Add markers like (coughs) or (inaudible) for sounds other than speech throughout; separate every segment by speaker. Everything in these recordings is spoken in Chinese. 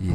Speaker 1: 以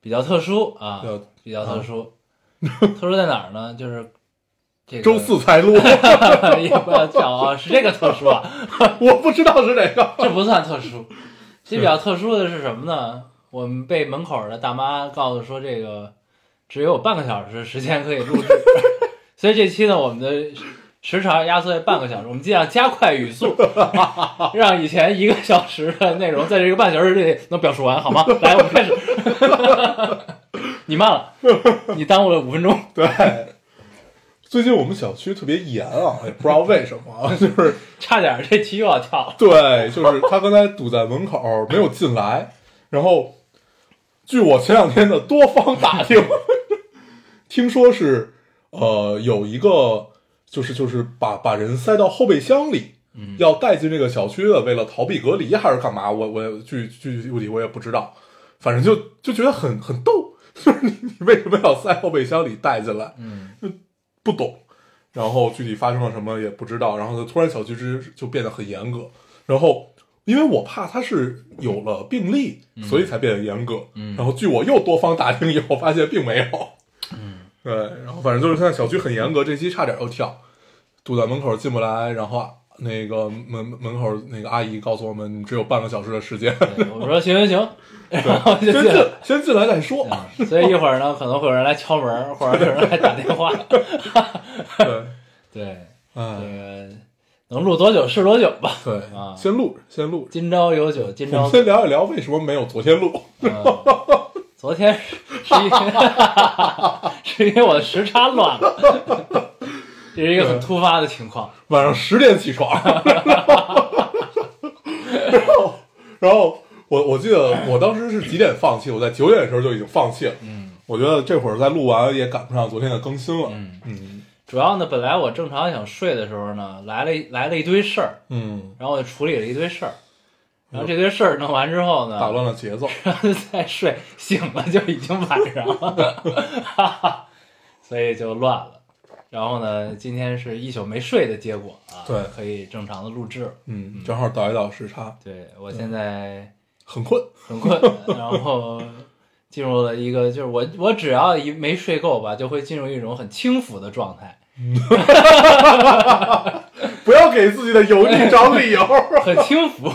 Speaker 1: 比较特殊啊
Speaker 2: 比较，
Speaker 1: 比较特殊，特殊在哪儿呢？就是这个
Speaker 2: 啊周四才 (laughs) 录，
Speaker 1: 也不 (laughs) 要叫啊，是这个特殊啊，
Speaker 2: 我不知道是哪 (laughs) 个。
Speaker 1: 这不算特殊。这比较特殊的是什么呢？我们被门口的大妈告诉说，这个只有半个小时时间可以录制，所以这期呢，我们的时长压缩在半个小时，我们尽量加快语速， (laughs) 让以前一个小时的内容在这个半小时内能表述完，好吗？来，我们开始。 (laughs) 你慢了，你耽误了五分钟。
Speaker 2: 对，最近我们小区特别严啊，也不知道为什么啊，就是
Speaker 1: 差点儿这题又要跳
Speaker 2: (laughs)
Speaker 1: 了。
Speaker 2: 对，就是他刚才堵在门口没有进来，然后据我前两天的多方打听， (laughs) 听说是呃有一个就是就是把把人塞到后备箱里。要带进这个小区的，为了逃避隔离还是干嘛？我我具具具体我也不知道，反正就就觉得很很逗， (laughs) 就是你你为什么要塞后备箱里带进来？
Speaker 1: 嗯，
Speaker 2: 不懂，然后具体发生了什么也不知道，然后就突然小区之就变得很严格，然后因为我怕他是有了病例，所以才变得严格，
Speaker 1: 嗯
Speaker 2: 然后据我又多方打听以后发现并没有，嗯， (laughs) 对，然后反正就是现在小区很严格，这期差点又跳，堵在门口进不来，然后啊那个门门口那个阿姨告诉我们，你只有半个小时的时间，
Speaker 1: 对我说行行行，然后就
Speaker 2: 先
Speaker 1: 进来
Speaker 2: 进先进来再 (laughs) 说，
Speaker 1: 啊，所以一会儿呢，可能会有人来敲门，或者有人来打电话。
Speaker 2: 对，
Speaker 1: 对，这
Speaker 2: 哎，
Speaker 1: 个能录多久是多久吧。 (laughs)
Speaker 2: 对
Speaker 1: 啊，
Speaker 2: 先录着先录着，
Speaker 1: 今朝有酒今
Speaker 2: 我
Speaker 1: 朝
Speaker 2: 们先聊一聊为什么没有昨天录。
Speaker 1: 嗯，昨天是是因为 (laughs) 是因为我的时差乱了， (laughs) 这是一个很突发的情况。
Speaker 2: 晚上十点起床， (laughs) 然后然后我我记得我当时是几点放弃？我在九点的时候就已经放弃了。
Speaker 1: 嗯，
Speaker 2: 我觉得这会儿再录完也赶不上昨天的更新了。
Speaker 1: 嗯
Speaker 2: 嗯
Speaker 1: 主要呢，本来我正常想睡的时候呢，来了一来了一堆事儿，
Speaker 2: 嗯，
Speaker 1: 然后我就处理了一堆事儿，然后这堆事儿弄完之后呢，
Speaker 2: 打乱了节奏。
Speaker 1: 然后再睡，醒了就已经晚上了， (laughs) 所以就乱了。然后呢，今天是一宿没睡的结果啊，
Speaker 2: 对
Speaker 1: 可以正常的录制了。
Speaker 2: 嗯，正好倒一倒时差，
Speaker 1: 对我现在
Speaker 2: 很困。
Speaker 1: 很困，然后进入了一个就是我 (laughs) 我只要一没睡够吧，就会进入一种很轻浮的状态，
Speaker 2: 不要给自己的油腻
Speaker 1: (laughs)
Speaker 2: 找理由。
Speaker 1: 很轻浮，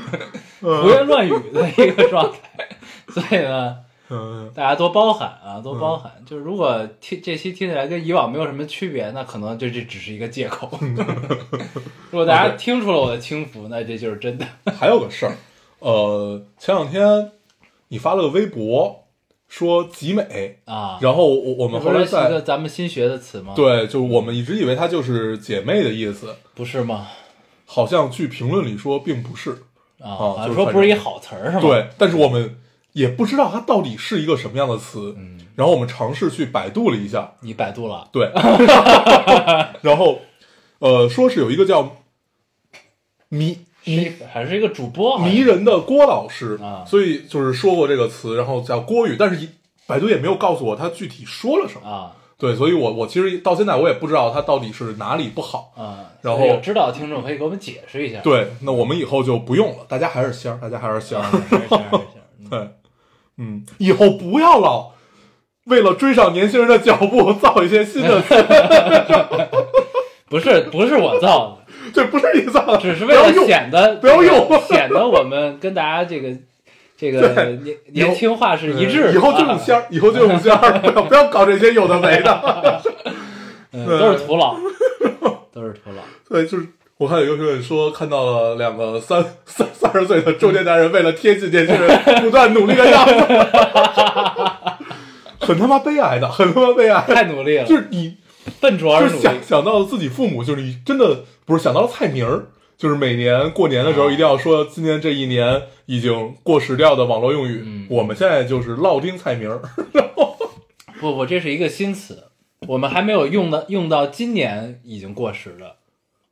Speaker 1: (laughs) 胡言乱语的一个状态。所以呢，
Speaker 2: 嗯，
Speaker 1: 大家多包涵啊，多包涵。就是如果听这期听起来跟以往没有什么区别，那可能就这只是一个借口。
Speaker 2: 嗯
Speaker 1: (laughs) 如果大家听出了我的轻浮，那这就是真的。
Speaker 2: 还有个事儿，呃，前两天你发了个微博说集美，
Speaker 1: 啊。
Speaker 2: 然后我我们后
Speaker 1: 不是
Speaker 2: 来
Speaker 1: 一
Speaker 2: 在
Speaker 1: 个咱们新学的词吗？，
Speaker 2: 对，就是我们一直以为它就是姐妹的意思，
Speaker 1: 不是吗？
Speaker 2: 好像据评论里说并不是。
Speaker 1: 啊，
Speaker 2: 哦
Speaker 1: 好像
Speaker 2: 就是
Speaker 1: 说
Speaker 2: 反
Speaker 1: 不是一
Speaker 2: 正
Speaker 1: 好词儿是吗？，
Speaker 2: 对，但是我们也不知道它到底是一个什么样的词。
Speaker 1: 嗯，
Speaker 2: 然后我们尝试去百度了一下，
Speaker 1: 你百度了 (laughs)
Speaker 2: 对，然后呃，说是有一个叫迷
Speaker 1: 是一还是一个主播好像
Speaker 2: 迷人的郭老师
Speaker 1: 啊
Speaker 2: 所以就是说过这个词，然后叫郭宇，但是一百度也没有告诉我他具体说了什么。
Speaker 1: 啊
Speaker 2: 对，所以我我其实到现在我也不知道他到底是哪里不好。
Speaker 1: 啊，
Speaker 2: 然后
Speaker 1: 所以有知道的听众可以给我们解释一下。
Speaker 2: 对，那我们以后就不用了，大家还是仙儿，大家还是仙
Speaker 1: 啊，
Speaker 2: 儿。
Speaker 1: 解释一下解释一下
Speaker 2: (laughs)
Speaker 1: 嗯 (laughs)
Speaker 2: 对，嗯，以后不要老为了追上年轻人的脚步，造一些新
Speaker 1: 哎
Speaker 2: 的词，
Speaker 1: 不是不是我造的，
Speaker 2: 这不是你造的，
Speaker 1: 只是
Speaker 2: 不
Speaker 1: 为
Speaker 2: 要
Speaker 1: 了
Speaker 2: 用。
Speaker 1: 显得
Speaker 2: 不要用
Speaker 1: 显得我们跟大家这个这个
Speaker 2: 对
Speaker 1: 年年轻化是一致的。啊
Speaker 2: 以后就用仙儿，以后就用仙儿，不要不要搞这些有的没的。 (laughs)
Speaker 1: 嗯都是徒劳，都是徒劳。
Speaker 2: 对，就是我看有个评论说看到了两个三三三十岁的中年男人为了贴近年轻人不断努力的样子， (laughs) 很他妈悲哀的， (laughs) 很他妈悲哀。
Speaker 1: 太努力了，
Speaker 2: 就是你
Speaker 1: 笨拙而
Speaker 2: 就
Speaker 1: 努
Speaker 2: 是
Speaker 1: 力
Speaker 2: 想想到自己父母，就是你真的不是想到了菜名儿，就是每年过年的时候
Speaker 1: 啊
Speaker 2: 一定要说今年这一年已经过时掉的网络用语。
Speaker 1: 嗯
Speaker 2: 我们现在就是烙丁菜名儿，
Speaker 1: 不不，这是一个新词，我们还没有用到用到今年已经过时了，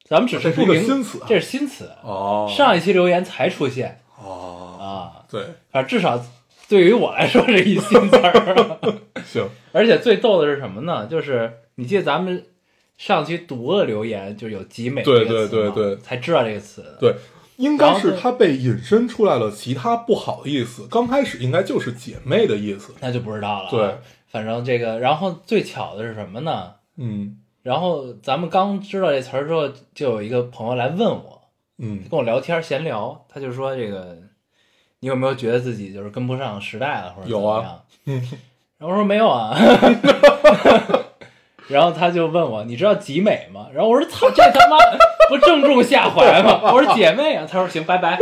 Speaker 1: 咱们只
Speaker 2: 这是
Speaker 1: 不
Speaker 2: 一个
Speaker 1: 明
Speaker 2: 新词啊
Speaker 1: 这是新词，
Speaker 2: 哦
Speaker 1: 上一期留言才出现
Speaker 2: 哦，
Speaker 1: 啊，
Speaker 2: 对，
Speaker 1: 反正至少对于我来说是一新词儿，
Speaker 2: 行，
Speaker 1: 而且最逗的是什么呢？就是你记得咱们上期读了留言，就有集美
Speaker 2: 对
Speaker 1: 这个词
Speaker 2: 对
Speaker 1: 吗
Speaker 2: 对对
Speaker 1: 才知道这个词，
Speaker 2: 对，应该是
Speaker 1: 然后
Speaker 2: 它被引申出来了其他不好的意思。刚开始应该就是姐妹的意思。
Speaker 1: 那就不知道了啊。
Speaker 2: 对，
Speaker 1: 反正这个，然后最巧的是什么呢？
Speaker 2: 嗯
Speaker 1: 然后咱们刚知道这词儿之后，就有一个朋友来问我，
Speaker 2: 嗯
Speaker 1: 跟我聊天闲聊，他就说这个，你有没有觉得自己就是跟不上时代了，或者怎么样？
Speaker 2: 嗯，
Speaker 1: 然后我说没有啊。 (laughs) 然后他就问我，你知道集美吗？然后我说操，这他妈不正中下怀吗？我说姐妹啊。他说行，拜拜。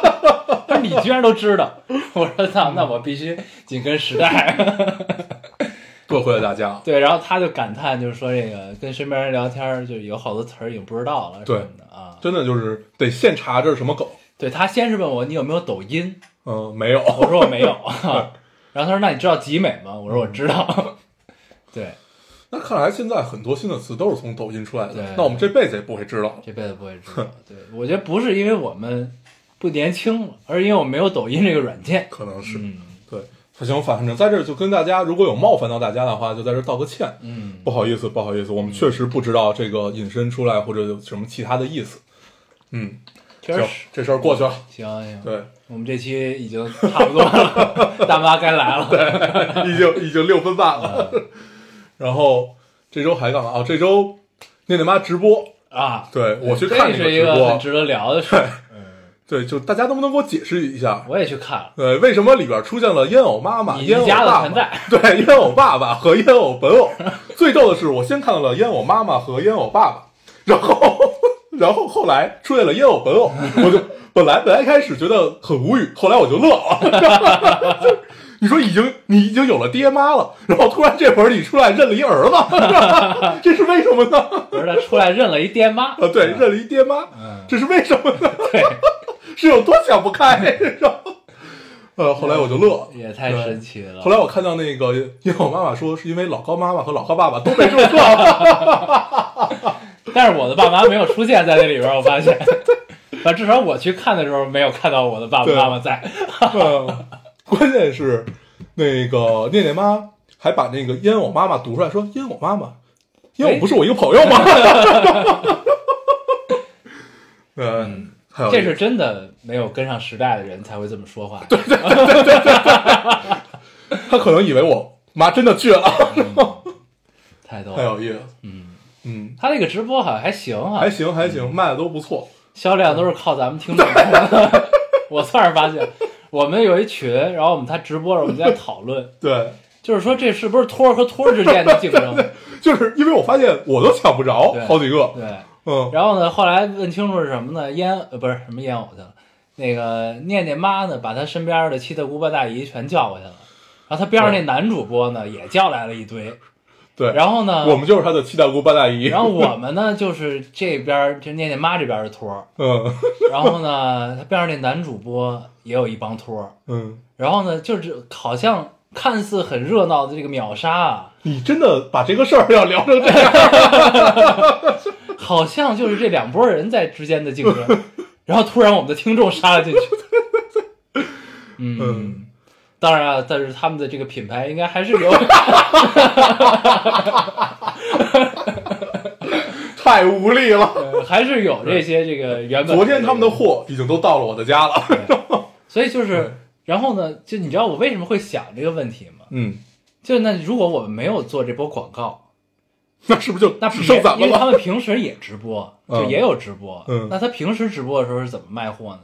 Speaker 1: (laughs) 他说你居然都知道。我说操，那我必须紧跟时代。 (laughs)
Speaker 2: 多亏了大家。
Speaker 1: 对，然后他就感叹，就是说这个跟身边人聊天儿，就有好多词儿已经不知道了什
Speaker 2: 对
Speaker 1: 么的啊。
Speaker 2: 真的就是得现查这是什么梗。
Speaker 1: 对他先是问我你有没有抖音，
Speaker 2: 嗯，
Speaker 1: (laughs)
Speaker 2: 没有。
Speaker 1: 我说我没有，然后他说那你知道集美吗？我说我知道。
Speaker 2: 嗯
Speaker 1: (laughs) 对，
Speaker 2: 那看来现在很多新的词都是从抖音出来的
Speaker 1: 对，
Speaker 2: 那我们这辈子也不会知道了。
Speaker 1: 这辈子不会知道。对，我觉得不是因为我们不年轻了，而是因为我没有抖音这个软件。
Speaker 2: 可能是
Speaker 1: 嗯
Speaker 2: 对，行，反正在这儿就跟大家，如果有冒犯到大家的话，就在这儿道个歉。
Speaker 1: 嗯，
Speaker 2: 不好意思，不好意思，我们确实不知道这个引申出来或者有什么其他的意思。嗯，
Speaker 1: 确
Speaker 2: 行
Speaker 1: 实，
Speaker 2: 这事儿过去了。
Speaker 1: 行行。
Speaker 2: 对， (laughs)
Speaker 1: 我们这期已经差不多了，大妈该来了。
Speaker 2: 已经已经六分半了。 (laughs) 然后这周还干嘛？哦，这周念念妈直播，
Speaker 1: 啊，
Speaker 2: 对我去
Speaker 1: 这
Speaker 2: 看那
Speaker 1: 是一
Speaker 2: 直
Speaker 1: 个很
Speaker 2: 播。
Speaker 1: 值得聊的事儿。
Speaker 2: 对，就大家能不能给我解释一下？
Speaker 1: 我也去看了，
Speaker 2: 呃，为什么里边出现了烟偶妈妈、
Speaker 1: 以及
Speaker 2: 烟偶
Speaker 1: 家的
Speaker 2: 爸
Speaker 1: 存
Speaker 2: 爸
Speaker 1: 在？
Speaker 2: (laughs) 对，烟偶爸爸和烟偶本偶。最逗的是，我先看到了烟偶妈妈和烟偶爸爸，然后，然后后来出现了烟偶本偶，我就本来本来开始觉得很无语，后来我就乐了。 (laughs) 你说已经你已经有了爹妈了，然后突然这会儿你出来认了一儿子， (laughs) 这是为什么呢？
Speaker 1: 不是他出来认了一爹妈。
Speaker 2: 啊，对，认了一爹妈，
Speaker 1: 嗯，
Speaker 2: 这是为什么呢？
Speaker 1: 对，
Speaker 2: (laughs) 是有多想不开？然后，呃，后来我就乐了。
Speaker 1: 也太神奇了。
Speaker 2: 后来我看到那个， (laughs) 因为我妈妈说是因为老高妈妈和老高爸爸都被注册了，
Speaker 1: 但是我的爸妈没有出现在那里边儿，我发现， (laughs) 反正至少我去看的时候没有看到我的爸爸
Speaker 2: 对
Speaker 1: 妈妈在。
Speaker 2: 嗯 (laughs) 关键是那个念念妈还把那个烟偶妈妈读出来，说烟偶妈妈，烟偶不是我一个朋友吗？ (laughs) 嗯，还有
Speaker 1: 哎这是真的没有跟上时代的人才会这么说话。对，
Speaker 2: 他可能以为我妈真的倔了，
Speaker 1: 嗯太
Speaker 2: (laughs)
Speaker 1: 逗
Speaker 2: 太
Speaker 1: 了。
Speaker 2: 有意思，
Speaker 1: 哦嗯，
Speaker 2: 嗯，
Speaker 1: 他那个直播好像还行啊
Speaker 2: 还，行还行，卖的都不错，
Speaker 1: 销量都是靠咱们听众。 (laughs) 我算是发现，我们有一群，然后我们他直播，我们在讨
Speaker 2: (laughs)
Speaker 1: 论，
Speaker 2: 对，
Speaker 1: 就是说这是不是托儿和托儿之间的竞争？
Speaker 2: 就是因为我发现我都抢不着
Speaker 1: 对
Speaker 2: 好几个，
Speaker 1: 对。
Speaker 2: 嗯，
Speaker 1: 然后呢，后来问清楚是什么呢？烟呃不是什么烟偶去了，那个念念妈呢，把她身边的七大姑八大姨全叫过去了，然后她边上那男主播呢也叫来了一堆，
Speaker 2: 对，
Speaker 1: 然后呢，
Speaker 2: 我们就是他的七大姑八大姨，
Speaker 1: 然后我们呢就是这边儿就念念妈这边儿的托儿，
Speaker 2: 嗯
Speaker 1: 然后呢，她边上那男主播也有一帮托儿，
Speaker 2: 嗯。
Speaker 1: 然后呢，就是好像看似很热闹的这个秒杀啊，
Speaker 2: 你真的把这个事儿要聊成这样？
Speaker 1: 好像就是这两拨人在之间的竞争，然后突然我们的听众杀了进去。嗯，当然啊，但是他们的这个品牌应该还是
Speaker 2: (laughs)
Speaker 1: 有，
Speaker 2: 太无力了。
Speaker 1: 呃还是有这些这个原本。
Speaker 2: 昨天他们的，货已经都到了我的家了。
Speaker 1: 所以就是，然后呢，就你知道我为什么会想这个问题吗？
Speaker 2: 嗯，
Speaker 1: 就那如果我们没有做这波广告，
Speaker 2: (laughs) 那是不是就
Speaker 1: 那
Speaker 2: 只剩咱
Speaker 1: 别
Speaker 2: 们
Speaker 1: 因为他
Speaker 2: 了？
Speaker 1: 们平时也直播，就
Speaker 2: 嗯
Speaker 1: 也有直播。
Speaker 2: 嗯
Speaker 1: 那他平时直播的时候是怎么卖货呢？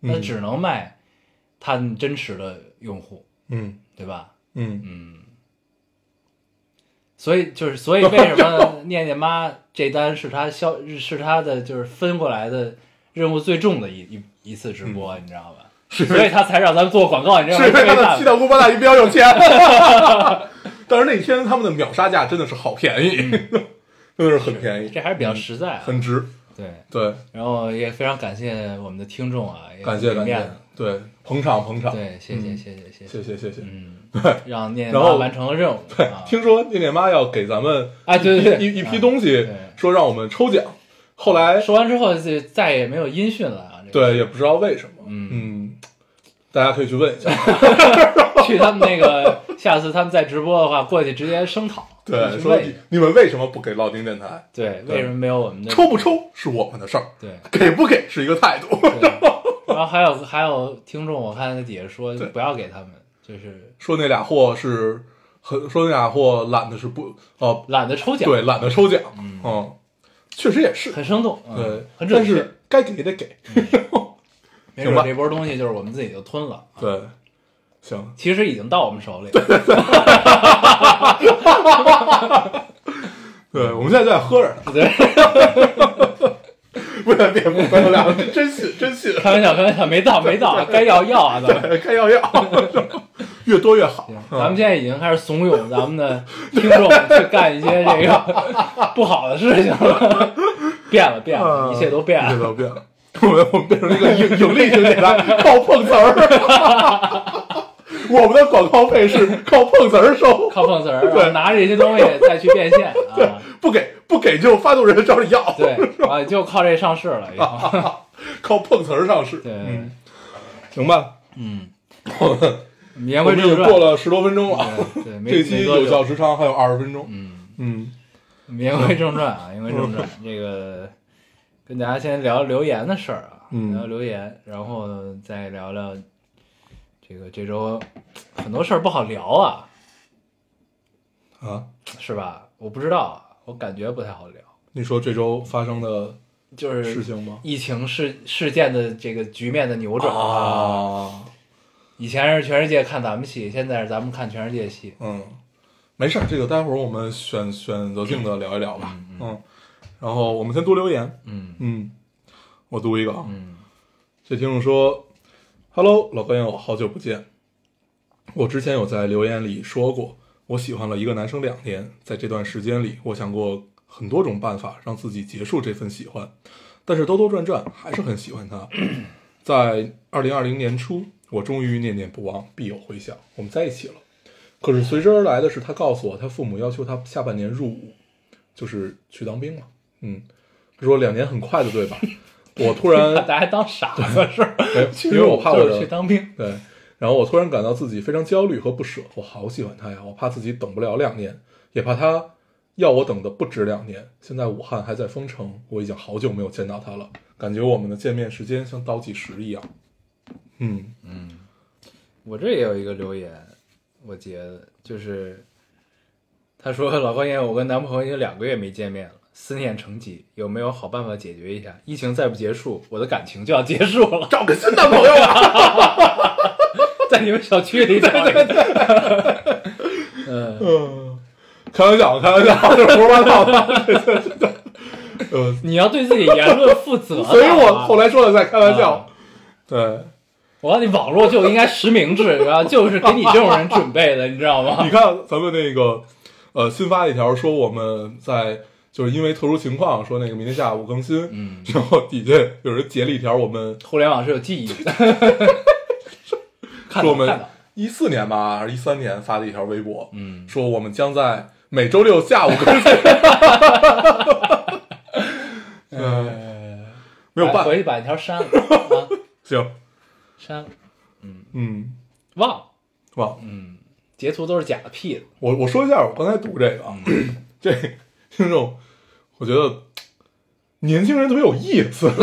Speaker 1: 那
Speaker 2: 嗯
Speaker 1: 只能卖他们真实的用户，
Speaker 2: 嗯
Speaker 1: 对吧？
Speaker 2: 嗯，
Speaker 1: 嗯，所以就是，所以为什么念念妈这单是她消是她的就是分过来的任务最重的一一一次直播，你知道吧？
Speaker 2: 嗯是
Speaker 1: 所以她才让咱们做广告，你知道吗？
Speaker 2: 是因为他
Speaker 1: 亏
Speaker 2: 的
Speaker 1: 大
Speaker 2: 七
Speaker 1: 了
Speaker 2: 大姑八大姨比
Speaker 1: (laughs)
Speaker 2: 较有钱。但是那天 (laughs) 他们的秒杀价真的是好便宜，真的是很便
Speaker 1: 嗯
Speaker 2: 宜，嗯
Speaker 1: 这还是比较实在啊。
Speaker 2: 很值。
Speaker 1: 对，
Speaker 2: 对，
Speaker 1: 然后也非常感谢我们的听众啊，也
Speaker 2: 感谢
Speaker 1: 给
Speaker 2: 感
Speaker 1: 面
Speaker 2: 谢
Speaker 1: 子，，
Speaker 2: 对，捧场捧场，
Speaker 1: 对，谢谢
Speaker 2: 嗯
Speaker 1: 谢谢谢谢，
Speaker 2: 谢谢谢谢。 (laughs)
Speaker 1: 嗯，
Speaker 2: 对
Speaker 1: 让念
Speaker 2: 然
Speaker 1: 妈
Speaker 2: 后
Speaker 1: 完成了任务，
Speaker 2: 对
Speaker 1: 啊，
Speaker 2: 听说念念妈要给咱们
Speaker 1: 哎对对对
Speaker 2: 一一批
Speaker 1: 啊
Speaker 2: 东西
Speaker 1: 对，
Speaker 2: 说让我们抽奖，后来
Speaker 1: (laughs) 说完之后就再也没有音讯了啊，这个
Speaker 2: 对也不知道为什么，
Speaker 1: 嗯，
Speaker 2: 嗯，大家可以去问一下，
Speaker 1: (laughs) 去他们那个， (laughs) 下次他们再直播的话，过去直接声讨，
Speaker 2: 对，
Speaker 1: 去
Speaker 2: 说
Speaker 1: 问一
Speaker 2: 你
Speaker 1: 下
Speaker 2: 你们为什么不给老丁电台？
Speaker 1: 对，
Speaker 2: 对
Speaker 1: 为什么没有我们的
Speaker 2: 抽不？抽是我们的事儿，
Speaker 1: 对，
Speaker 2: 给不给是一个态度。 (laughs)
Speaker 1: 对然后还有还有听众，我看在底下说
Speaker 2: 对
Speaker 1: 不要给他们，就是
Speaker 2: 说那俩货是很，说那俩货懒得是不呃，
Speaker 1: 懒得抽奖，
Speaker 2: 对，懒得抽奖，嗯，确实也是，
Speaker 1: 很生动，嗯
Speaker 2: 对，
Speaker 1: 很准
Speaker 2: 但
Speaker 1: 确，
Speaker 2: 是该给也得给，
Speaker 1: 没
Speaker 2: 行
Speaker 1: 准
Speaker 2: 吧
Speaker 1: 这波东西就是我们自己就吞了，啊
Speaker 2: 对，行，
Speaker 1: 其实已经到我们手里了，
Speaker 2: 对，我们现在在喝着呢，
Speaker 1: (laughs) 对，
Speaker 2: 不然别不咱俩真信真信，
Speaker 1: 开玩笑，开玩笑，没
Speaker 2: (laughs)
Speaker 1: 到没到啊，该要要啊，咱们。
Speaker 2: 对，该要
Speaker 1: (laughs)
Speaker 2: 要，越多越好，
Speaker 1: 咱们现在已经开始怂恿咱们的听众去干一些这
Speaker 2: (laughs)
Speaker 1: 个不好的事情了， (laughs) 变了变了，
Speaker 2: 嗯
Speaker 1: 哎一切都变
Speaker 2: 一切
Speaker 1: 了。
Speaker 2: 都变了。 (laughs) 我们我们变成一个盈盈利
Speaker 1: (laughs)
Speaker 2: 型电台，靠碰瓷儿。 (laughs) 我们的广告费是靠碰瓷儿收，
Speaker 1: 靠碰瓷儿，
Speaker 2: 对
Speaker 1: 拿着这些东西再去变现
Speaker 2: (laughs)
Speaker 1: 啊！
Speaker 2: 不给不给就发动人找你要，
Speaker 1: 对，啊，就靠这上市了，已经。
Speaker 2: 靠碰瓷儿上市。
Speaker 1: 对，
Speaker 2: 啊嗯，行吧，
Speaker 1: 嗯，
Speaker 2: (laughs) 我们
Speaker 1: 我们言
Speaker 2: 我
Speaker 1: 归
Speaker 2: 们已
Speaker 1: 正
Speaker 2: 经
Speaker 1: 传，
Speaker 2: 过了十多分钟了，
Speaker 1: 对对，没
Speaker 2: 这
Speaker 1: 没
Speaker 2: 期
Speaker 1: 多
Speaker 2: 有
Speaker 1: 久。
Speaker 2: 效时长还有二十分钟。
Speaker 1: 嗯，
Speaker 2: 嗯，
Speaker 1: (laughs) 我们言归正传
Speaker 2: (laughs)
Speaker 1: 啊，言归正传，这个跟大家先聊留言的事儿啊，
Speaker 2: 嗯
Speaker 1: 聊留言，然后再聊聊这个这周很多事儿不好聊啊。
Speaker 2: 啊，
Speaker 1: 是吧？我不知道啊，我感觉不太好聊，
Speaker 2: 你说这周发生的
Speaker 1: 就
Speaker 2: 事
Speaker 1: 是
Speaker 2: 情吗？
Speaker 1: 疫情事事件的这个局面的扭转。
Speaker 2: 啊，
Speaker 1: 以前是全世界看咱们戏，现在是咱们看全世界戏。
Speaker 2: 嗯，没事儿，这个待会儿我们选选择性的聊一聊吧。嗯，然后我们先读留言。
Speaker 1: 嗯
Speaker 2: 嗯，我读一个啊。
Speaker 1: 嗯
Speaker 2: 这听众说：“Hello，老高烟友，好久不见。我之前有在留言里说过，我喜欢了一个男生两年，在这段时间里，我想过很多种办法让自己结束这份喜欢，但是兜兜转转还是很喜欢他。在二零二零年初，我终于念念不忘，必有回响，我们在一起了。可是随之而来的是，他告诉我，他父母要求他下半年入伍，就是去当兵了。嗯，他说两年很快的，对吧？我突然
Speaker 1: 把 (laughs) 大家当傻子是吧？
Speaker 2: (laughs) 哎因为我怕我
Speaker 1: 就
Speaker 2: 的
Speaker 1: 是去当兵。
Speaker 2: 对，然后我突然感到自己非常焦虑和不舍，我好喜欢他呀，我怕自己等不了两年，也怕他要我等的不止两年。现在武汉还在封城，我已经好久没有见到他了，感觉我们的见面时间像倒计时一样。嗯
Speaker 1: 我这也有一个留言，我截的，就是他说：“老高爷，我跟男朋友已经两个月没见面了，思念成疾，有没有好办法解决一下？疫情再不结束，我的感情就要结束了，
Speaker 2: 找个新男朋
Speaker 1: (laughs)
Speaker 2: 友吧。
Speaker 1: 在你们小区里找一个。嗯，
Speaker 2: 嗯，开玩笑，开玩笑，这胡说八道啊 (laughs) 的。这这这这呃，。
Speaker 1: 你要对自己言论负责
Speaker 2: 所以我后
Speaker 1: 来，
Speaker 2: 来说了在开玩笑。
Speaker 1: 啊
Speaker 2: 对，
Speaker 1: 我告诉你，网络就应该实名制，然后就是给你这种人准备的，你知道吗
Speaker 2: 你？看咱们那个，呃，新发一条说我们在就是因为特殊情况说那个明天下午更新，
Speaker 1: 嗯，
Speaker 2: 然后底下有人截了一条我们
Speaker 1: 互联网是有记忆
Speaker 2: (laughs)
Speaker 1: 的。看
Speaker 2: 说
Speaker 1: 到
Speaker 2: 我们
Speaker 1: 看到，
Speaker 2: 一四年吧还是一三年发的一条微博，
Speaker 1: 嗯，
Speaker 2: 说我们将在每周六下午
Speaker 1: (laughs)
Speaker 2: 更新。 (laughs) 嗯，没有办法
Speaker 1: 回，去把那条删了，啊，
Speaker 2: 行，
Speaker 1: 删了，
Speaker 2: 嗯，
Speaker 1: 忘了，
Speaker 2: 忘了。
Speaker 1: 截图都是假的 P 的。
Speaker 2: 我我说一下，我刚才读这个啊，
Speaker 1: 嗯
Speaker 2: (clears throat) 这听众，我觉得年轻人特别有意思。 (laughs)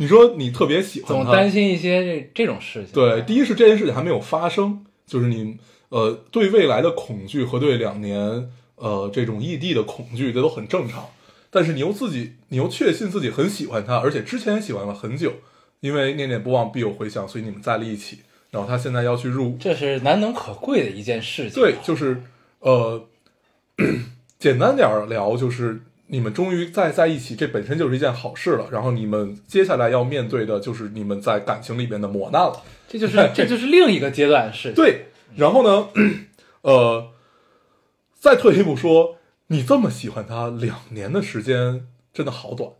Speaker 2: 你说你特别喜欢
Speaker 1: 总
Speaker 2: 他，
Speaker 1: 担心一些这这种事情。哎
Speaker 2: 对，第一是这件事情还没有发生，就是你呃对未来的恐惧和对两年呃这种异地的恐惧，这都很正常。但是你又自己，你又确信自己很喜欢他，而且之前也喜欢了很久，因为念念不忘必有回响，所以你们在了一起。然后他现在要去入伍，
Speaker 1: 这是难能可贵的一件事情。
Speaker 2: 对，就是呃， (clears throat) 简单点儿聊，就是你们终于在在一起，这本身就是一件好事了。然后你们接下来要面对的就是你们在感情里边的磨难了。
Speaker 1: 这就是这就是另一个阶段的事情。，
Speaker 2: 对，然后呢，呃，再退一步说，你这么喜欢他两年的时间，真的好短。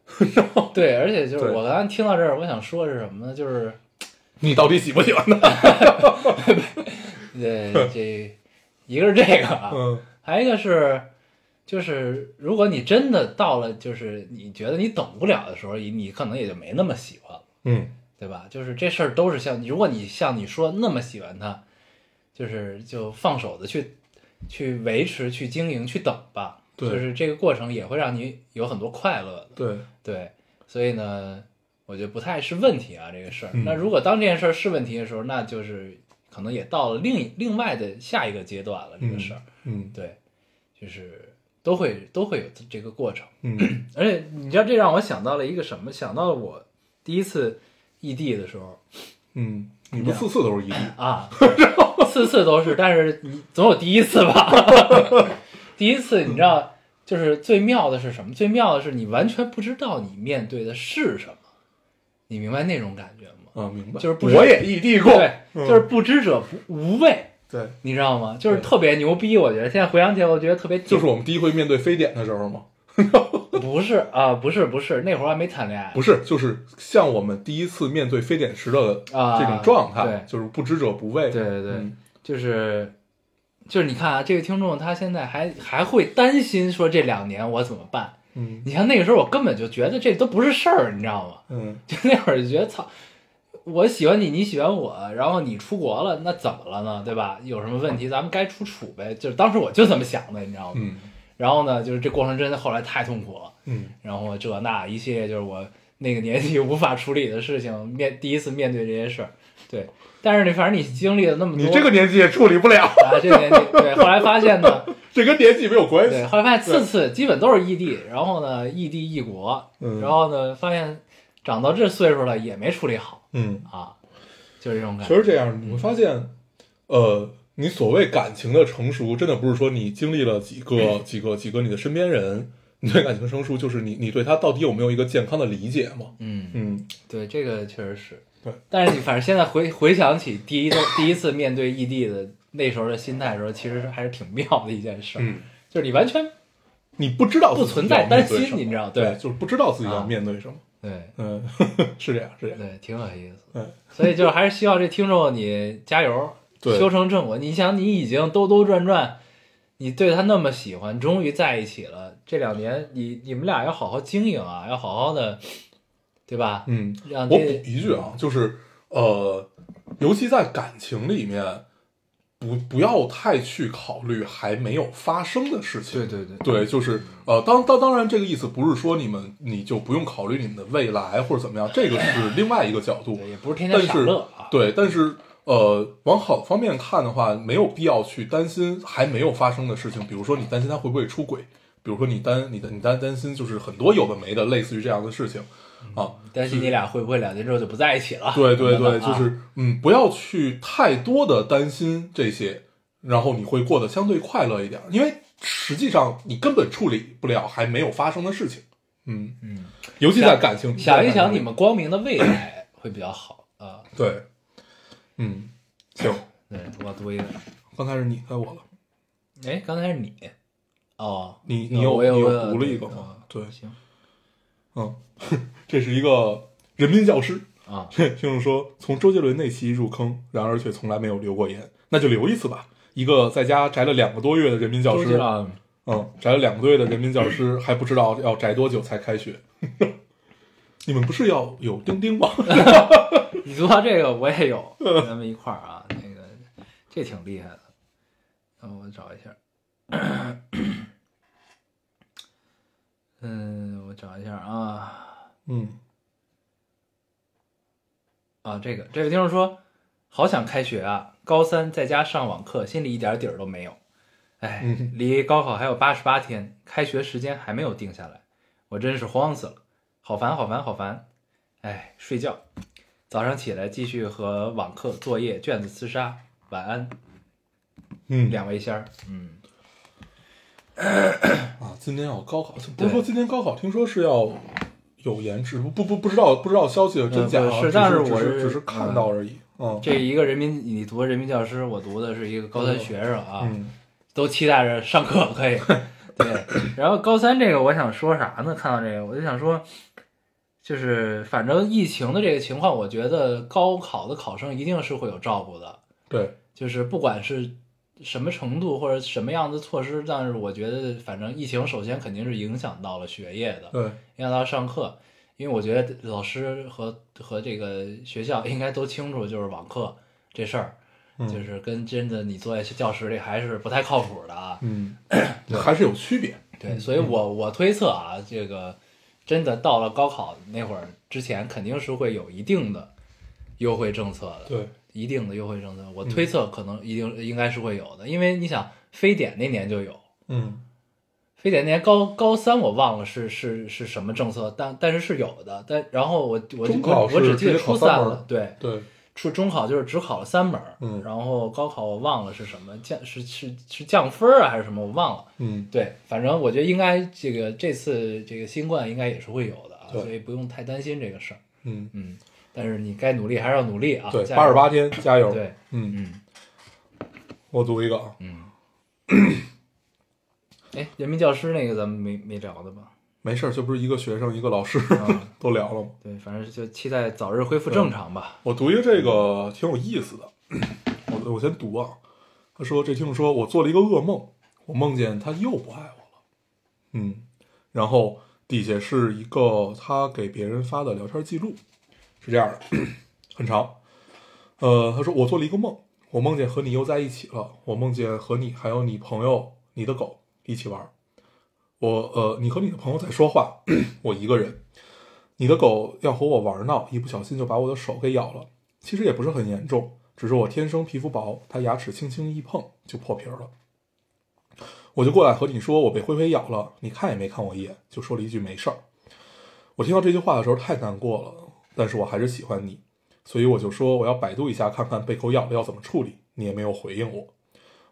Speaker 1: 对，而且就是
Speaker 2: 对
Speaker 1: 我刚才听到这儿，我想说的是什么呢？
Speaker 2: (laughs)
Speaker 1: 就是
Speaker 2: 你到底喜不喜欢呢？
Speaker 1: 呃，这一个是这个啊，
Speaker 2: 嗯
Speaker 1: 还有一个是，就是如果你真的到了，就是你觉得你等不了的时候，你你可能也就没那么喜欢了，
Speaker 2: 嗯
Speaker 1: 对吧？就是这事儿都是像，如果你像你说那么喜欢它，就是就放手的去去维持、去经营、去等吧。
Speaker 2: 对
Speaker 1: 就是这个过程也会让你有很多快乐的，
Speaker 2: 对，
Speaker 1: 对。所以呢，我觉得不太是问题啊，这个事儿。
Speaker 2: 嗯
Speaker 1: 那如果当这件事儿是问题的时候，那就是可能也到了另一另外的下一个阶段了，这个事儿。
Speaker 2: 嗯
Speaker 1: 对，就是都会都会有这个过程。
Speaker 2: 嗯
Speaker 1: 而且你知道，这让我想到了一个什么？想到了我第一次异地的时候
Speaker 2: 嗯，你不次次都是异地，
Speaker 1: 啊，次次都是，但是你总有第一次吧？ (laughs) 第一次你知道，就是最妙的是什么？最妙的是你完全不知道你面对的是什么，你明白那种感觉吗？
Speaker 2: 啊，明白？
Speaker 1: 就是不
Speaker 2: 我也异地过，
Speaker 1: 对，
Speaker 2: 嗯
Speaker 1: 就是不知者不无畏。
Speaker 2: 对，
Speaker 1: 你知道吗？就是
Speaker 2: 对
Speaker 1: 特别牛逼，我觉得现在回想起来，我觉得特别
Speaker 2: 就
Speaker 1: 屌
Speaker 2: 是我们第一回面对非典的时候嘛，
Speaker 1: 不是啊，不是不是，那会儿还没谈恋爱，
Speaker 2: 不是，就是像我们第一次面对非典时的
Speaker 1: 啊
Speaker 2: 这种状态，
Speaker 1: 对
Speaker 2: 就是不知者不畏。
Speaker 1: 对对对，
Speaker 2: 嗯
Speaker 1: 就是就是你看啊，这个听众他现在还还会担心说这两年我怎么办？
Speaker 2: 嗯
Speaker 1: 你像那个时候，我根本就觉得这都不是事儿，你知道吗？
Speaker 2: 嗯
Speaker 1: 就那会儿就觉得操，我喜欢你，你喜欢我，然后你出国了，那怎么了呢？对吧？有什么问题咱们该处处呗。就是当时我就这么想的，你知道吗？
Speaker 2: 嗯
Speaker 1: 然后呢，就是这过程真的后来太痛苦了。
Speaker 2: 嗯
Speaker 1: 然后这那一系列就是我那个年纪无法处理的事情，面第一次面对这些事儿，对。但是你反正你经历了那么多，
Speaker 2: 你这个年纪也处理不了，
Speaker 1: 啊，这年纪对，后来发现呢，
Speaker 2: 这跟年纪没有关
Speaker 1: 对，
Speaker 2: 系。
Speaker 1: 后来发现次次基本都是异地，然后呢异地异国，
Speaker 2: 嗯
Speaker 1: 然后呢发现长到这岁数了也没处理好
Speaker 2: 嗯，
Speaker 1: 啊，就是这种感
Speaker 2: 其
Speaker 1: 觉。
Speaker 2: 实这样你会发现，呃，你所谓感情的成熟，真的不是说你经历了几个几个几个你的身边人，你对感情成熟就是你你对他到底有没有一个健康的理解嘛？
Speaker 1: 嗯，
Speaker 2: 嗯，
Speaker 1: 对，这个确实是。
Speaker 2: 对，
Speaker 1: 但是你反正现在回回想起第一次第一次面对异地的那时候的心态的时候，其实还是挺妙的一件事儿，
Speaker 2: 嗯
Speaker 1: 就是你完全
Speaker 2: 你不知道自己
Speaker 1: 不存在
Speaker 2: 要面
Speaker 1: 担
Speaker 2: 对
Speaker 1: 心
Speaker 2: 什么
Speaker 1: 你知道
Speaker 2: 对
Speaker 1: 对，
Speaker 2: 就是不知道自己要
Speaker 1: 啊
Speaker 2: 面对什么。
Speaker 1: 对
Speaker 2: 嗯， (laughs) 是这样，是这样。
Speaker 1: 对，挺有意思。
Speaker 2: 嗯，
Speaker 1: 所以就是还是希望这听众你加油，
Speaker 2: 对
Speaker 1: 修成正果。你想，你已经兜兜转转，你对他那么喜欢，终于在一起了。这两年，你你们俩要好好经营啊，要好好的，对吧？
Speaker 2: 嗯，
Speaker 1: 让
Speaker 2: 我
Speaker 1: 这
Speaker 2: 补一句啊，就是呃，尤其在感情里面，不不要太去考虑还没有发生的事
Speaker 1: 对
Speaker 2: 情。
Speaker 1: 对
Speaker 2: 对，就是呃，当当当然，这个意思不是说你们你就不用考虑你们的未来或者怎么样，这个是另外一个角度
Speaker 1: 对，。也不是天
Speaker 2: 但
Speaker 1: 天享
Speaker 2: 是
Speaker 1: 乐啊。
Speaker 2: 对，但是呃，往好的方面看的话，没有必要去担心还没有发生的事情，比如说你担心他会不会出轨，比如说你担你的你担担心就是很多有的没的类似于这样的事情
Speaker 1: 嗯
Speaker 2: 啊。
Speaker 1: 担心你俩会不会两年之后就不在一起了？
Speaker 2: 对对
Speaker 1: 等等
Speaker 2: 对，
Speaker 1: 啊
Speaker 2: 就是嗯，不要去太多的担心这些，然后你会过得相对快乐一点，因为实际上你根本处理不了还没有发生的事情。嗯
Speaker 1: 嗯，
Speaker 2: 尤其在感情，
Speaker 1: 想一想你
Speaker 2: 在感情里
Speaker 1: 们光明的未来会比较好啊。
Speaker 2: 对，嗯，行，
Speaker 1: 对我读一个，
Speaker 2: 刚才是你该我了，
Speaker 1: 哎，刚才是你，哦，
Speaker 2: 你
Speaker 1: 那
Speaker 2: 你有
Speaker 1: 我
Speaker 2: 你
Speaker 1: 有
Speaker 2: 有
Speaker 1: 个
Speaker 2: 读了一
Speaker 1: 对
Speaker 2: 个吗
Speaker 1: 啊？
Speaker 2: 对，
Speaker 1: 行
Speaker 2: 嗯， (laughs) 这是一个人民教师，
Speaker 1: 啊，
Speaker 2: 听 (laughs) 众说，从周杰伦那期入坑，然而却从来没有留过言，那就留一次吧。一个在家宅了两个多月的人民教
Speaker 1: 周
Speaker 2: 师，
Speaker 1: 杰伦
Speaker 2: 嗯，宅了两个多月的人民教师还不知道要宅多久才开学。 (laughs) 你们不是要有钉钉
Speaker 1: (laughs)
Speaker 2: 吗？
Speaker 1: 你说到这个，我也有，咱们一块儿啊，那个这挺厉害的。然后我找一下， (coughs) 嗯，我找一下啊
Speaker 2: 嗯
Speaker 1: 啊，这个这位听众说，好想开学啊，高三在家上网课，心里一点底儿都没有。哎，
Speaker 2: 嗯
Speaker 1: 离高考还有八十八天，开学时间还没有定下来，我真是慌死了，好烦，好烦，好烦。哎，睡觉，早上起来继续和网课、作业、卷子厮杀。晚安，
Speaker 2: 嗯，
Speaker 1: 两位仙儿。嗯，
Speaker 2: 啊，今天要高考，不
Speaker 1: 对
Speaker 2: 是说今天高考，听说是要有延迟，不不不不知道不知道消息的真假
Speaker 1: 嗯
Speaker 2: 啊，
Speaker 1: 不是
Speaker 2: 只
Speaker 1: 但是
Speaker 2: 只
Speaker 1: 我是
Speaker 2: 是只是看到而已。嗯，
Speaker 1: 这一个人民，你读人民教师，我读的是一个高三学生啊，
Speaker 2: 嗯
Speaker 1: 都期待着上课可以，对，然后高三这个我想说啥呢？看到这个我就想说，就是反正疫情的这个情况，我觉得高考的考生一定是会有照顾的，
Speaker 2: 对，
Speaker 1: 就是不管是什么程度或者什么样的措施，但是我觉得反正疫情首先肯定是影响到了学业的，
Speaker 2: 对，
Speaker 1: 影响到上课，因为我觉得老师和和这个学校应该都清楚，就是网课这事儿，
Speaker 2: 嗯
Speaker 1: 就是跟真的你坐在教室里还是不太靠谱的啊。
Speaker 2: 嗯，
Speaker 1: (coughs)
Speaker 2: 还是有区别。
Speaker 1: 对，所以
Speaker 2: 嗯
Speaker 1: 我我推测啊，这个真的到了高考那会儿之前，肯定是会有一定的优惠政策的，
Speaker 2: 对，嗯
Speaker 1: 一定的优惠政策。我推测可能一定应该是会有的，因为你想，非典那年就有，
Speaker 2: 嗯，
Speaker 1: 非典那年高高三我忘了是是是什么政策，但但是是有的。但然后我我
Speaker 2: 中考
Speaker 1: 我我只
Speaker 2: 是
Speaker 1: 记得
Speaker 2: 直接考
Speaker 1: 初
Speaker 2: 三门
Speaker 1: 了，对，
Speaker 2: 对，
Speaker 1: 初中考就是只考了三门儿，
Speaker 2: 嗯
Speaker 1: 然后高考我忘了是什么降是是是降分儿啊还是什么，我忘了。
Speaker 2: 嗯，
Speaker 1: 对，反正我觉得应该这个这次这个新冠应该也是会有的啊，
Speaker 2: 对
Speaker 1: 所以不用太担心这个事儿。
Speaker 2: 嗯，
Speaker 1: 嗯，但是你该努力还是要努力啊。
Speaker 2: 对，
Speaker 1: 加油
Speaker 2: 八十八天，加油。
Speaker 1: 对，
Speaker 2: 嗯，
Speaker 1: 嗯
Speaker 2: 我读一个啊，
Speaker 1: 嗯。哎，人民教师那个咱们没没聊的吧？
Speaker 2: 没事儿，这不是一个学生一个老师
Speaker 1: 嗯
Speaker 2: (laughs) 都聊了吗？
Speaker 1: 对，反正就期待早日恢复正常吧。
Speaker 2: 我读一个这个挺有意思的，我我先读啊。他说：“这听众说我做了一个噩梦，我梦见他又不爱我了。”嗯，然后底下是一个他给别人发的聊天记录，是这样的，很长。呃，他说我做了一个梦，我梦见和你又在一起了，我梦见和你还有你朋友、你的狗一起玩儿。我呃，你和你的朋友在说话， (coughs) 我一个人。你的狗要和我玩闹，一不小心就把我的手给咬了。其实也不是很严重，只是我天生皮肤薄，它牙齿轻轻一碰就破皮儿了。我就过来和你说我被灰灰咬了，你看也没看我一眼，就说了一句没事儿。我听到这句话的时候太难过了，但是我还是喜欢你，所以我就说我要百度一下看看被狗咬了要怎么处理。你也没有回应我，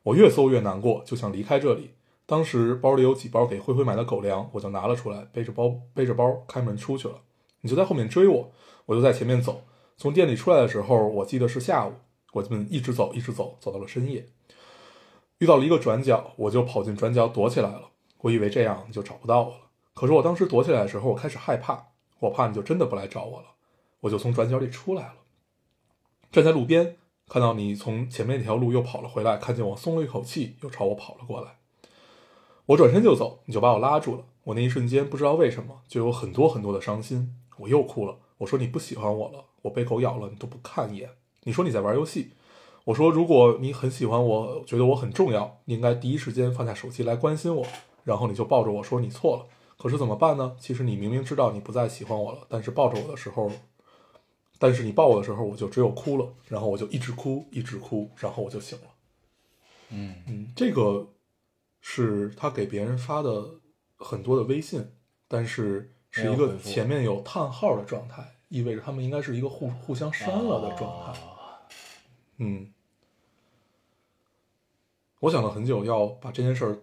Speaker 2: 我越搜越难过，就想离开这里。当时包里有几包给灰灰买的狗粮，我就拿了出来，背着包背着包开门出去了。你就在后面追我，我就在前面走。从店里出来的时候，我记得是下午，我就一直走，一直走，走到了深夜，遇到了一个转角，我就跑进转角躲起来了。我以为这样你就找不到我了，可是我当时躲起来的时候，我开始害怕，我怕你就真的不来找我了，我就从转角里出来了，站在路边，看到你从前面那条路又跑了回来，看见我松了一口气，又朝我跑了过来。我转身就走，你就把我拉住了。我那一瞬间不知道为什么就有很多很多的伤心，我又哭了。我说你不喜欢我了，我被狗咬了，你都不看一眼。你说你在玩游戏，我说如果你很喜欢我，觉得我很重要，你应该第一时间放下手机来关心我。然后你就抱着我说你错了，可是怎么办呢？其实你明明知道你不再喜欢我了，但是抱着我的时候，但是你抱我的时候，我就只有哭了，然后我就一直哭，一直哭，然后我就醒了。
Speaker 1: 嗯
Speaker 2: 嗯，这个是他给别人发的很多的微信，但是是一
Speaker 1: 没有
Speaker 2: 个
Speaker 1: 回复
Speaker 2: 前面有叹号的状态，意味着他们应该是一个互互相删了的状态。
Speaker 1: 哦
Speaker 2: 嗯，我想了很久，要把这件事儿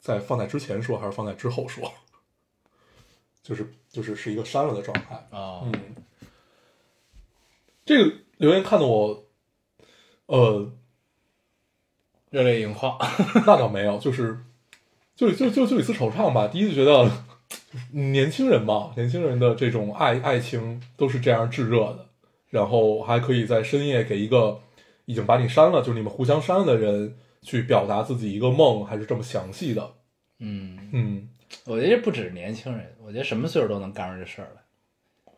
Speaker 2: 在放在之前说，还是放在之后说？ (laughs) 就是就是是一个删了的状态。
Speaker 1: 哦
Speaker 2: 嗯，这个留言看得我，呃，
Speaker 1: 热泪盈眶。
Speaker 2: (laughs) 那倒没有，就是就就就就一次惆怅吧。第一次觉得，年轻人嘛，年轻人的这种爱爱情都是这样炙热的，然后还可以在深夜给一个已经把你删了，就是你们互相删了的人去表达自己一个梦，还是这么详细的。
Speaker 1: 嗯，
Speaker 2: 嗯，
Speaker 1: 我觉得这不只是年轻人，我觉得什么岁数都能干出这事儿来。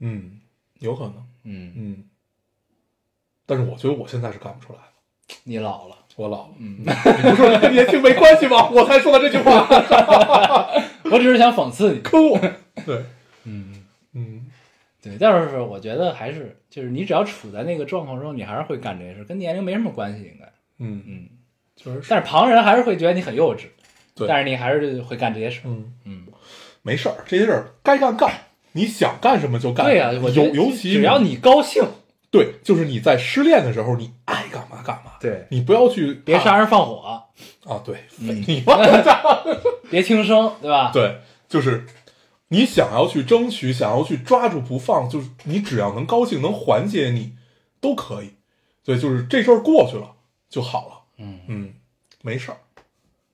Speaker 2: 嗯，有可能，
Speaker 1: 嗯，
Speaker 2: 嗯。但是我觉得我现在是干不出来了，
Speaker 1: 你老了。
Speaker 2: 我老了。 (laughs)
Speaker 1: 嗯，
Speaker 2: 你不说跟年轻没关系吗？我才说的这句话，
Speaker 1: 我只是想讽刺你。
Speaker 2: 可我 (laughs) 对，
Speaker 1: 嗯，
Speaker 2: 嗯。
Speaker 1: 对，但是我觉得还是就是你只要处在那个状况中，你还是会干这些事，跟年龄没什么关系，应该。
Speaker 2: 嗯，
Speaker 1: 嗯，
Speaker 2: 就是
Speaker 1: 但是旁人还是会觉得你很幼稚，
Speaker 2: 对
Speaker 1: 但是你还是会干这些事。
Speaker 2: 嗯，
Speaker 1: 嗯，
Speaker 2: 没事儿，这些事儿该干干，你想干什么就干。
Speaker 1: 对呀、我觉
Speaker 2: 尤
Speaker 1: 得
Speaker 2: 尤其
Speaker 1: 只要你高兴，
Speaker 2: 对，就是你在失恋的时候，你爱干嘛干嘛，
Speaker 1: 对，
Speaker 2: 你不要去
Speaker 1: 别
Speaker 2: 看
Speaker 1: 杀人放火，
Speaker 2: 啊，对，
Speaker 1: 嗯
Speaker 2: 你妈的，
Speaker 1: 别轻生，对吧？
Speaker 2: (laughs) 对，就是你想要去争取，想要去抓住不放，就是你只要能高兴，能缓解你，都可以。对，就是这事儿过去了就好了。
Speaker 1: 嗯
Speaker 2: 嗯，没事儿。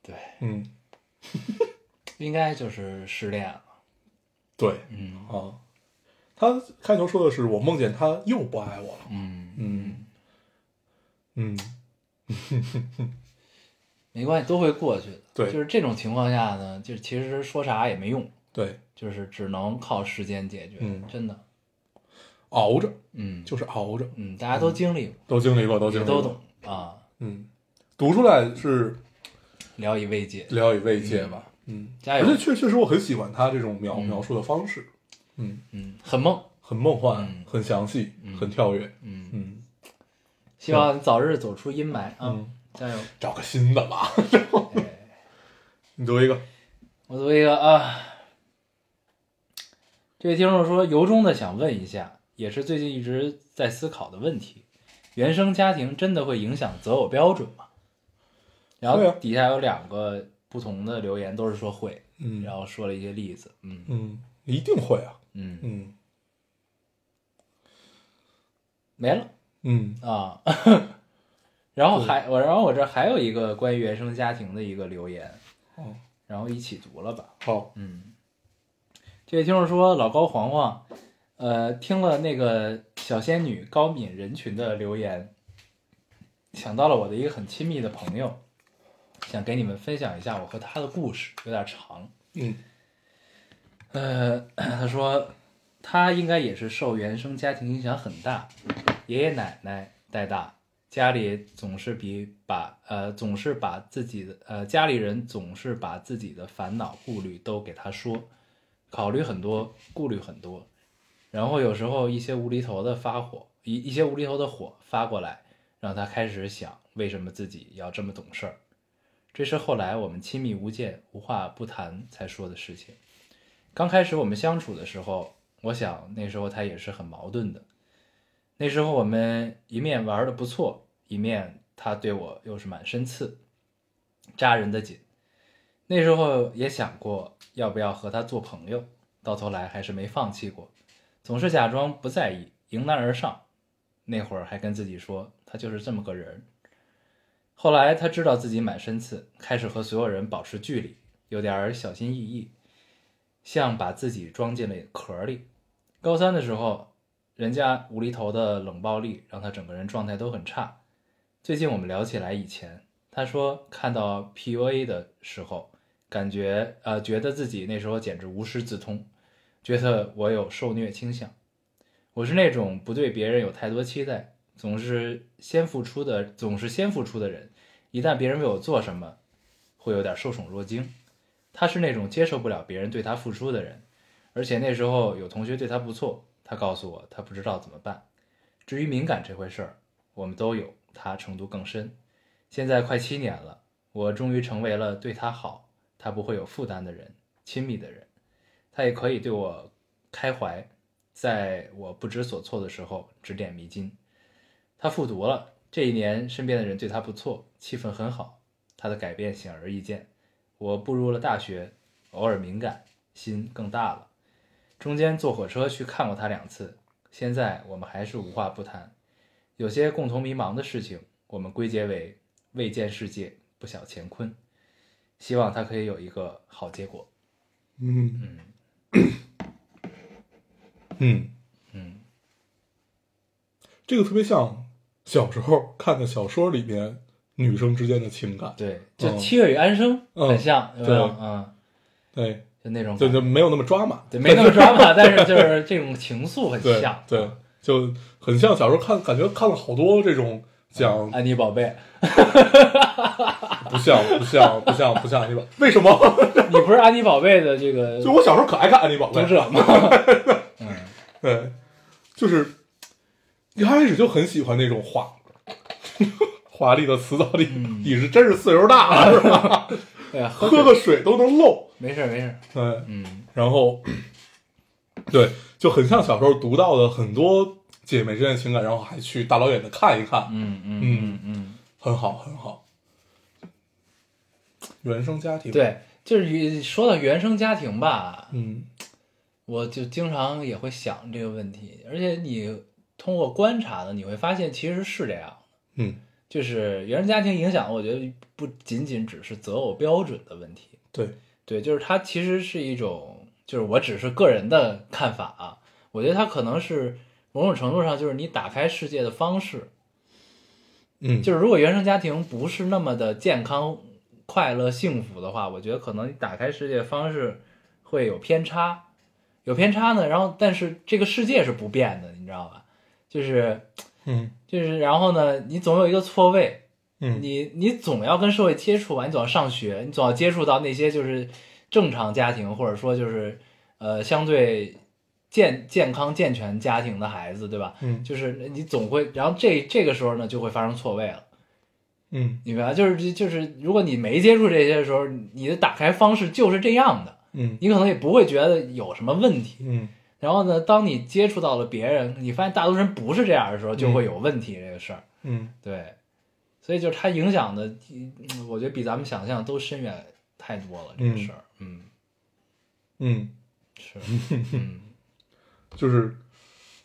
Speaker 1: 对，
Speaker 2: 嗯，
Speaker 1: 应该就是失恋了。
Speaker 2: 对
Speaker 1: 嗯
Speaker 2: 啊，他开头说的是我梦见他又不爱我了，
Speaker 1: 嗯，
Speaker 2: 嗯嗯，
Speaker 1: 没关系，都会过去的。
Speaker 2: 对
Speaker 1: 就是这种情况下呢，就其实说啥也没用，
Speaker 2: 对，
Speaker 1: 就是只能靠时间解决。
Speaker 2: 嗯
Speaker 1: 真的，
Speaker 2: 熬着
Speaker 1: 嗯，
Speaker 2: 就是熬着，
Speaker 1: 嗯，大家都经历过，
Speaker 2: 都经历过，都经
Speaker 1: 也
Speaker 2: 历过，
Speaker 1: 都懂啊，
Speaker 2: 嗯，读出来是
Speaker 1: 聊以慰藉。
Speaker 2: 聊以慰藉吧，嗯，
Speaker 1: 加油
Speaker 2: 而且确确实我很喜欢他这种描
Speaker 1: 嗯
Speaker 2: 描述的方式，嗯，
Speaker 1: 嗯，很梦。
Speaker 2: 很梦幻
Speaker 1: 嗯，
Speaker 2: 很详细
Speaker 1: 嗯，
Speaker 2: 很跳跃，
Speaker 1: 嗯，
Speaker 2: 嗯
Speaker 1: 希望早日走出阴霾啊！
Speaker 2: 嗯，
Speaker 1: 加油！
Speaker 2: 找个新的吧，
Speaker 1: 哎
Speaker 2: (laughs) 你读一个，
Speaker 1: 我读一个啊，这位听众说，由衷的想问一下，也是最近一直在思考的问题：原生家庭真的会影响择偶标准吗？然
Speaker 2: 会
Speaker 1: 后
Speaker 2: 啊
Speaker 1: 底下有两个不同的留言，都是说会，
Speaker 2: 嗯
Speaker 1: 然后说了一些例子。嗯
Speaker 2: 嗯，一定会啊，
Speaker 1: 嗯，
Speaker 2: 嗯
Speaker 1: 没了
Speaker 2: 嗯
Speaker 1: 啊。 (laughs) 然后还我，然后我这还有一个关于原生家庭的一个留言，
Speaker 2: 哦，
Speaker 1: 然后一起读了吧。
Speaker 2: 好，
Speaker 1: 嗯，这位听众说，老高黄黄，呃，听了那个小仙女高敏人群的留言，想到了我的一个很亲密的朋友，想给你们分享一下我和他的故事，有点长。
Speaker 2: 嗯
Speaker 1: 呃， (clears throat) 他说他应该也是受原生家庭影响很大，爷爷奶奶带大，家里总是比把呃总是把自己的呃家里人总是把自己的烦恼顾虑都给他说，考虑很多，顾虑很多，然后有时候一些无厘头的发火，一一些无厘头的火发过来，让他开始想为什么自己要这么懂事儿。这是后来我们亲密无间、无话不谈才说的事情。刚开始我们相处的时候，我想那时候他也是很矛盾的。那时候我们一面玩的不错，一面他对我又是满身刺，扎人的紧。那时候也想过要不要和他做朋友，到头来还是没放弃过，总是假装不在意，迎难而上。那会儿还跟自己说他就是这么个人。后来他知道自己满身刺，开始和所有人保持距离，有点儿小心翼翼。像把自己装进了壳里。高三的时候，人家无厘头的冷暴力让他整个人状态都很差。最近我们聊起来以前，他说看到 PUA 的时候，感觉呃觉得自己那时候简直无师自通，觉得我有受虐倾向。我是那种不对别人有太多期待，总是先付出的，总是先付出的人。一旦别人为我做什么，会有点受宠若惊。他是那种接受不了别人对他付出的人，而且那时候有同学对他不错，他告诉我他不知道怎么办。至于敏感这回事儿，我们都有，他程度更深。现在快七年了，我终于成为了对他好，他不会有负担的人，亲密的人，他也可以对我开怀，在我不知所措的时候指点迷津。他复读了，这一年身边的人对他不错，气氛很好，他的改变显而易见。我步入了大学，偶尔敏感，心更大了。中间坐火车去看过他两次，现在我们还是无话不谈。有些共同迷茫的事情，我们归结为未见世界，不晓乾坤。希望他可以有一个好结果。
Speaker 2: 嗯
Speaker 1: 嗯
Speaker 2: 嗯。
Speaker 1: 嗯
Speaker 2: 这个特别像小时候看的小说里面女生之间的情感，
Speaker 1: 对，就《
Speaker 2: 嗯
Speaker 1: 七月与安生》
Speaker 2: 嗯
Speaker 1: 很像，有没有？
Speaker 2: 对
Speaker 1: 嗯，
Speaker 2: 对，
Speaker 1: 就那种
Speaker 2: 就
Speaker 1: 感
Speaker 2: 就
Speaker 1: 觉，
Speaker 2: 没有那么抓马，
Speaker 1: 对，没那么抓马，但是
Speaker 2: (laughs)
Speaker 1: 就是这种情愫很
Speaker 2: 对
Speaker 1: 像。啊
Speaker 2: 对，就很像小时候看，感觉看了好多这种
Speaker 1: (laughs)
Speaker 2: 讲
Speaker 1: 安妮宝贝，
Speaker 2: 不像不像不像不像安妮宝，为什么？ (laughs)
Speaker 1: 你不是安妮宝贝的这个
Speaker 2: 就我小时候可爱看安妮宝
Speaker 1: 读
Speaker 2: 贝，
Speaker 1: 者吗？嗯，
Speaker 2: 对，就是一开始就很喜欢那种华华丽的词藻里，
Speaker 1: 嗯
Speaker 2: 你是真是岁数大了是吧？
Speaker 1: 对啊，喝
Speaker 2: 喝个水都能漏，
Speaker 1: 没事儿没事儿，
Speaker 2: 对。
Speaker 1: 嗯
Speaker 2: 然后，对，就很像小时候读到的很多姐妹之间的情感，然后还去大老远的看一看，
Speaker 1: 嗯嗯嗯
Speaker 2: 很好，很好。原生家
Speaker 1: 嗯，，
Speaker 2: 庭，
Speaker 1: 对，就是与说到原生家庭吧，
Speaker 2: 嗯
Speaker 1: 我就经常也会想这个问题，而且你通过观察呢，你会发现其实是这样，
Speaker 2: 嗯，
Speaker 1: 就是原生家庭影响，我觉得不仅仅只是择偶标准的问题，
Speaker 2: 对，
Speaker 1: 对，就是它其实是一种，就是我只是个人的看法啊，我觉得它可能是某种程度上就是你打开世界的方式，
Speaker 2: 嗯，
Speaker 1: 就是如果原生家庭不是那么的健康、快乐、幸福的话，我觉得可能你打开世界的方式会有偏差，有偏差呢，然后但是这个世界是不变的，你知道吧？就是
Speaker 2: 嗯
Speaker 1: 就是，然后呢，你总有一个错位，
Speaker 2: 嗯
Speaker 1: 你你总要跟社会接触吧，你总要上学，你总要接触到那些就是正常家庭，或者说就是呃相对健健康健全家庭的孩子，对吧？
Speaker 2: 嗯
Speaker 1: 就是你总会，然后这这个时候呢，就会发生错位了，
Speaker 2: 嗯
Speaker 1: 你明白？就是就是，如果你没接触这些的时候，你的打开方式就是这样的，
Speaker 2: 嗯
Speaker 1: 你可能也不会觉得有什么问题。
Speaker 2: 嗯
Speaker 1: 然后呢，当你接触到了别人，你发现大多数人不是这样的时候，就会有问题这个事儿。
Speaker 2: 嗯，
Speaker 1: 对，所以就是它影响的，嗯我觉得比咱们想象都深远太多了。这个事儿，嗯，
Speaker 2: 嗯，
Speaker 1: 是，嗯，
Speaker 2: 就是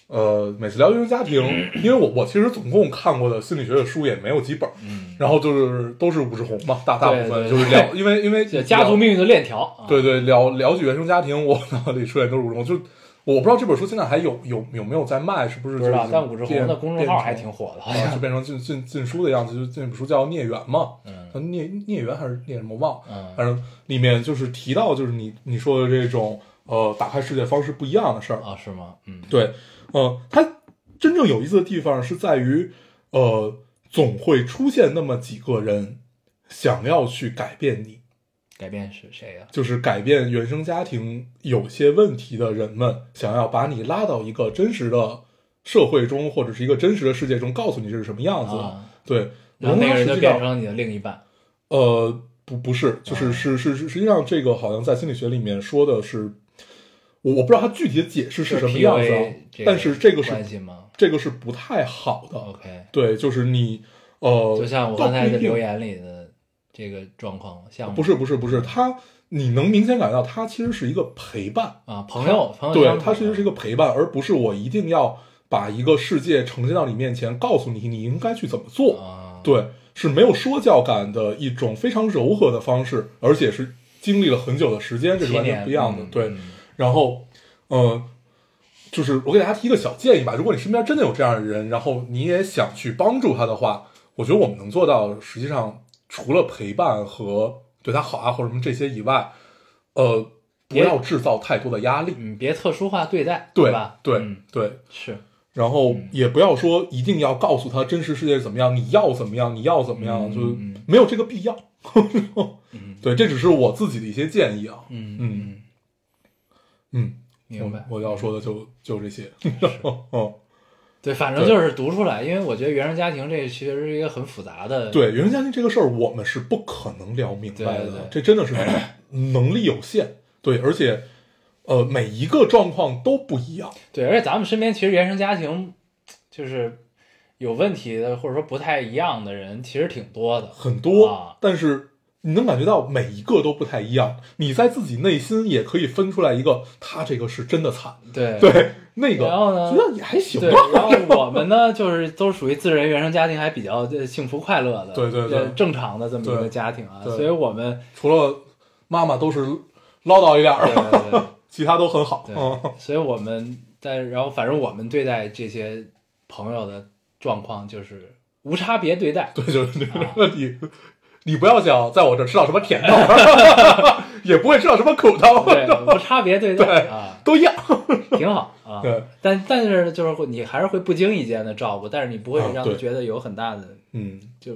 Speaker 2: 呃，每次聊原生
Speaker 1: (clears throat)
Speaker 2: 家庭，因为我我其实总共看过的心理学的书也没有几本儿， (laughs)
Speaker 1: 嗯
Speaker 2: 然后就是都是武志红嘛，大大部分
Speaker 1: 对对
Speaker 2: 就是聊，因为因
Speaker 1: (laughs)
Speaker 2: 为
Speaker 1: 这家族命运的链条啊，
Speaker 2: 对对，聊聊起原生家庭，我脑子里出现都是武志红。就我不知道这本书现在还有有有没有在卖，是不是
Speaker 1: 不知
Speaker 2: 就是
Speaker 1: 道
Speaker 2: 已，经
Speaker 1: 但武志红
Speaker 2: 变
Speaker 1: 的公众
Speaker 2: 变
Speaker 1: 号
Speaker 2: 成
Speaker 1: 还挺火的，好
Speaker 2: 啊，就
Speaker 1: 像，
Speaker 2: 变成禁禁禁书的样子，就这本书叫《孽缘》嘛，
Speaker 1: 嗯
Speaker 2: 叫孽孽缘还是孽什么忘了，
Speaker 1: 嗯
Speaker 2: 反正里面就是提到就是你你说的这种呃打开世界方式不一样的事儿，
Speaker 1: 啊，是吗？嗯，
Speaker 2: 对，呃，它真正有意思的地方是在于，呃，总会出现那么几个人想要去改变你，
Speaker 1: 改变是谁呀？
Speaker 2: 就是改变原生家庭有些问题的人们，想要把你拉到一个真实的社会中，或者是一个真实的世界中，告诉你这是什么样子的。
Speaker 1: 啊，
Speaker 2: 对，
Speaker 1: 然后那个人就
Speaker 2: 实际
Speaker 1: 变
Speaker 2: 上，
Speaker 1: 成你的另一半，
Speaker 2: 呃，不不是，
Speaker 1: 哦
Speaker 2: 就是是是是，实际上这个好像在心理学里面说的是，我我不知道它具体的解释是什么样子啊
Speaker 1: PUA 这，
Speaker 2: 但是这个是
Speaker 1: 关系吗
Speaker 2: 这个是不太好的。
Speaker 1: ？OK，
Speaker 2: 对，就是你，呃，
Speaker 1: 就像我
Speaker 2: 倒
Speaker 1: 刚才
Speaker 2: 不一
Speaker 1: 的
Speaker 2: 定
Speaker 1: 留言里的这个状况，像
Speaker 2: 不是不是不是，他你能明显感觉到，他其实是一个陪伴，
Speaker 1: 啊，朋友，朋友
Speaker 2: 对
Speaker 1: 相，处
Speaker 2: 他其实是一
Speaker 1: 的
Speaker 2: 个陪伴，而不是我一定要把一个世界呈现到你面前，告诉你你应该去怎么做，
Speaker 1: 啊，
Speaker 2: 对，是没有说教感的一种非常柔和的方式，而且是经历了很久的时间，这是
Speaker 1: 七
Speaker 2: 完全
Speaker 1: 年
Speaker 2: 不一样的，
Speaker 1: 嗯
Speaker 2: 对，
Speaker 1: 嗯
Speaker 2: 然后，呃，就是我给大家提一个小建议吧，如果你身边真的有这样的人，然后你也想去帮助他的话，我觉得我们能做到，实际上除了陪伴和对他好啊或者什么这些以外，呃，不
Speaker 1: 也
Speaker 2: 要制造太多的压力，
Speaker 1: 嗯，别特殊化对待，
Speaker 2: 对
Speaker 1: 吧？
Speaker 2: 对、
Speaker 1: 嗯
Speaker 2: 对，
Speaker 1: 是，
Speaker 2: 然后也不要说一定要告诉他真实世界是怎么样，你要怎么样，你要怎么样，
Speaker 1: 嗯
Speaker 2: 就
Speaker 1: 嗯嗯
Speaker 2: 没有这个必要。
Speaker 1: 嗯
Speaker 2: 对，这只是我自己的一些建议啊。
Speaker 1: 嗯
Speaker 2: 嗯，嗯，
Speaker 1: 明白。
Speaker 2: 我我要说的就就这些。 (laughs) 嗯。
Speaker 1: 对，反正就是读出来，因为我觉得原生家庭这其实是一个很复杂的，
Speaker 2: 对原生家庭这个事儿，我们是不可能聊明白
Speaker 1: 对
Speaker 2: 的，
Speaker 1: 对对
Speaker 2: 这真的是能力有限。对，而且呃，每一个状况都不一样。
Speaker 1: 对，而且咱们身边其实原生家庭就是有问题的，或者说不太一样的人，其实挺多的。
Speaker 2: 很多，
Speaker 1: 啊
Speaker 2: 但是你能感觉到每一个都不太一样。你在自己内心也可以分出来一个，他这个是真的惨，
Speaker 1: 对
Speaker 2: 对，那个
Speaker 1: 然后呢
Speaker 2: 觉得也还行
Speaker 1: 对
Speaker 2: 吧。
Speaker 1: 然后我们呢，就是都属于自认原生家庭还比较呃幸福快乐的，
Speaker 2: 对对对
Speaker 1: 呃正常的这么一个
Speaker 2: 对
Speaker 1: 家庭啊，
Speaker 2: 对
Speaker 1: 所以我
Speaker 2: (laughs)
Speaker 1: 们
Speaker 2: 除了妈妈都是唠叨一点
Speaker 1: 对
Speaker 2: 儿，
Speaker 1: 对对
Speaker 2: 其他都很好。
Speaker 1: 对
Speaker 2: 嗯，
Speaker 1: 所以我们在，然后反正我们对待这些朋友的状况就是无差别对待，
Speaker 2: 对，就是这
Speaker 1: 啊
Speaker 2: 个问题。你不要想在我这儿吃到什么甜头， (laughs) 也不会吃到什么苦头。
Speaker 1: 对，无差别对待啊，
Speaker 2: 都一样。
Speaker 1: 挺好啊。
Speaker 2: 对，
Speaker 1: 但但是呢就是会你还是会不经意间的照顾，但是你不会
Speaker 2: 啊
Speaker 1: 让他
Speaker 2: 对
Speaker 1: 觉得有很大的，
Speaker 2: 嗯，
Speaker 1: 就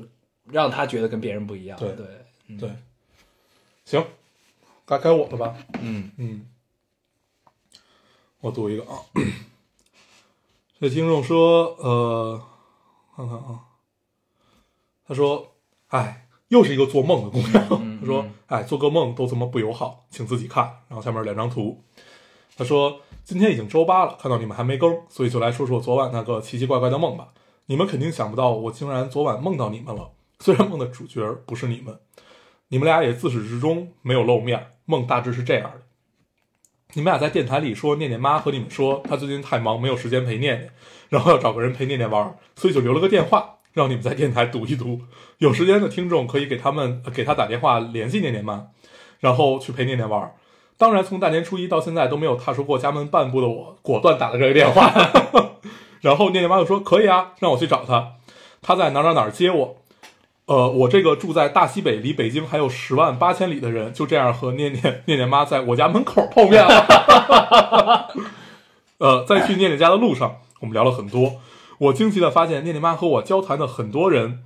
Speaker 1: 让他觉得跟别人不一样。
Speaker 2: 对
Speaker 1: (laughs) 对，嗯
Speaker 2: 对，行，该该我了吧？
Speaker 1: 嗯
Speaker 2: 嗯，我读一个啊。这听众说，呃，看看啊，他说，哎，又是一个做梦的姑娘。
Speaker 1: 嗯
Speaker 2: 他说，哎，做个梦都这么不友好，请自己看。然后下面两张图，他说今天已经周八了，看到你们还没更，所以就来说说昨晚那个奇奇怪怪的梦吧。你们肯定想不到，我竟然昨晚梦到你们了。虽然梦的主角不是你们，你们俩也自始至终没有露面。梦大致是这样的：你们俩在电台里说念念妈和你们说她最近太忙，没有时间陪念念，然后要找个人陪念念玩儿，所以就留了个电话，让你们在电台读一读。有时间的听众可以给他们呃给他打电话联系念念妈。然后去陪念念玩儿。当然，从大年初一到现在都没有踏出过家门半步的我，果断打了这个电话。 (laughs) 然后念念妈就说：“可以啊，让我去找他，他在哪儿哪儿哪儿接我。”呃，我这个住在大西北，离北京还有十万八千里的人，就这样和念念念念妈在我家门口碰面了。 (laughs) 呃，在去念念家的路上，我们聊了很多。我惊奇的发现，念念妈和我交谈的很多人，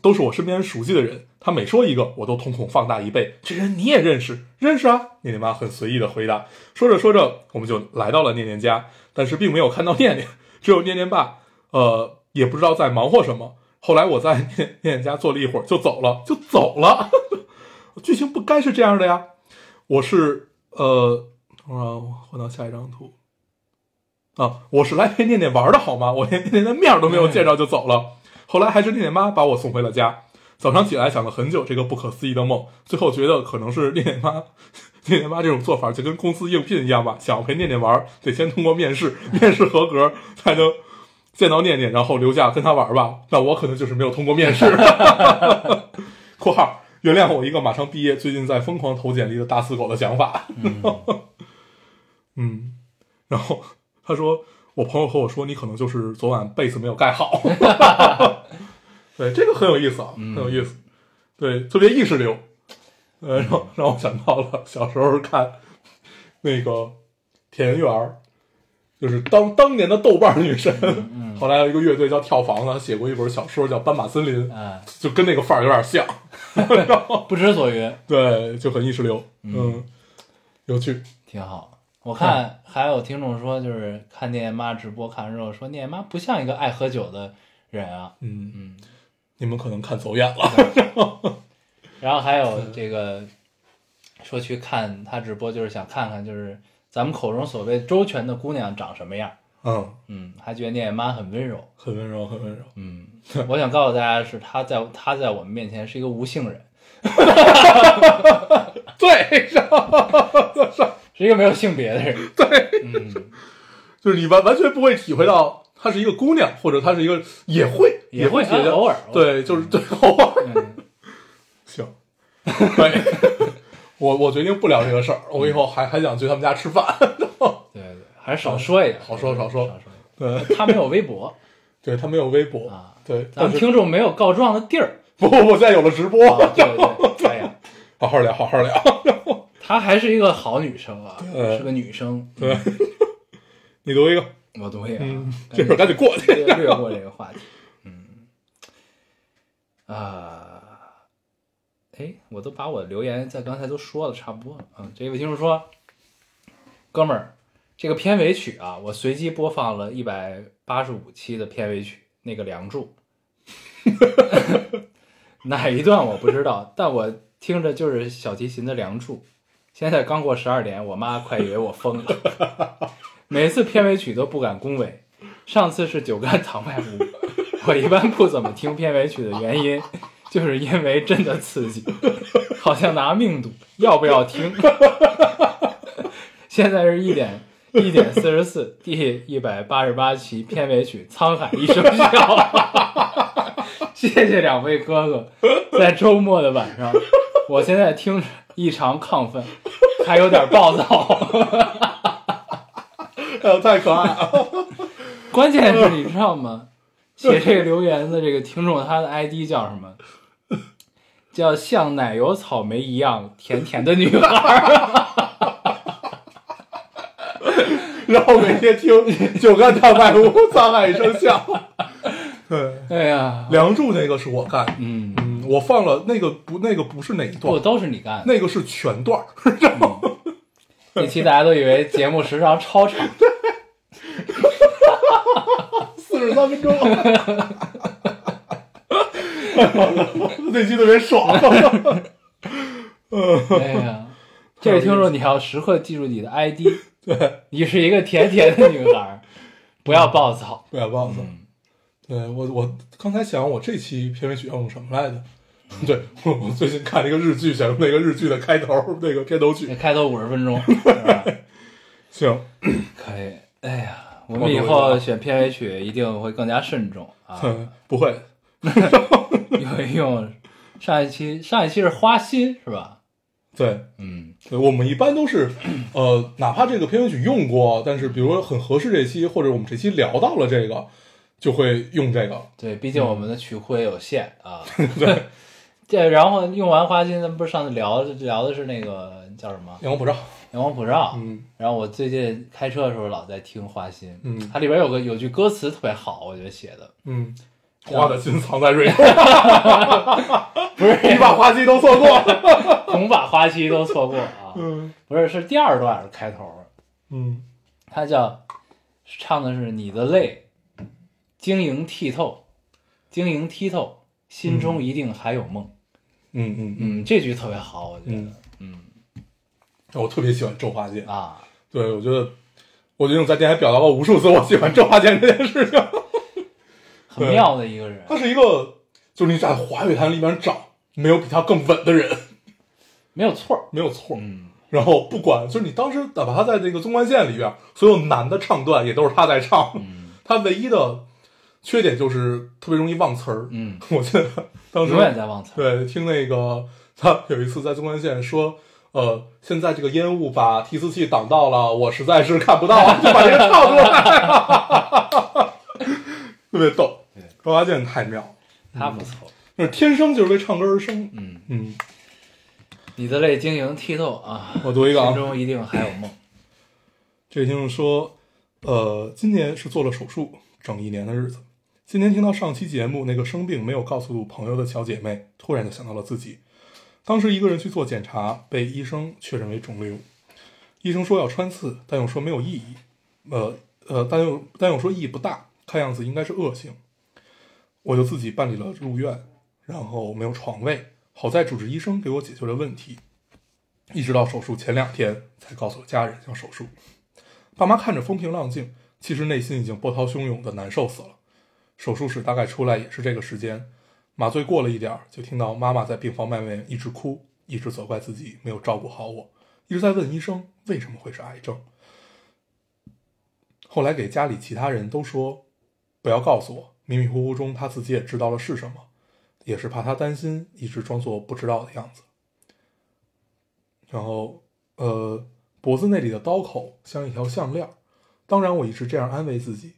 Speaker 2: 都是我身边熟悉的人。她每说一个，我都瞳孔放大一倍。这人你也认识？认识啊！念念妈很随意的回答。说着说着，我们就来到了念念家，但是并没有看到念 (laughs) 念，只有念念爸，呃，也不知道在忙活什么。后来我在 (laughs) 念念念家坐了一会儿，就走了，就走了。 (laughs) 剧情不该是这样的呀！我是呃，我我换到下一张图啊，我是来陪念念玩的好吗？我连念念的面儿都没有见着就走了。后来还是念念妈把我送回了家。早上起来想了很久这个不可思议的梦，最后觉得可能是念念妈， (laughs) 念念妈这种做法就跟公司应聘一样吧。想要陪念念玩，得先通过面试， (laughs) 面试合格才能见到念念，然后留下跟他玩吧。那我可能就是没有通过面试。（括号原谅我一个马上毕业，最近在疯狂投简历的大四狗的想法。嗯，然后他说，我朋友和我说，你可能就是昨晚被子没有盖好。对，这个很有意思啊，很有意思。对，特别意识流。呃，让让我想到了小时候看那个《田园儿》，就是当当年的豆瓣女神。后来有一个乐队叫跳房的，写过一本小说叫《斑马森林》，
Speaker 1: 啊，
Speaker 2: 就跟那个范儿有点像。
Speaker 1: 哦不知所云，
Speaker 2: (laughs) 对，就很意识流，嗯，有趣，
Speaker 1: 挺好。我看还有听众说，就是看念念妈直播看完之后说，念念妈不像一个爱喝酒的人啊。
Speaker 2: 嗯
Speaker 1: 嗯，
Speaker 2: 你们可能看走眼了，
Speaker 1: 然后还有这个说去看她直播，就是想看看就是咱们口中所谓周全的姑娘长什么样。
Speaker 2: 嗯，
Speaker 1: 嗯，还觉得念念妈很温柔。
Speaker 2: (laughs) 很温柔，很温柔，
Speaker 1: 嗯，我想告诉大家的是，她在她在我们面前是一个无性人，
Speaker 2: (laughs) 对， (laughs) 是
Speaker 1: 是一个没有性别的人。对，嗯，
Speaker 2: 就是你完完全不会体会到她是一个姑娘，或者她是一个也会
Speaker 1: 也
Speaker 2: 会
Speaker 1: 会
Speaker 2: 觉得
Speaker 1: 啊偶尔偶尔
Speaker 2: 对，就是对 (laughs) 偶尔
Speaker 1: 嗯
Speaker 2: 行，可以， (laughs) 我我决定不聊这个事儿，
Speaker 1: 嗯
Speaker 2: 我以后还还想去他们家吃饭， (laughs)
Speaker 1: 对对，还是少说一点，
Speaker 2: 好说少
Speaker 1: 少
Speaker 2: 说
Speaker 1: 少说。
Speaker 2: 对，
Speaker 1: 他没有微
Speaker 2: (laughs)
Speaker 1: 博，
Speaker 2: 对他没有微博
Speaker 1: 啊
Speaker 2: 对，
Speaker 1: 咱
Speaker 2: 但
Speaker 1: 们
Speaker 2: 是
Speaker 1: 听众没有告状的地
Speaker 2: (laughs)
Speaker 1: 儿。
Speaker 2: 不不不，现在有了直播，
Speaker 1: 啊，对对对，哎呀，
Speaker 2: 好好聊，好好聊，
Speaker 1: 她还是一个好女生啊，
Speaker 2: 对
Speaker 1: 是个女生。
Speaker 2: 对， (laughs) 你读一个，
Speaker 1: 我同意啊，
Speaker 2: 嗯，
Speaker 1: 赶
Speaker 2: 这
Speaker 1: 紧
Speaker 2: 会儿赶紧过去，
Speaker 1: 略略过这个话题。嗯，啊、哎，我都把我留言在刚才都说了，差不多了。嗯，这位听众说，哥们儿，这个片尾曲啊，我随机播放了一百八十五期的片尾曲，那个《梁祝》， (laughs) 哪一段我不知道，但我听着就是小提琴的《梁祝》。现在刚过十二点，我妈快以为我疯了。 (laughs) 每次片尾曲都不敢恭维，上次是酒干倘卖无。 (laughs) 我一般不怎么听片尾曲的原因，就是因为真的刺激，好像拿命赌，要不要听？现在是一点一点四十四，第一百八十八期片尾曲《沧海一声笑》。 (laughs) 谢谢两位哥哥，在周末的晚上，我现在听着异常亢奋，还有点暴躁。
Speaker 2: 哎呦，太可爱
Speaker 1: (laughs)
Speaker 2: 了。
Speaker 1: 关键是你知道 (laughs) 吗？写这个留言的这个听众，他的 ID 叫什么？叫像奶油草莓一样甜甜的女 (laughs) 孩。
Speaker 2: 然后每天听酒干倘卖无，沧海一声笑。 (laughs) 对，《
Speaker 1: 哎呀，
Speaker 2: 梁祝》那个是我干的，
Speaker 1: 嗯，
Speaker 2: 嗯，我放了那个不，那个不是那一
Speaker 1: 不
Speaker 2: 段，
Speaker 1: 都是你干的？
Speaker 2: 那个是全段儿。 (laughs)
Speaker 1: 这期大家都以为节目时长超 (laughs) 长，
Speaker 2: 四十三分钟。那期特别爽， (laughs)
Speaker 1: 哎呀，这位听众你要时刻记住你的 ID，对，你是一个甜甜的女孩，不要暴躁。
Speaker 2: 不要啊忘了。对我，我刚才想我这期片尾曲要用什么来着？ (laughs) 对我，我最近看了一个日剧，想用那个日剧的开头那个片头
Speaker 1: 这
Speaker 2: 曲。
Speaker 1: 开头五十分 (laughs) 钟，是吧
Speaker 2: 行，
Speaker 1: 可以。哎呀，我们以后选片尾曲一定会更加慎重 (laughs) 啊。
Speaker 2: 嗯，不会，
Speaker 1: (laughs) 用一用上一期，上一期是花心是吧？
Speaker 2: 对，
Speaker 3: 嗯，
Speaker 2: 对，我们一般都是，呃，哪怕这个片尾曲用过，但是比如说很合适这期，或者我们这期聊到了这个，就会用这个。
Speaker 1: 对，毕竟我们的曲库也有限啊。 (laughs) 对，这然后用完花心，咱们不是上次聊聊的是那个叫什么
Speaker 2: 阳光普照，
Speaker 1: 《阳光普照》
Speaker 2: 嗯
Speaker 1: 然后我最近开车的时候老在听花心，
Speaker 2: 嗯
Speaker 1: 它里边有个有句歌词特别好，我觉得写
Speaker 2: (laughs)
Speaker 1: 的
Speaker 2: 嗯，花的心藏在 (laughs) 蕊后，
Speaker 1: 不是 (laughs)
Speaker 2: 你把花期都错过了。 (laughs)
Speaker 1: 恐把花期都错过啊，
Speaker 2: 嗯
Speaker 1: 不是是第二段开头，
Speaker 2: 嗯
Speaker 1: 它叫唱的是你的泪晶莹剔透，晶莹剔透，心中一定还有梦。
Speaker 2: 嗯嗯嗯，
Speaker 1: 嗯，这句特别好，我觉得
Speaker 2: 嗯哦我特别喜欢周华健，
Speaker 1: 啊，
Speaker 2: 对我觉得，我觉得我在电台表达过无数次我喜欢周华健这件事情。
Speaker 1: 很妙的一个人
Speaker 2: 他。是一个，就是你在华语坛里面找，没有比他更稳的人，
Speaker 1: 没有错儿。
Speaker 2: 没有错。
Speaker 1: 嗯，
Speaker 2: 然后不管就是你当时哪怕他在那个纵贯线里边，所有男的唱段也都是他在唱，
Speaker 1: 嗯
Speaker 2: 他唯一的缺点就是特别容易忘词儿。
Speaker 1: 嗯，
Speaker 2: 我记得当时
Speaker 1: 永远在忘词儿。
Speaker 2: 对听那个他有一次在纵贯线说。呃，现在这个烟雾把提词器挡到了，我实在是看不到，就把这个唱出来， (laughs) 特别逗。周华健太妙了，
Speaker 1: 他
Speaker 2: 嗯
Speaker 1: 不错。
Speaker 2: 就是天生就是为唱歌而生。
Speaker 1: 嗯，
Speaker 2: 嗯，
Speaker 1: 你的泪晶莹剔透啊，
Speaker 2: 我读一个啊
Speaker 1: 心，中一定还有梦。
Speaker 2: 这位听众说，呃，今年是做了手术，整一年的日子。今天听到上期节目那个生病没有告诉朋友的小姐妹，突然就想到了自己。当时一个人去做检查，被医生确认为肿瘤。医生说要穿刺，但又说没有意义。呃呃，但又但又说意义不大，看样子应该是恶性。我就自己办理了入院，然后没有床位，好在主治医生给我解决了问题。一直到手术前两天才告诉了家人要手术。爸妈看着风平浪静，其实内心已经波涛汹涌的难受死了。手术室大概出来也是这个时间，麻醉过了一点儿，就听到妈妈在病房外面一直哭，一直责怪自己没有照顾好我，一直在问医生为什么会是癌症。后来给家里其他人都说不要告诉我，迷迷糊糊中他自己也知道了是什么，也是怕他担心，一直装作不知道的样子。然后，呃，脖子那里的刀口像一条项链儿。当然，我一直这样安慰自己。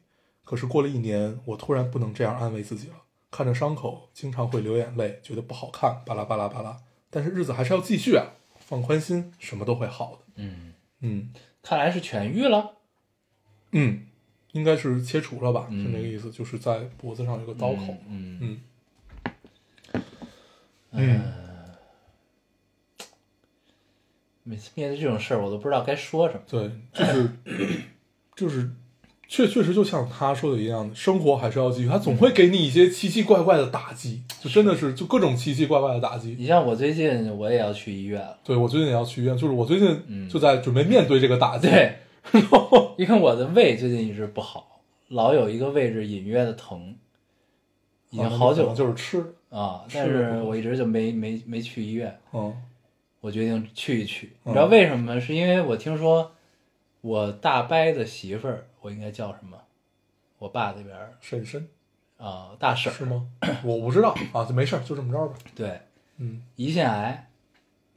Speaker 2: 可是过了一年，我突然不能这样安慰自己了。看着伤口，经常会流眼泪，觉得不好看，巴拉巴拉巴拉。但是日子还是要继续啊，放宽心，什么都会好的。
Speaker 1: 嗯，
Speaker 2: 嗯
Speaker 1: 看来是痊愈了。
Speaker 2: 嗯，应该是切除了吧，
Speaker 1: 嗯
Speaker 2: 是那个意思，就是在脖子上有个刀口。
Speaker 1: 嗯，
Speaker 2: 嗯嗯
Speaker 1: 每次面对这种事儿，我都不知道该说什么。
Speaker 2: 对，就是就是。确确实就像他说的一样，生活还是要继续，他总会给你一些奇奇怪怪的打击，就真的是就各种奇奇怪怪的打击。
Speaker 1: 你像我最近我也要去医院了，
Speaker 2: 对我最近也要去医院，就是我最近
Speaker 1: 嗯
Speaker 2: 就在准备面对这个打击。 (laughs)
Speaker 1: 对，因为我的胃最近一直不好，老有一个位置隐约的疼，已经好久
Speaker 2: 可能哦就是吃，
Speaker 1: 啊，
Speaker 2: 是
Speaker 1: 但是我一直就没没没去医院。
Speaker 2: 嗯
Speaker 1: 我决定去一去。
Speaker 2: 嗯
Speaker 1: 你知道为什么吗？是因为我听说我大伯的媳妇儿，我应该叫什么？我爸那边儿
Speaker 2: 婶婶
Speaker 1: 啊、大婶
Speaker 2: 是
Speaker 1: 儿，
Speaker 2: 吗？我不知道啊，就没事儿，就这么着吧。
Speaker 1: 对，
Speaker 2: 嗯
Speaker 1: 胰腺癌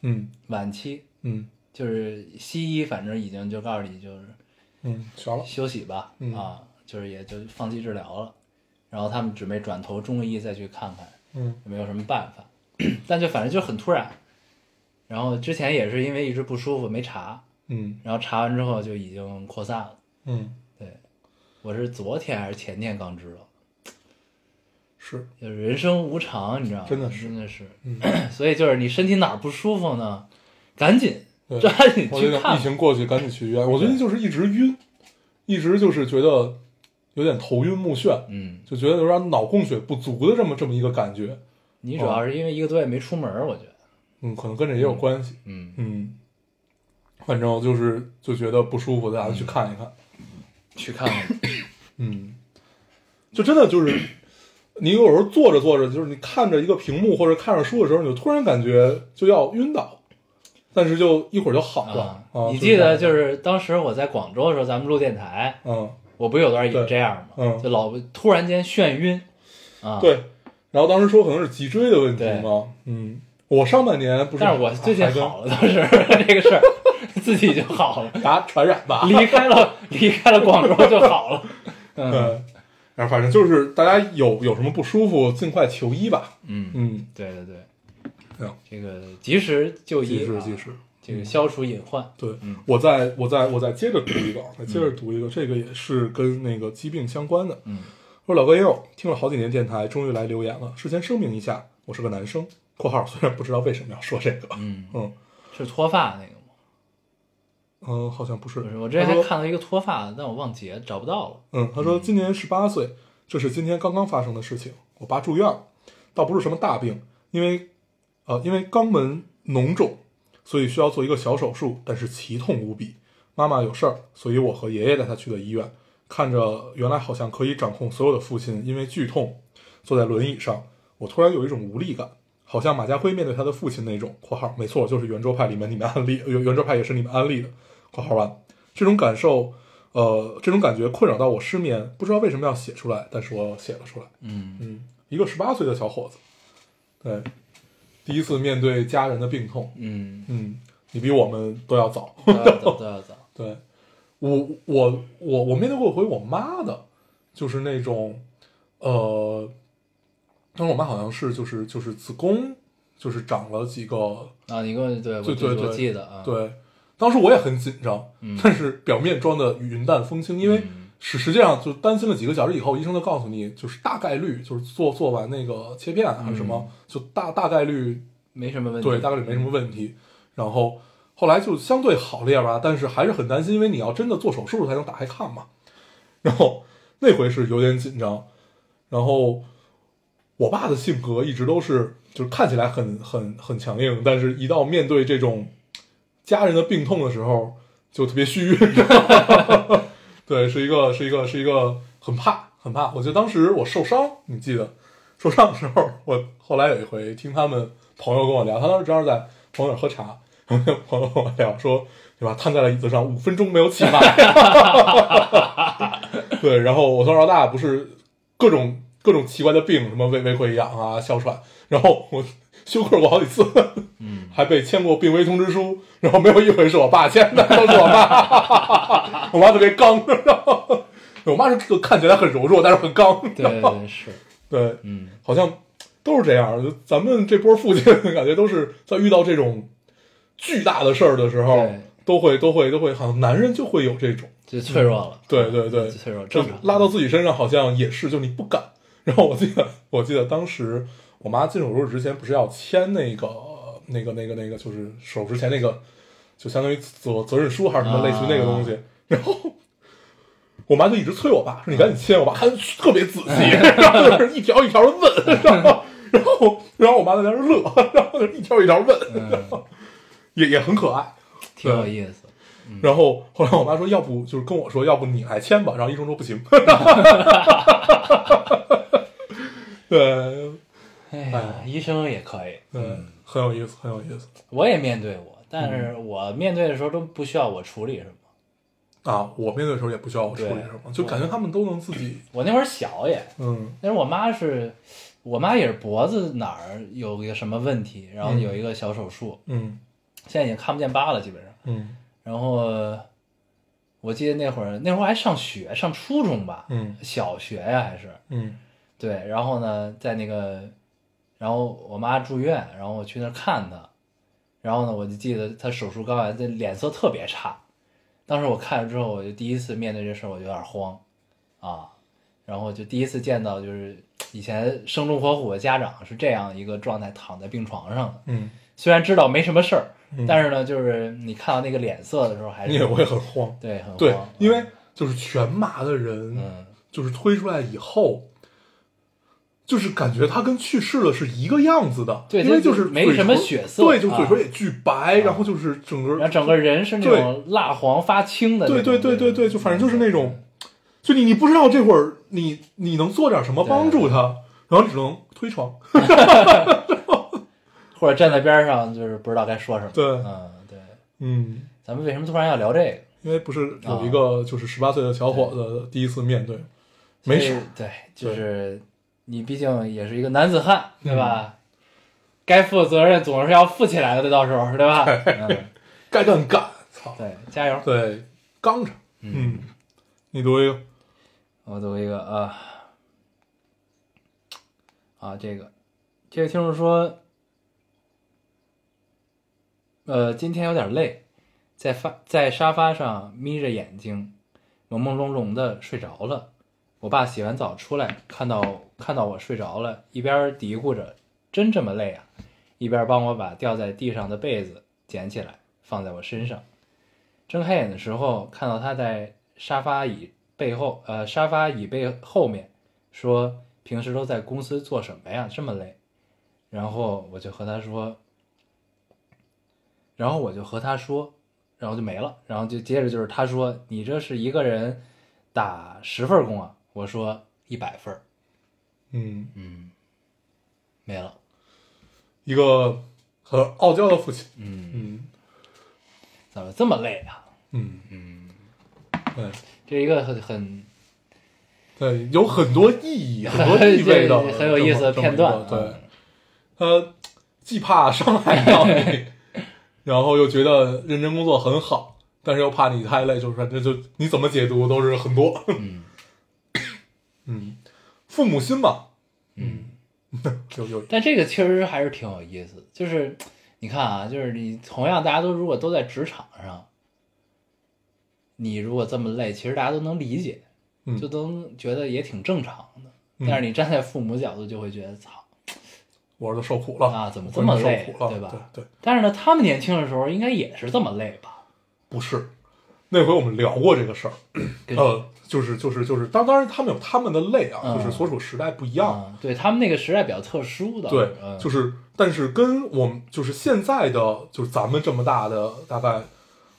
Speaker 2: 嗯
Speaker 1: 晚期，
Speaker 2: 嗯
Speaker 1: 就是西医反正已经就告诉你就是
Speaker 2: 嗯，行了。
Speaker 1: 休息吧，
Speaker 2: 嗯
Speaker 1: 啊，就是也就放弃治疗了。然后他们准备转投中医再去看看
Speaker 2: 嗯
Speaker 1: 有没有什么办法， (coughs) 但就反正就很突然。然后之前也是因为一直不舒服没查，
Speaker 2: 嗯
Speaker 1: 然后查完之后就已经扩散了。
Speaker 2: 嗯，
Speaker 1: 对，我是昨天还是前天刚知道，
Speaker 2: 是
Speaker 1: 就是人生无常，你知道吗？
Speaker 2: 真的
Speaker 1: 是，
Speaker 2: 是嗯
Speaker 1: 真的是， (coughs) 所以就是你身体哪儿不舒服呢，赶紧
Speaker 2: 对
Speaker 1: 抓紧
Speaker 2: 我觉
Speaker 1: 去
Speaker 2: 得
Speaker 1: 看
Speaker 2: 疫。情过去，赶紧去医院。我最近就是一直晕，一直就是觉得有点头晕目眩，
Speaker 1: 嗯，
Speaker 2: 就觉得有点脑供血不足的这么这么一个感觉。哦
Speaker 1: 你主要是因为一个多月没出门儿，我觉得，
Speaker 2: 嗯，可能跟这也有关系。
Speaker 1: 嗯，
Speaker 2: 嗯，反正就是就觉得不舒服，大家去看一看。
Speaker 1: 去看看。
Speaker 2: 嗯，就真的就是，你有时候坐着坐着，就是你看着一个屏幕或者看着书的时候，你就突然感觉就要晕倒，但是就一会儿就好了
Speaker 1: 啊。，
Speaker 2: 啊
Speaker 1: 你记得
Speaker 2: 就
Speaker 1: 就是是当时我在广州的时候，咱们录电台，
Speaker 2: 这样，
Speaker 1: 我不有段
Speaker 2: 对
Speaker 1: 也这样吗？
Speaker 2: 嗯
Speaker 1: 就老突然间眩晕，啊，
Speaker 2: 嗯，，对。然后当时说可能是脊椎的问题
Speaker 1: 对
Speaker 2: 嘛，嗯，我上半年不是，
Speaker 1: 但是我最近
Speaker 2: 还跟
Speaker 1: 好了，倒是 (laughs) 这个事儿自己就好了，
Speaker 2: 打传染吧，
Speaker 1: 离开了离开了广州就好了。嗯
Speaker 2: 嗯，然后反正就是大家有有什么不舒服，尽快求医吧。
Speaker 1: 嗯，
Speaker 2: 嗯，
Speaker 1: 对对对，
Speaker 2: 行，
Speaker 1: 这个及时就医
Speaker 2: 啊及时
Speaker 1: 啊，
Speaker 2: 及时。
Speaker 1: 这个消除隐患。
Speaker 2: 对
Speaker 1: 嗯，
Speaker 2: 我再我再我再接着读一个，啊，再接着读一个，这个也是跟那个疾病相关的。
Speaker 1: 嗯，
Speaker 2: 我说老哥又听了好几年电台，终于来留言了。事先声明一下，我是个男生（括号虽然不知道为什么要说这个）。
Speaker 1: 嗯，
Speaker 2: 嗯
Speaker 1: 是脱发那个吗？
Speaker 2: 嗯，好像不是
Speaker 1: 不。是，我之前
Speaker 2: 他
Speaker 1: 还
Speaker 2: 说
Speaker 1: 看到一个脱发的，但我忘截，找不到了。
Speaker 2: 嗯，他说今年十八岁，这是今天刚刚发生的事情。我爸住院了，倒不是什么大病，因为呃，因为肛门脓肿，所以需要做一个小手术，但是奇痛无比。妈妈有事儿，所以我和爷爷带他去的医院。看着原来好像可以掌控所有的父亲，因为剧痛坐在轮椅上，我突然有一种无力感，好像马家辉面对他的父亲那种（括号没错，就是圆桌派里面你们安利，圆圆桌派也是你们安利的）（括号完）这种感受，呃，这种感觉困扰到我失眠，不知道为什么要写出来，但是我写了出来。
Speaker 1: 嗯
Speaker 2: 嗯，一个十八岁的小伙子，对，第一次面对家人的病痛，
Speaker 1: 嗯，
Speaker 2: 嗯，你比我们都要早。
Speaker 1: 都要嗯走，都要走。
Speaker 2: 对，我我我我面对过一回我妈的，就是那种，呃，当时我妈好像是就是就是子宫就是长了几个，
Speaker 1: 啊，你跟我对，我
Speaker 2: 对对
Speaker 1: 我
Speaker 2: 对
Speaker 1: 记得啊，，
Speaker 2: 对，当时我也很紧张，
Speaker 1: 嗯
Speaker 2: 但是表面装的云淡风轻，因为
Speaker 1: 嗯
Speaker 2: 实实际上就担心了几个小时以后，医生就告诉你，就是大概率就是做做完那个切片
Speaker 1: 嗯
Speaker 2: 还是什么，就大大概率
Speaker 1: 没什么问题。
Speaker 2: 对，大概率没什么问题。然后后来就相对好了一点吧，但是还是很担心，因为你要真的做手术才能打开看嘛。然后那回是有点紧张。然后我爸的性格一直都是，就是看起来很很很强硬，但是一到面对这种家人的病痛的时候，就特别虚。 (laughs) 对，是一个是一个是一个很怕很怕。我记得当时我受伤，你记得受伤的时候，我后来有一回听他们朋友跟我聊，他当时正好在朋友那儿喝茶，然后那朋友跟我聊说，对吧？瘫在了椅子上五分钟没有起来。 (laughs) 对，然后我从小到大不是各种各种奇怪的病，什么胃胃溃疡啊、哮喘，然后我休克过好几次，
Speaker 1: 嗯，
Speaker 2: 还被签过病危通知书，然后没有一回是我爸签的，都是我妈，我妈特 (laughs) 别刚，然后我妈是个看起来很柔弱，但是很刚，
Speaker 1: 对对 (laughs) 对是，
Speaker 2: (laughs) 对，
Speaker 1: 嗯
Speaker 2: 好像都是这样。就咱们这波父亲，感觉都是在遇到这种巨大的事儿的时候
Speaker 1: 对，
Speaker 2: 都会都会都会，好像男人就会有这种，
Speaker 1: 就脆弱了，
Speaker 2: (laughs) 对对对，
Speaker 1: 就脆弱
Speaker 2: 就
Speaker 1: 正常。
Speaker 2: 拉到自己身上，好像也是，就你不敢。然后我记得，我记得当时我妈进手术之前，不是要签那个、那个、那个、那个，就是手术之前那个，就相当于责责任书还是什
Speaker 1: 啊
Speaker 2: 么类似于那个东西。然后我妈就一直催我爸说：“你赶紧签。”我爸看特别仔细，
Speaker 1: 啊
Speaker 2: 然后就是一条一条的问，然后然后然后我妈在那儿乐，然后就一条一条问，
Speaker 1: 嗯，
Speaker 2: 也也很可爱。
Speaker 1: 挺有意思。
Speaker 2: 然后后来我妈说，要不就是跟我说，要不你来签吧。然后医生说不行。对，
Speaker 1: 哎呀，医生也可以，
Speaker 2: 嗯，很有意思，很有意思
Speaker 1: 我也面对过，但是我面对的时候都不需要我处理什么。
Speaker 2: 啊！我面对的时候也不需要我处理
Speaker 1: 对
Speaker 2: 什么，就感觉他们都能自己，
Speaker 1: 我那会儿小也，
Speaker 2: 嗯
Speaker 1: 但是我妈是，我妈也是脖子哪儿有一个什么问题，然后
Speaker 2: 嗯
Speaker 1: 有一个小手术，
Speaker 2: 嗯
Speaker 1: 现在已经看不见疤了，基本上。
Speaker 2: 嗯
Speaker 1: 然后我记得那会儿，那会儿还上学，上初中吧，
Speaker 2: 嗯
Speaker 1: 小学呀、还是
Speaker 2: 嗯
Speaker 1: 对。然后呢，在那个，然后我妈住院，然后我去那儿看她，然后呢，我就记得她手术刚完，这脸色特别差。当时我看了之后，我就第一次面对这事儿，我就有点慌啊。然后就第一次见到，就是以前生龙活虎的家长是这样一个状态，躺在病床上的。
Speaker 2: 嗯，
Speaker 1: 虽然知道没什么事儿，
Speaker 2: 嗯
Speaker 1: 但是呢，就是你看到那个脸色的时候，还
Speaker 2: 你
Speaker 1: 是
Speaker 2: 也会很慌。
Speaker 1: 对，很
Speaker 2: 对
Speaker 1: 慌，
Speaker 2: 因为就是全麻的人，
Speaker 1: 嗯，
Speaker 2: 就是推出来以后。就是感觉他跟去世了是一个样子的，
Speaker 1: 对
Speaker 2: 因为
Speaker 1: 就是没
Speaker 2: 嘴
Speaker 1: 什么
Speaker 2: 唇
Speaker 1: 血色
Speaker 2: 对，就嘴唇
Speaker 1: 啊
Speaker 2: 也巨白，然后就是整个
Speaker 1: 然后整个人是那种蜡黄发青的那种，嗯
Speaker 2: 对对对对对，就反正就是那种，就你你不知道这会儿你你能做点什么帮助他，然后你只能推床。
Speaker 1: 或者站在边上就是不知道该说什么。
Speaker 2: 对
Speaker 1: 嗯对，
Speaker 2: 嗯，
Speaker 1: 咱们为什么突然要聊这个？
Speaker 2: 因为不是有一个就是十八岁的小伙子第一次面啊对，没
Speaker 1: 所以
Speaker 2: 事，嗯
Speaker 1: 对，就是你毕竟也是一个男子汉，对吧？该负的责任总是要负起来的，到时候对吧？嗯，
Speaker 2: 该干干，操，
Speaker 1: 对，加油！
Speaker 2: 对，刚着，嗯，你读一个，
Speaker 1: 我读一个啊啊，这个这个听众说，呃，今天有点累，在发在沙发上眯着眼睛，朦朦胧胧的睡着了。我爸洗完澡出来，看到看到我睡着了，一边嘀咕着“真这么累啊”，一边帮我把掉在地上的被子捡起来，放在我身上。睁开眼的时候，看到他在沙发椅背后，呃，沙发椅背后面说：“平时都在公司做什么呀？这么累。”然后我就和他说，然后我就和他说，然后就没了。然后就接着就是他说：“你这是一个人打十份工啊？”我说：“一百份儿。
Speaker 2: 嗯，”
Speaker 1: 没了。
Speaker 2: 一个很傲娇的父亲，
Speaker 1: 嗯，
Speaker 2: 嗯
Speaker 1: 怎么这么累啊？
Speaker 2: 嗯嗯，对
Speaker 1: 这一个很很，
Speaker 2: 对，有很多意义、很多意味的
Speaker 1: (laughs) 很有意思的
Speaker 2: 这么
Speaker 1: 片段
Speaker 2: 这么一个对，他既怕伤害到你， (laughs) 然后又觉得认真工作很好，但是又怕你太累，就是反正就你怎么解读都是很多，
Speaker 1: 嗯
Speaker 2: (laughs) 嗯，父母心嘛， (laughs)
Speaker 1: 嗯。
Speaker 2: 有有
Speaker 1: 但这个确实还是挺有意思的，就是你看啊，就是你同样大家都如果都在职场上，你如果这么累，其实大家都能理解，
Speaker 2: 嗯
Speaker 1: 就都能觉得也挺正常的。但是你站在父母角度，就会觉得操。
Speaker 2: 我儿子受苦了
Speaker 1: 啊怎么这么
Speaker 2: 我儿子
Speaker 1: 累
Speaker 2: 受苦了，
Speaker 1: 对
Speaker 2: 对
Speaker 1: 吧
Speaker 2: 对，
Speaker 1: 但是呢，他们年轻的时候应该也是这么累吧？
Speaker 2: 不是，那回我们聊过这个事儿，
Speaker 1: 跟
Speaker 2: 呃，就是就是就是，当当然他们有他们的累啊，
Speaker 1: 嗯
Speaker 2: 就是所处时代不一样，
Speaker 1: 嗯，对他们那个时代比较特殊的，
Speaker 2: 对，
Speaker 1: 嗯、
Speaker 2: 就是是但是跟我们就是现在的就是咱们这么大的大概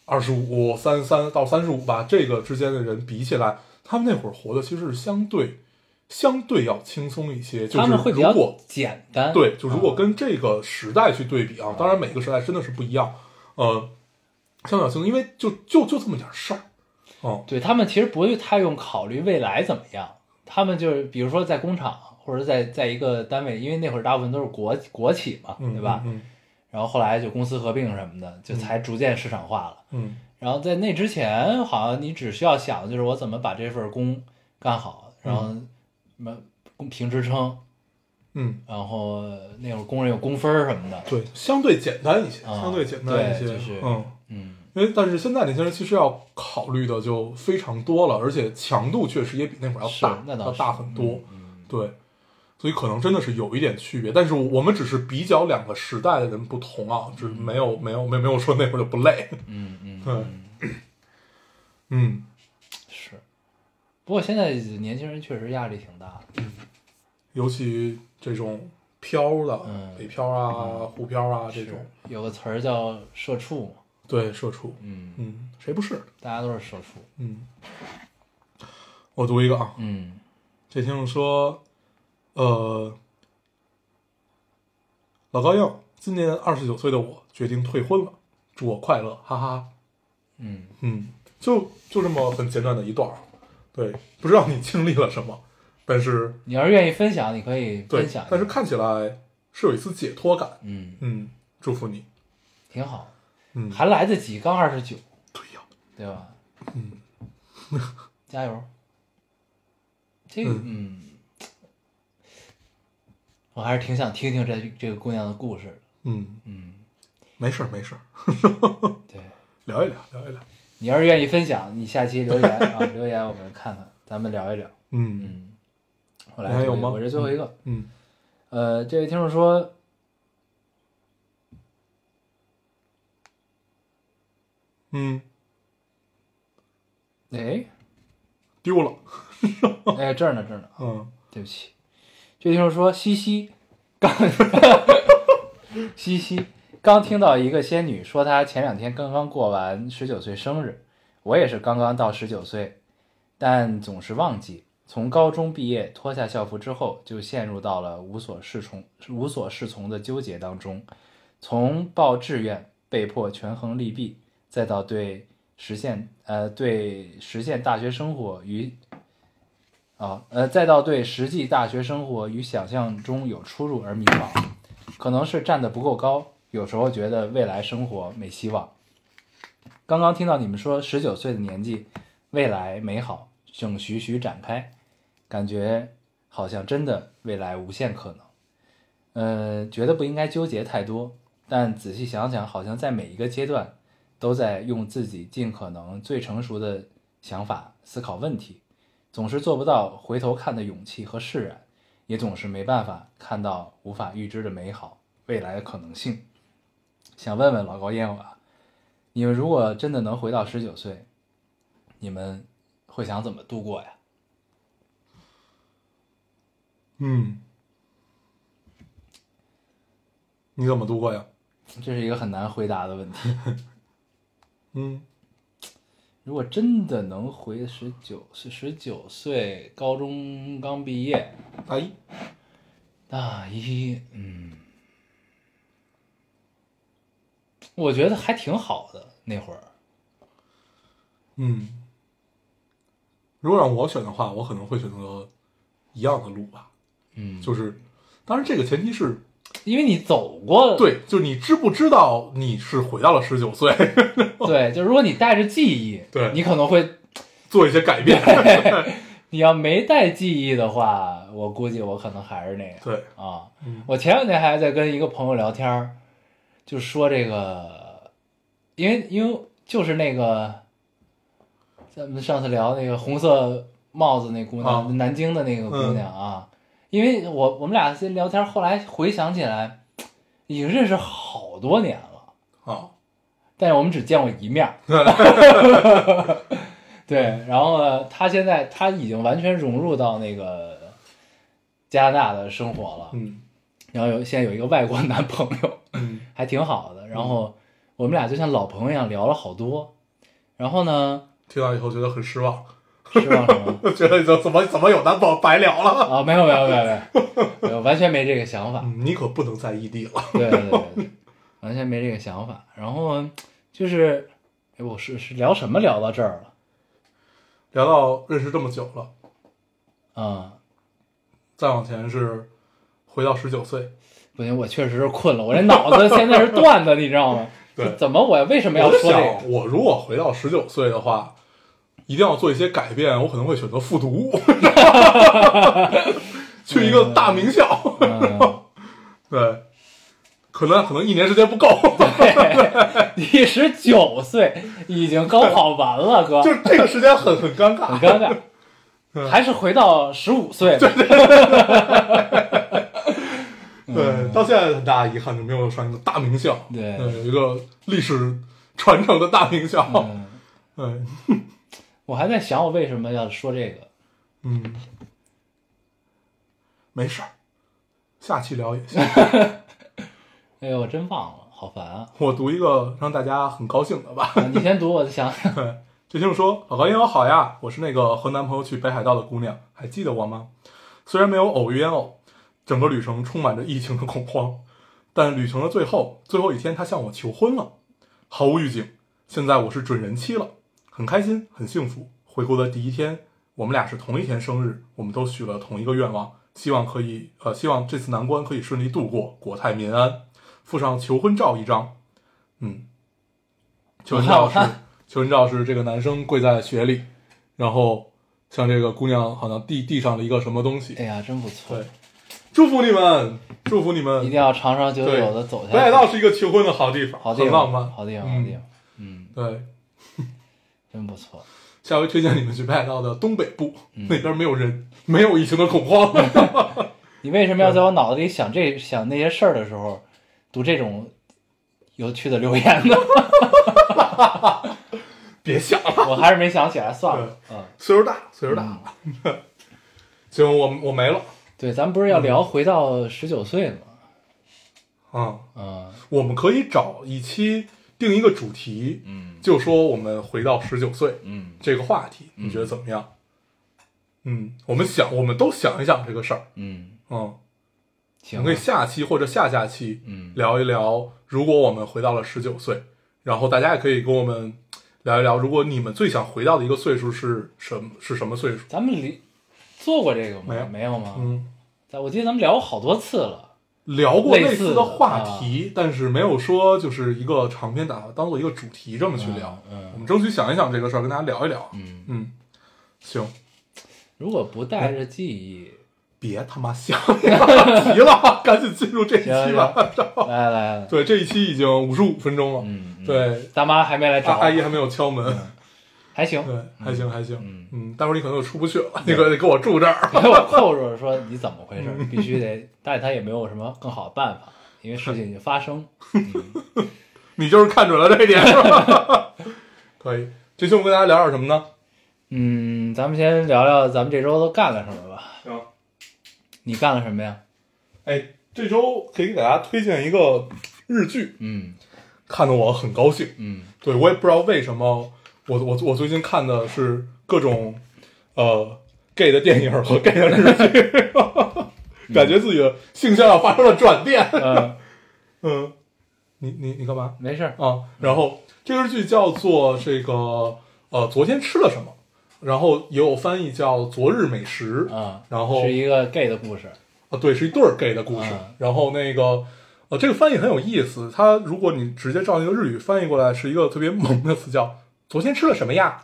Speaker 2: 二十五三三到三十五吧，这个之间的人比起来，他们那会儿活的其实是相对相对要轻松一些，就
Speaker 1: 他
Speaker 2: 是
Speaker 1: 们会比
Speaker 2: 如
Speaker 1: 较
Speaker 2: 果
Speaker 1: 简单，
Speaker 2: 对，就如果
Speaker 1: 嗯
Speaker 2: 跟这个时代去对比啊，当然每个时代真的是不一样，呃，像小青，因为就就就这么点事儿，嗯，
Speaker 1: 对他们其实不会太用考虑未来怎么样，他们就是比如说在工厂或者在在一个单位，因为那会儿大部分都是国国企嘛，
Speaker 2: 嗯
Speaker 1: 对吧？
Speaker 2: 嗯
Speaker 1: 然后后来就公司合并什么的，就才逐渐市场化了。
Speaker 2: 嗯
Speaker 1: 然后在那之前，好像你只需要想就是我怎么把这份工干好，然后什么工评职称，
Speaker 2: 嗯，
Speaker 1: 然后那会儿工人有工分儿什么的，
Speaker 2: 对，相对简单一些，
Speaker 1: 啊
Speaker 2: 相对简单一些，
Speaker 1: 对就是
Speaker 2: 嗯。
Speaker 1: 嗯
Speaker 2: 因为但是现在年轻人其实要考虑的就非常多了，而且强度确实也比那会儿要
Speaker 1: 是
Speaker 2: 大，
Speaker 1: 那倒
Speaker 2: 要
Speaker 1: 是
Speaker 2: 大很多。
Speaker 1: 嗯
Speaker 2: 对，所以可能真的是有一点区别，但是我们只是比较两个时代的人不同啊，只是没有没有没有没有说那会儿就不累。
Speaker 1: 嗯嗯
Speaker 2: (laughs) 对
Speaker 1: 嗯，
Speaker 2: 嗯，
Speaker 1: 是。不过现在年轻人确实压力挺大的，
Speaker 2: 尤其这种漂的、
Speaker 1: 嗯
Speaker 2: 北漂啊、沪漂啊这种，
Speaker 1: 是有个词儿叫“社畜”嘛，
Speaker 2: 对，社畜，
Speaker 1: 嗯，
Speaker 2: 嗯，谁不是？
Speaker 1: 大家都是社畜，
Speaker 2: 嗯，我读一个啊，
Speaker 1: 嗯
Speaker 2: 这听众说，呃，老高要今年二十九岁的我决定退婚了，祝我快乐，哈哈。
Speaker 1: 嗯
Speaker 2: 嗯，就就这么很简短的一段儿，对，不知道你经历了什么，但是
Speaker 1: 你要是愿意分享，你可以
Speaker 2: 对
Speaker 1: 分享，，
Speaker 2: 但是，看起来是有一丝解脱感。
Speaker 1: 嗯，
Speaker 2: 嗯，祝福你。
Speaker 1: 挺好，
Speaker 2: 嗯，
Speaker 1: 还来得及，刚二十九，
Speaker 2: 对呀、
Speaker 1: 对吧？
Speaker 2: 嗯，
Speaker 1: (laughs) 加油。这个，嗯，我还是挺想听听这这个姑娘的故事的，
Speaker 2: 嗯，
Speaker 1: 嗯，
Speaker 2: 没事儿没事儿，
Speaker 1: 对，
Speaker 2: 聊一聊聊一聊。
Speaker 1: 你要是愿意分享，你下期留言 (laughs) 啊，留言我们看看，咱们聊一聊，
Speaker 2: 嗯
Speaker 1: 嗯，我来
Speaker 2: 你还
Speaker 1: 最后
Speaker 2: 有
Speaker 1: 一
Speaker 2: 吗
Speaker 1: 个我这最后一个，
Speaker 2: 嗯
Speaker 1: 呃，这位听众说，
Speaker 2: 嗯，
Speaker 1: 哎，
Speaker 2: 丢了。
Speaker 1: 哎，这儿呢，这儿呢，
Speaker 2: 嗯，
Speaker 1: 对不起，这位听众说，西西，刚， (laughs) 西西刚听到一个仙女说，她前两天刚刚过完十九岁生日，我也是刚刚到十九岁，但总是忘记。从高中毕业，脱下校服之后，就陷入到了无所适从、无所适从的纠结当中。从报志愿被迫权衡利弊，再到对实现呃对实现大学生活与啊呃再到对实际大学生活与想象中有出入而迷茫，可能是站得不够高，有时候觉得未来生活没希望。刚刚听到你们说十九岁的年纪，未来美好正徐徐展开，感觉好像真的未来无限可能。呃，觉得不应该纠结太多，但仔细想想，好像在每一个阶段都在用自己尽可能最成熟的想法思考问题，总是做不到回头看的勇气和释然，也总是没办法看到无法预知的美好未来的可能性。想问问老高烟友啊，你们如果真的能回到十九岁，你们会想怎么度过呀？ (laughs)
Speaker 2: 嗯，你怎么度过呀？
Speaker 1: 这是一个很难回答的问题。
Speaker 2: 嗯，
Speaker 1: (laughs) 如果真的能回十九岁，十九岁高中刚毕业，
Speaker 2: 大一，
Speaker 1: 大一，嗯，我觉得还挺好的那会儿。
Speaker 2: 嗯，如果让我选的话，我可能会选择一样的路吧，
Speaker 1: 嗯，
Speaker 2: 就是，当然这个前提是
Speaker 1: 因为你走过，
Speaker 2: 对，就是你知不知道你是回到了十九岁，
Speaker 1: 对，就如果你带着记忆，
Speaker 2: 对
Speaker 1: 你可能会，
Speaker 2: 做一些改变，
Speaker 1: 你要没带记忆的话，我估计我可能还是那样。
Speaker 2: (laughs) 对，
Speaker 1: 啊，
Speaker 2: 嗯
Speaker 1: 我前两天还在跟一个朋友聊天儿，就说这个，因为因为就是那个，咱们上次聊那个红色帽子那姑娘，
Speaker 2: 啊嗯
Speaker 1: 南京的那个姑娘啊，因为我我们俩先聊天，后来回想起来，已经认识好多年了，
Speaker 2: 啊，
Speaker 1: 但是我们只见过一面儿。
Speaker 2: (laughs)
Speaker 1: 对，然后呢，她现在她已经完全融入到那个加拿大的生活了，
Speaker 2: 嗯
Speaker 1: 然后有现在有一个外国男朋友，
Speaker 2: 嗯
Speaker 1: (laughs) 还挺好的。然后我们俩就像老朋友一样聊了好多。然后呢，
Speaker 2: 听到以后觉得很失望， (laughs)
Speaker 1: 失望什么
Speaker 2: 觉得怎么怎么有男朋友白聊了，
Speaker 1: (laughs) 啊？没有没有没有没有没有，完全没这个想法。
Speaker 2: 嗯，你可不能在异地了，
Speaker 1: 对对对对，完全没这个想法。然后就是，哎，我是是聊什么聊到这儿了？
Speaker 2: 聊到认识这么久了，
Speaker 1: 啊、
Speaker 2: 再往前是回到十九岁，
Speaker 1: 不行，我确实是困了，我这脑子现在是断的，你知道吗？
Speaker 2: (laughs) 对
Speaker 1: 怎么我为什么要
Speaker 2: 我
Speaker 1: 说这个？
Speaker 2: 想，我如果回到十九岁的话，一定要做一些改变，我可能会选择复读， (laughs) 去一个大名校。
Speaker 1: 嗯， (laughs)
Speaker 2: 对，可能可能一年时间不够， (laughs)
Speaker 1: 你十九岁已经高考完了，哥，
Speaker 2: 就是这个时间很很尴
Speaker 1: 很
Speaker 2: 尬。
Speaker 1: 尴尬， (laughs) 还是回到十五岁吧。
Speaker 2: 对，到现在很大遗憾就没有上一个大名校，
Speaker 1: 对
Speaker 2: 对，有一个历史传承的大名校。
Speaker 1: 嗯，
Speaker 2: 对，
Speaker 1: 我还在想我为什么要说这个。
Speaker 2: 嗯，没事儿，下期聊也行。 (laughs)
Speaker 1: 哎呦，我真忘了，好烦啊！
Speaker 2: 我读一个让大家很高兴的吧。
Speaker 1: 啊你先读，我再想 (laughs) 想。
Speaker 2: 对，这听众说：“老高烟友好呀，我是那个和男朋友去北海道的姑娘，还记得我吗？虽然没有偶遇烟偶，整个旅程充满着疫情的恐慌，但旅程的最后最后一天，他向我求婚了，毫无预警。现在我是准人妻了，很开心，很幸福。回国的第一天，我们俩是同一天生日，我们都许了同一个愿望，希望可以呃，希望这次难关可以顺利度过，国泰民安。附上求婚照一张，嗯，求婚照
Speaker 1: 我
Speaker 2: 是
Speaker 1: 看我看
Speaker 2: 求婚照是这个男生跪在雪里，然后向这个姑娘好像递递上了一个什么东西。
Speaker 1: 哎呀，真不错
Speaker 2: 对，，祝福你们，祝福你
Speaker 1: 一定
Speaker 2: 们。
Speaker 1: 要长长久
Speaker 2: 对
Speaker 1: 久的走下去。
Speaker 2: 北海道是一个求婚的好地方，
Speaker 1: 好地
Speaker 2: 很
Speaker 1: 方，
Speaker 2: 浪漫。
Speaker 1: 好地方，
Speaker 2: 嗯
Speaker 1: 好地方。嗯，
Speaker 2: 对，
Speaker 1: 真不错。
Speaker 2: 下回推荐你们去北海道的东北部，
Speaker 1: 嗯
Speaker 2: 那边没有人，没有疫情的
Speaker 1: (laughs)
Speaker 2: 恐慌。
Speaker 1: 你为什么要在我脑子里想这想那些事儿的时候，读这种有趣的留言呢？ (laughs)
Speaker 2: 别想了，
Speaker 1: 我还是没想起来，算了。嗯，
Speaker 2: 岁数大，岁数大了。嗯 (laughs) 行，我我没了。
Speaker 1: 对，咱们不是要聊回到十九岁吗？
Speaker 2: 嗯，
Speaker 1: 嗯
Speaker 2: 我们可以找一期定一个主题，
Speaker 1: 嗯
Speaker 2: 就说我们回到十九岁
Speaker 1: 嗯
Speaker 2: 这个话题，你觉得怎么样？嗯，我们想，我们都想一想这个事儿。
Speaker 1: 嗯，
Speaker 2: 嗯，我
Speaker 1: 行啊，
Speaker 2: 们可以下期或者下下期，
Speaker 1: 嗯
Speaker 2: 聊一聊，如果我们回到了十九岁，然后大家也可以跟我们聊一聊，如果你们最想回到的一个岁数是什么？是什么岁数？
Speaker 1: 咱们离做过这个吗？
Speaker 2: 没有
Speaker 1: 没有吗？
Speaker 2: 嗯，
Speaker 1: 咱我记得咱们聊过好多次了，
Speaker 2: 聊过
Speaker 1: 类
Speaker 2: 类
Speaker 1: 似
Speaker 2: 似
Speaker 1: 的啊
Speaker 2: 的话题，但是没有说就是一个长篇大当做一个主题这么去聊。
Speaker 1: 嗯嗯
Speaker 2: 我们争取想一想这个事儿，跟大家聊一聊。
Speaker 1: 嗯，
Speaker 2: 嗯，行，
Speaker 1: 如果不带着记忆，
Speaker 2: 别他妈想那个话题了， (laughs) 赶紧进入这一期
Speaker 1: 行
Speaker 2: 吧。
Speaker 1: 行来来来，
Speaker 2: 对，这一期已经五十五分钟了。
Speaker 1: 嗯，嗯，
Speaker 2: 对，
Speaker 1: 大妈还没来
Speaker 2: 阿
Speaker 1: 找，
Speaker 2: 阿姨还没有敲门。
Speaker 1: 嗯还行，
Speaker 2: 对，还行还行。
Speaker 1: 嗯
Speaker 2: 嗯，待会儿你可能就出不去了， (laughs) 你可得给我住这儿。
Speaker 1: 给我扣住了，说你怎么回
Speaker 2: (laughs)
Speaker 1: 事？必须得，但是他也没有什么更好的办法，因为事情已经发生。
Speaker 2: 你就是看准了这一点，是吧？ (laughs) 可以。这期我们跟大家聊点什么呢？
Speaker 1: 嗯，咱们先聊聊咱们这周都干了什么吧。
Speaker 2: 行。
Speaker 1: 你干了什么呀？
Speaker 2: 哎，这周可以给大家推荐一个日剧， (laughs)
Speaker 1: 嗯
Speaker 2: 看得我很高兴。
Speaker 1: 嗯
Speaker 2: 对我也不知道为什么，我我我最近看的是各种呃 gay 的电影和 gay 的日
Speaker 1: (laughs)
Speaker 2: 剧，感觉自己的性向要发生了转变。
Speaker 1: 呃，
Speaker 2: 嗯，你你你干嘛
Speaker 1: 没事儿。
Speaker 2: 啊？然后这个日剧叫做这个呃，昨天吃了什么？然后也有翻译叫《昨日美食》
Speaker 1: 啊，
Speaker 2: 然后
Speaker 1: 是一个 gay 的故事。
Speaker 2: 啊，对，是一对儿 gay 的故事。
Speaker 1: 嗯
Speaker 2: 然后那个，呃，这个翻译很有意思。它如果你直接照那个日语翻译过来，是一个特别萌的词，叫“昨天吃了什么呀”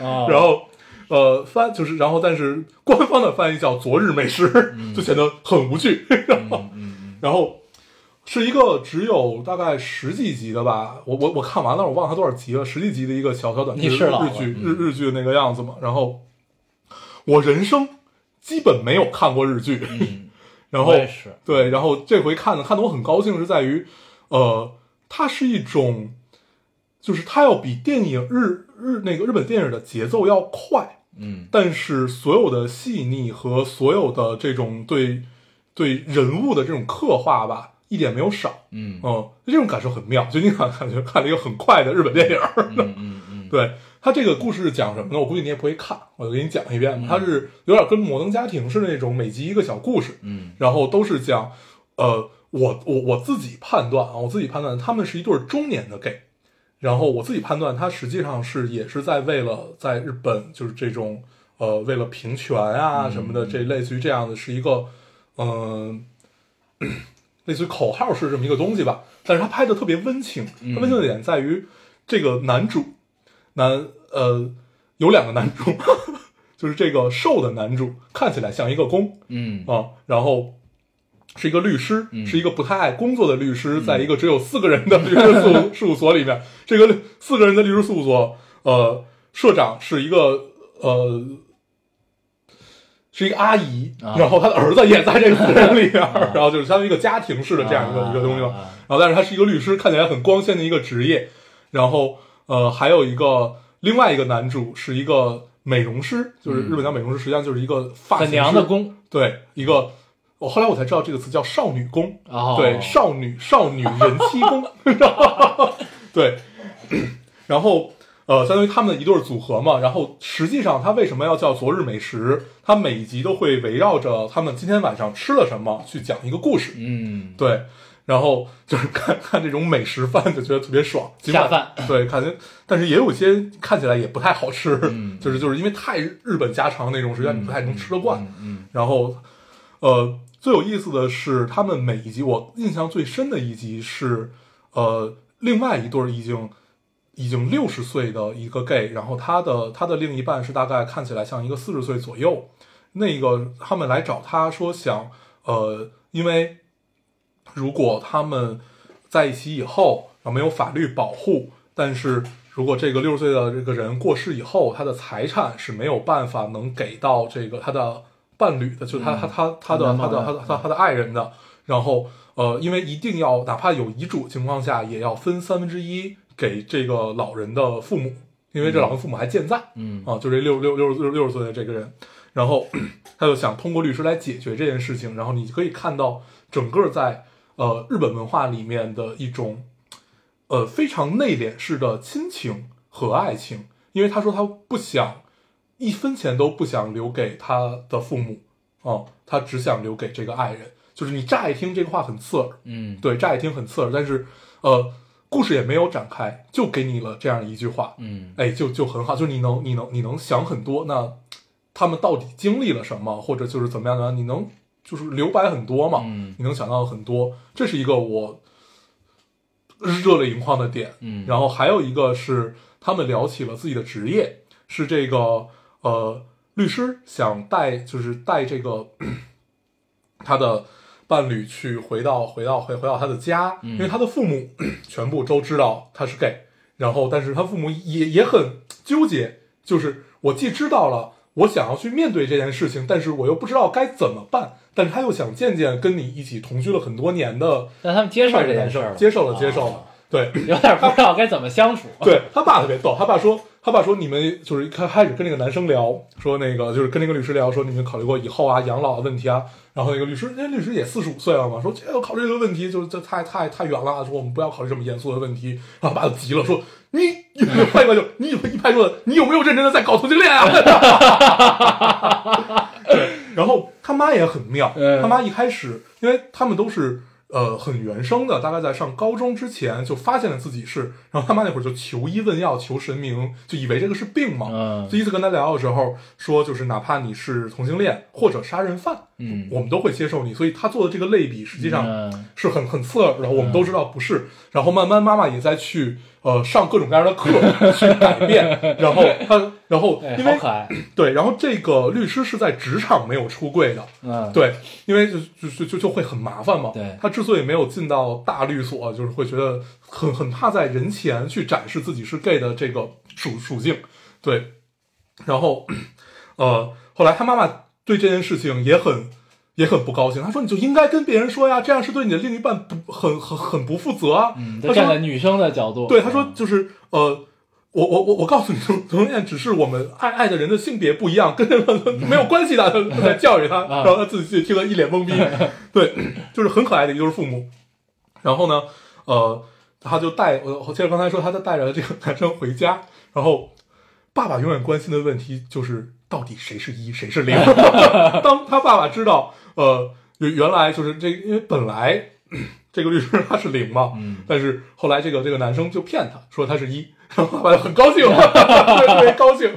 Speaker 1: 啊，
Speaker 2: (laughs) 然后，呃，翻就是，然后但是官方的翻译叫“昨日美食”，就显得很无趣。
Speaker 1: 嗯嗯
Speaker 2: 然后是一个只有大概十几集的吧，我我我看完了，我忘了它多少集了，十几集的一个小小短剧
Speaker 1: 你
Speaker 2: 日
Speaker 1: 是老了嗯
Speaker 2: 剧日日剧的那个样子嘛。然后我人生基本没有看过日剧，
Speaker 1: 嗯，
Speaker 2: 然后
Speaker 1: 我也是
Speaker 2: 对，然后这回看的看的我很高兴是在于，呃，它是一种，就是它要比电影日日那个日本电影的节奏要快，
Speaker 1: 嗯
Speaker 2: 但是所有的细腻和所有的这种对对人物的这种刻画吧，一点没有少，
Speaker 1: 嗯嗯
Speaker 2: 嗯，这种感受很妙，就你感感觉看了一个很快的日本电影， (laughs)
Speaker 1: 嗯嗯，
Speaker 2: 对他这个故事是讲什么呢？我估计你也不会看，我就给你讲一遍吧。它是有点跟《摩登家庭》是那种每集一个小故事，
Speaker 1: 嗯
Speaker 2: 然后都是讲，呃，我我我自己判断啊，我自己判断他们是一对中年的 gay，然后我自己判断他实际上是也是在为了在日本就是这种呃为了平权
Speaker 1: 嗯
Speaker 2: 啊什么的，这类似于这样的是一个嗯、咳类似于口号式这么一个东西吧，但是他拍的特别温情，
Speaker 1: 嗯
Speaker 2: 他温情的点在于这个男主男呃有两个男主。 (laughs) 就是这个瘦的男主看起来像一个公，
Speaker 1: 嗯
Speaker 2: 啊，然后是一个律师，
Speaker 1: 嗯
Speaker 2: 是一个不太爱工作的律师，在一个只有四个人的 (laughs) 律师事务事务所里面，这个律四个人的律师事务所，呃，社长是一个呃。是一个阿姨，
Speaker 1: 啊
Speaker 2: 然后她的儿子也在这个四人里面， (laughs) 然后就是相当于一个家庭式的这样一个、
Speaker 1: 啊
Speaker 2: 一个东西嘛
Speaker 1: 啊啊。
Speaker 2: 然后，但是他是一个律师，看起来很光鲜的一个职业。然后，呃，还有一个另外一个男主是一个美容师，就是日本叫美容师，实际上就是一个发
Speaker 1: 嗯
Speaker 2: 型
Speaker 1: 很
Speaker 2: 师
Speaker 1: 娘的攻
Speaker 2: 对，一个我后来我才知道这个词叫少女宫，
Speaker 1: 哦，
Speaker 2: 对，少女少女人
Speaker 1: (laughs)
Speaker 2: 妻宫，对，然后呃，相当于他们的一对儿组合嘛。然后实际上它为什么要叫昨日美食？它每一集都会围绕着他们今天晚上吃了什么去讲一个故事，
Speaker 1: 嗯
Speaker 2: 对。然后就是 (laughs) 看看这种美食饭就觉得特别爽，尽管
Speaker 1: 下饭
Speaker 2: (laughs) 对，感觉但是也有些看起来也不太好吃，
Speaker 1: 嗯
Speaker 2: 就是就是因为太日本家常那种，实际上你不太能吃得惯。
Speaker 1: 嗯嗯
Speaker 2: 然后，呃，最有意思的是，他们每一集我印象最深的一集是，呃，另外一对儿已经已经六十岁的一个 gay，然后他的他的另一半是大概看起来像一个四十岁左右，那个他们来找他说想，呃，因为如果他们在一起以后，然后没有法律保护，但是如果这个六十岁的这个人过世以后，他的财产是没有办法能给到这个他的伴侣的，就是他、他他他的
Speaker 1: 嗯
Speaker 2: 他的他的他的他的爱人的。然后呃，因为一定要哪怕有遗嘱情况下，也要分三分之一给这个老人的父母，因为这老人父母还健在。
Speaker 1: 嗯
Speaker 2: 啊，就这六六六六六十岁的这个人，然后 (clears throat) 他就想通过律师来解决这件事情，然后你可以看到整个在呃日本文化里面的一种呃非常内敛式的亲情和爱情，因为他说他不想一分钱都不想留给他的父母，啊，他只想留给这个爱人，就是你乍一听这个话很刺耳，
Speaker 1: 嗯
Speaker 2: 对，乍一听很刺耳，但是呃故事也没有展开，就给你了这样一句话，
Speaker 1: 嗯
Speaker 2: 哎，就就很好，就是你能你能你能想很多，那他们到底经历了什么，或者就是怎么样呢？你能就是留白很多嘛，
Speaker 1: 嗯
Speaker 2: 你能想到很多，这是一个我热泪盈眶的点。
Speaker 1: 嗯
Speaker 2: 然后还有一个是他们聊起了自己的职业，是这个呃律师想带就是带这个 (clears throat) 他的伴侣去回到回到回回到他的家，
Speaker 1: 嗯
Speaker 2: 因为他的父母 (clears throat) 全部都知道他是 gay，然后但是他父母也也很纠结，就是我既知道了。我想要去面对这件事情，但是我又不知道该怎么办。但是他又想见见跟你一起同居了很多年的
Speaker 1: 让他们接受这件事儿了，
Speaker 2: 接受了，接受
Speaker 1: 啊
Speaker 2: 了。对，
Speaker 1: 有点不知道该怎么相处。
Speaker 2: 对他爸特别逗，他爸说，他爸说你们就是开开始跟那个男生聊，说那个就是跟那个律师聊，说你们考虑过以后啊养老的问题啊，然后那个律师，那律师也四十五岁了嘛，说这要考虑这个问题就是这太太太远了啊，说我们不要考虑这么严肃的问题，然后他爸就急了，说你有没有拍过就你一拍桌子，你有没有认真的在搞同性恋啊？ (laughs) 对，然后他妈也很妙，
Speaker 1: 嗯
Speaker 2: 他妈一开始，因为他们都是呃很原生的，大概在上高中之前就发现了自己是，然后他妈那会儿就求医问药，求神明，就以为这个是病嘛。
Speaker 1: 嗯
Speaker 2: 第一次跟他聊的时候说，就是哪怕你是同性恋或者杀人犯，
Speaker 1: 嗯
Speaker 2: 我们都会接受你。所以他做的这个类比，实际上
Speaker 1: 嗯
Speaker 2: 是很很刺耳的，我们都知道不是。然后慢慢妈妈也在去呃上各种各样的课去改变，然后他然后
Speaker 1: 哎，
Speaker 2: 因
Speaker 1: 好
Speaker 2: 为
Speaker 1: 可爱。
Speaker 2: 对，然后这个律师是在职场没有出柜的，
Speaker 1: 嗯，
Speaker 2: 对，因为就就就就就会很麻烦嘛。
Speaker 1: 对
Speaker 2: 他之所以没有进到大律所，就是会觉得很很怕在人前去展示自己是 gay 的这个属属性。对，然后呃，后来他妈妈对这件事情也很也很不高兴，她说你就应该跟别人说呀，这样是对你的另一半不很很很不负责啊。
Speaker 1: 嗯，
Speaker 2: 她
Speaker 1: 站在
Speaker 2: 说
Speaker 1: 女生的角度，
Speaker 2: 对，他说就是呃。我我我我告诉你，同同性恋只是我们爱爱的人的性别不一样，跟这个没有关系的。他他在教育他，
Speaker 1: 啊
Speaker 2: 然后他自己听得一脸懵逼。对，就是很可爱的一对父母。然后呢，呃，他就带我，我接着刚才说，他就带着这个男生回家，然后爸爸永远关心的问题就是到底谁是一，谁是零。当他爸爸知道，呃，原原来就是这，因为本来 (clears throat) 这个律师他是零嘛，
Speaker 1: 嗯
Speaker 2: 但是后来这个这个男生就骗他说他是一，然 (laughs) 后爸爸就很高兴，啊特别高兴。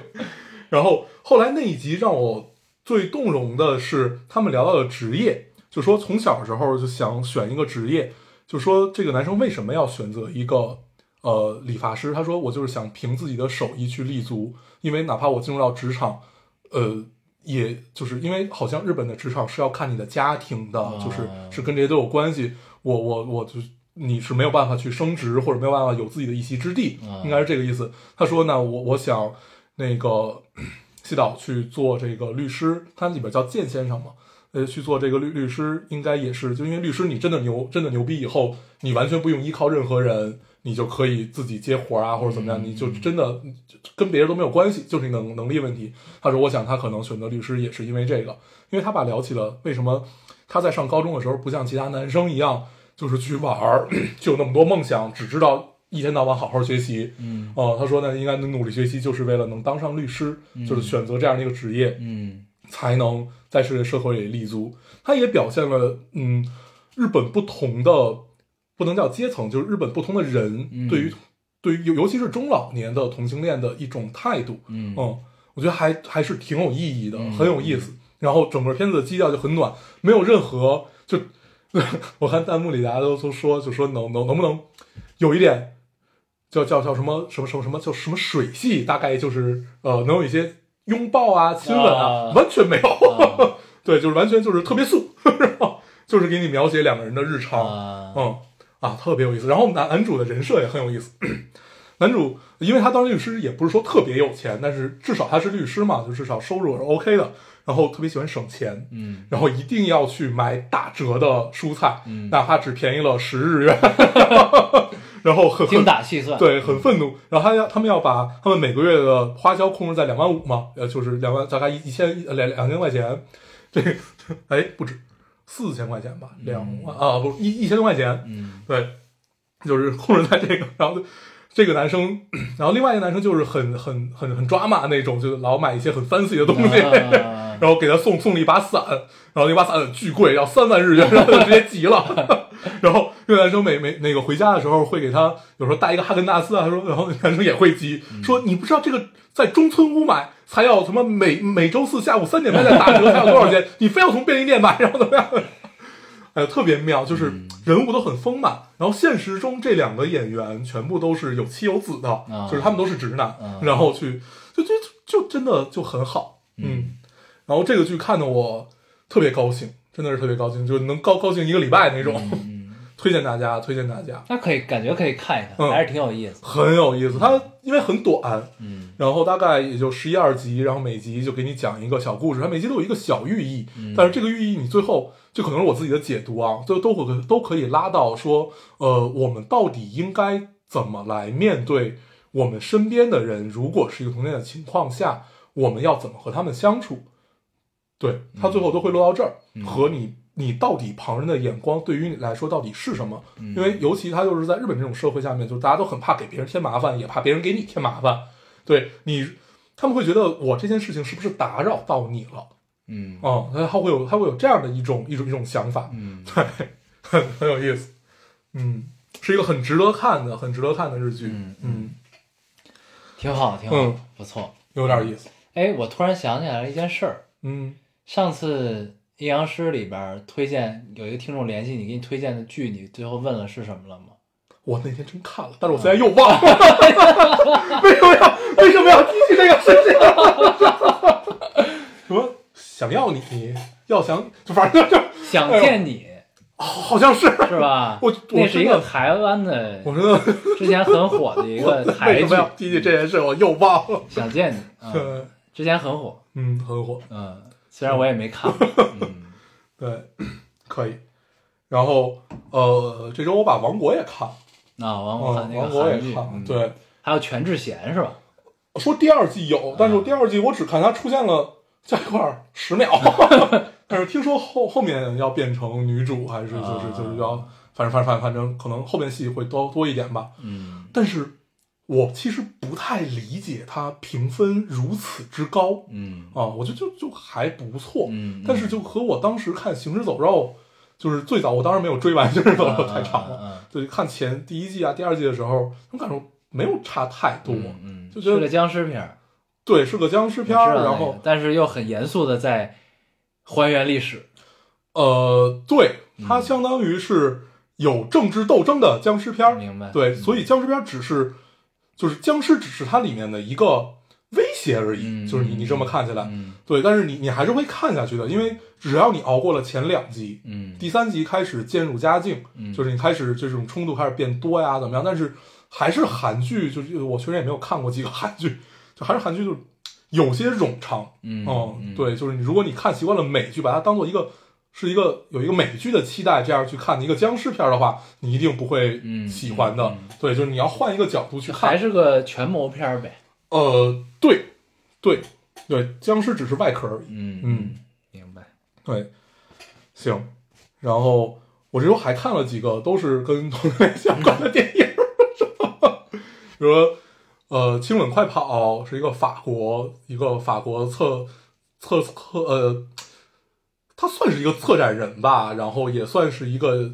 Speaker 2: 然后后来那一集让我最动容的是他们聊到了职业，就说从小的时候就想选一个职业，就说这个男生为什么要选择一个呃理发师？他说我就是想凭自己的手艺去立足，因为哪怕我进入到职场，呃，也就是因为好像日本的职场是要看你的家庭的，就是是跟这些都有关系。我我我就你是没有办法去升职或者没有办法有自己的一席之地，
Speaker 1: 啊
Speaker 2: 应该是这个意思。他说呢，我我想那个 (clears throat) 西岛去做这个律师，他里边叫健先生嘛。呃，去做这个律律师，应该也是，就因为律师你真的牛，真的牛逼以后，你完全不用依靠任何人，你就可以自己接活啊，或者怎么样，你就真的跟别人都没有关系，就是你的能力问题。他说，我想他可能选择律师也是因为这个，因为他爸聊起了为什么他在上高中的时候不像其他男生一样，就是去玩儿，就有那么多梦想，只知道一天到晚好好学习。
Speaker 1: 嗯，
Speaker 2: 哦、他说呢，应该努力学习，就是为了能当上律师，就是选择这样的一个职业。
Speaker 1: 嗯
Speaker 2: 才能在这个社会里立足。它也表现了，嗯，日本不同的不能叫阶层，就是日本不同的人
Speaker 1: 嗯
Speaker 2: 对于、对于尤尤其是中老年的同性恋的一种态度。
Speaker 1: 嗯
Speaker 2: 嗯，我觉得还还是挺有意义的，
Speaker 1: 嗯
Speaker 2: 很有意思。然后整个片子的基调就很暖，没有任何就 (laughs) 我看弹幕里大家都都说，就说能能能不能有一点叫叫叫什么什么什么什么叫什么水系，大概就是呃能有一些拥抱啊、亲吻啊，
Speaker 1: 啊
Speaker 2: 完全没有，
Speaker 1: 啊
Speaker 2: 对，就是完全就是特别素， (laughs) 然后就是给你描写两个人的日常，
Speaker 1: 啊
Speaker 2: 嗯啊，特别有意思。然后男男主的人设也很有意思。 (clears throat) 男主，因为他当律师也不是说特别有钱，但是至少他是律师嘛，就至少收入是 OK 的。然后特别喜欢省钱，
Speaker 1: 嗯
Speaker 2: 然后一定要去买打折的蔬菜，
Speaker 1: 嗯
Speaker 2: 哪怕只便宜了十日元， (laughs) 然后很
Speaker 1: 精
Speaker 2: 很
Speaker 1: 打细算，
Speaker 2: 对，很愤怒。然后他要他们要把他们每个月的花销控制在两万五嘛，呃，就是两万大概一一千一呃两两千块钱，这个哎不止四千块钱吧，两万、啊不一一千多块钱，
Speaker 1: 嗯
Speaker 2: 对，就是控制在这个，然后就这个男生，然后另外一个男生就是很很很很抓马那种，就是老买一些很 fancy 的东西，
Speaker 1: 啊
Speaker 2: 然后给他送送了一把伞，然后那把伞巨贵，要三万日元，然后他直接急了。 (laughs) 然后那个男生每每那个回家的时候会给
Speaker 1: 嗯
Speaker 2: 他有时候带一个哈根达斯啊，他说，然后那男生也会急，说你不知道这个在中村屋买才要什么每每周四下午三点半再打折，才要多少钱？你非要从便利店买，然后怎么样？ (laughs) 哎呦，特别妙，就是
Speaker 1: 嗯
Speaker 2: 人物都很丰满。然后现实中这两个演员全部都是有妻有子的，
Speaker 1: 啊
Speaker 2: 就是他们都是直男，
Speaker 1: 啊
Speaker 2: 然后去就就就真的就很好，嗯。然后这个剧看的我特别高兴，真的是特别高兴，就能高高兴一个礼拜那种。 (laughs) 推荐大家，推荐大家，
Speaker 1: 那可以感觉可以看一看，
Speaker 2: 嗯
Speaker 1: 还是挺有意思。
Speaker 2: 很有意思。它因为很短，
Speaker 1: 嗯
Speaker 2: 然后大概也就十一二集，然后每集就给你讲一个小故事，它每集都有一个小寓意，但是这个寓意你最后就可能是我自己的解读啊，就都可都可以拉到说，呃，我们到底应该怎么来面对我们身边的人？如果是一个同性恋的情况下，我们要怎么和他们相处？对，它最后都会落到这儿，和你你到底旁人的眼光对于你来说到底是什么？因为尤其它就是在日本这种社会下面，就大家都很怕给别人添麻烦，也怕别人给你添麻烦。对你，他们会觉得我这件事情是不是打扰到你了？
Speaker 1: 嗯
Speaker 2: 哦、他他会有他会有这样的一种一种一种想法， (laughs)
Speaker 1: 嗯，
Speaker 2: 对，很很有意思，嗯，是一个很值得看的、很值得看的日剧，
Speaker 1: 嗯
Speaker 2: 嗯，
Speaker 1: 挺好，挺好
Speaker 2: 嗯，
Speaker 1: 不错。
Speaker 2: 有点意思，
Speaker 1: 哎，我突然想起来了一件事儿，
Speaker 2: 嗯
Speaker 1: 上次《阴阳师》里边儿推荐有一个听众联系你，给你推荐的剧，你最后问了是什么了
Speaker 2: (laughs)
Speaker 1: 吗？
Speaker 2: 我那天真看了，但是我现在又忘了， (laughs) 为什么要为什么要提起哎这个事情？什么想要你，要想，就反正就
Speaker 1: (laughs) 想见你、
Speaker 2: 好像是
Speaker 1: 是吧？
Speaker 2: 哎我我
Speaker 1: 那是一
Speaker 2: 真
Speaker 1: 个
Speaker 2: 的
Speaker 1: 台湾的，
Speaker 2: 我真的
Speaker 1: 之前很火的一个
Speaker 2: 为
Speaker 1: 台
Speaker 2: 什
Speaker 1: 剧
Speaker 2: 么要提起这件事，我又忘了，
Speaker 1: 《想见你》嗯，
Speaker 2: 对，
Speaker 1: 之前很火，
Speaker 2: 嗯，很火。
Speaker 1: 嗯，虽然我也没看过，嗯
Speaker 2: 对，可以。然后呃，这周我把《王国》也看了，
Speaker 1: 啊，王国
Speaker 2: 嗯，
Speaker 1: 汉
Speaker 2: 《
Speaker 1: 那
Speaker 2: 王
Speaker 1: 个
Speaker 2: 国》
Speaker 1: 韩
Speaker 2: 也
Speaker 1: 剧，
Speaker 2: 看了。
Speaker 1: 嗯，
Speaker 2: 对，
Speaker 1: 还有全智贤是吧？
Speaker 2: 说第二季有，但是我第二季我只看它出现了加一块儿十 (laughs) 秒，但是听说后后面要变成女主，还是就是就是要，反正反正反正可能后面戏会多多一点吧。
Speaker 1: 嗯
Speaker 2: 但是我其实不太理解它评分如此之高
Speaker 1: 嗯
Speaker 2: 啊，我觉得就就还不错，
Speaker 1: 嗯嗯
Speaker 2: 但是就和我当时看《行尸走肉》，就是最早我当然没有追完《行尸
Speaker 1: 嗯
Speaker 2: 走肉》太长了，
Speaker 1: 了，
Speaker 2: 对，看前第一季啊、第二季的时候，我感觉没有差太多，
Speaker 1: 嗯嗯，
Speaker 2: 就觉
Speaker 1: 是
Speaker 2: 得
Speaker 1: 个僵尸片儿，
Speaker 2: 对是个僵尸
Speaker 1: 我
Speaker 2: 片儿，
Speaker 1: 知道那
Speaker 2: 然
Speaker 1: 个
Speaker 2: 后
Speaker 1: 但是又很严肃的在还原历史，
Speaker 2: 呃，对，
Speaker 1: 嗯
Speaker 2: 它相当于是有政治斗争的僵尸片儿，
Speaker 1: 明白
Speaker 2: 对，
Speaker 1: 嗯
Speaker 2: 所以僵尸片儿只是就是僵尸只是它里面的一个威胁而已，
Speaker 1: 嗯
Speaker 2: 就是你你这么看起来，
Speaker 1: 嗯
Speaker 2: 对，但是你你还是会看下去的，因为只要你熬过了前两集，
Speaker 1: 嗯
Speaker 2: 第三集开始渐入佳境，
Speaker 1: 嗯
Speaker 2: 就是你开始这种冲突开始变多呀，怎么样？但是还是韩剧，就是我确实也没有看过几个 (laughs) 韩剧，就还是韩剧就有些冗长，
Speaker 1: 嗯嗯
Speaker 2: 对，就是你如果你看习惯了美剧，把它当做一个是一个有一个美剧的期待，这样去看一个僵尸片的话，你一定不会
Speaker 1: 嗯
Speaker 2: 喜欢的。
Speaker 1: 嗯
Speaker 2: 对，就是你要换一个角度去
Speaker 1: 就
Speaker 2: 看，
Speaker 1: 还是个权谋片儿呗，
Speaker 2: 呃，对，对，对，僵尸只是外壳而已。
Speaker 1: 嗯
Speaker 2: 嗯，
Speaker 1: 明白，
Speaker 2: 对，行。然后我这周还看了几个都是跟同性恋相关的电影儿， (laughs) 比如说呃《亲吻快跑》是一个法国一个法国策策策呃，他算是一个策展人吧，然后也算是一个。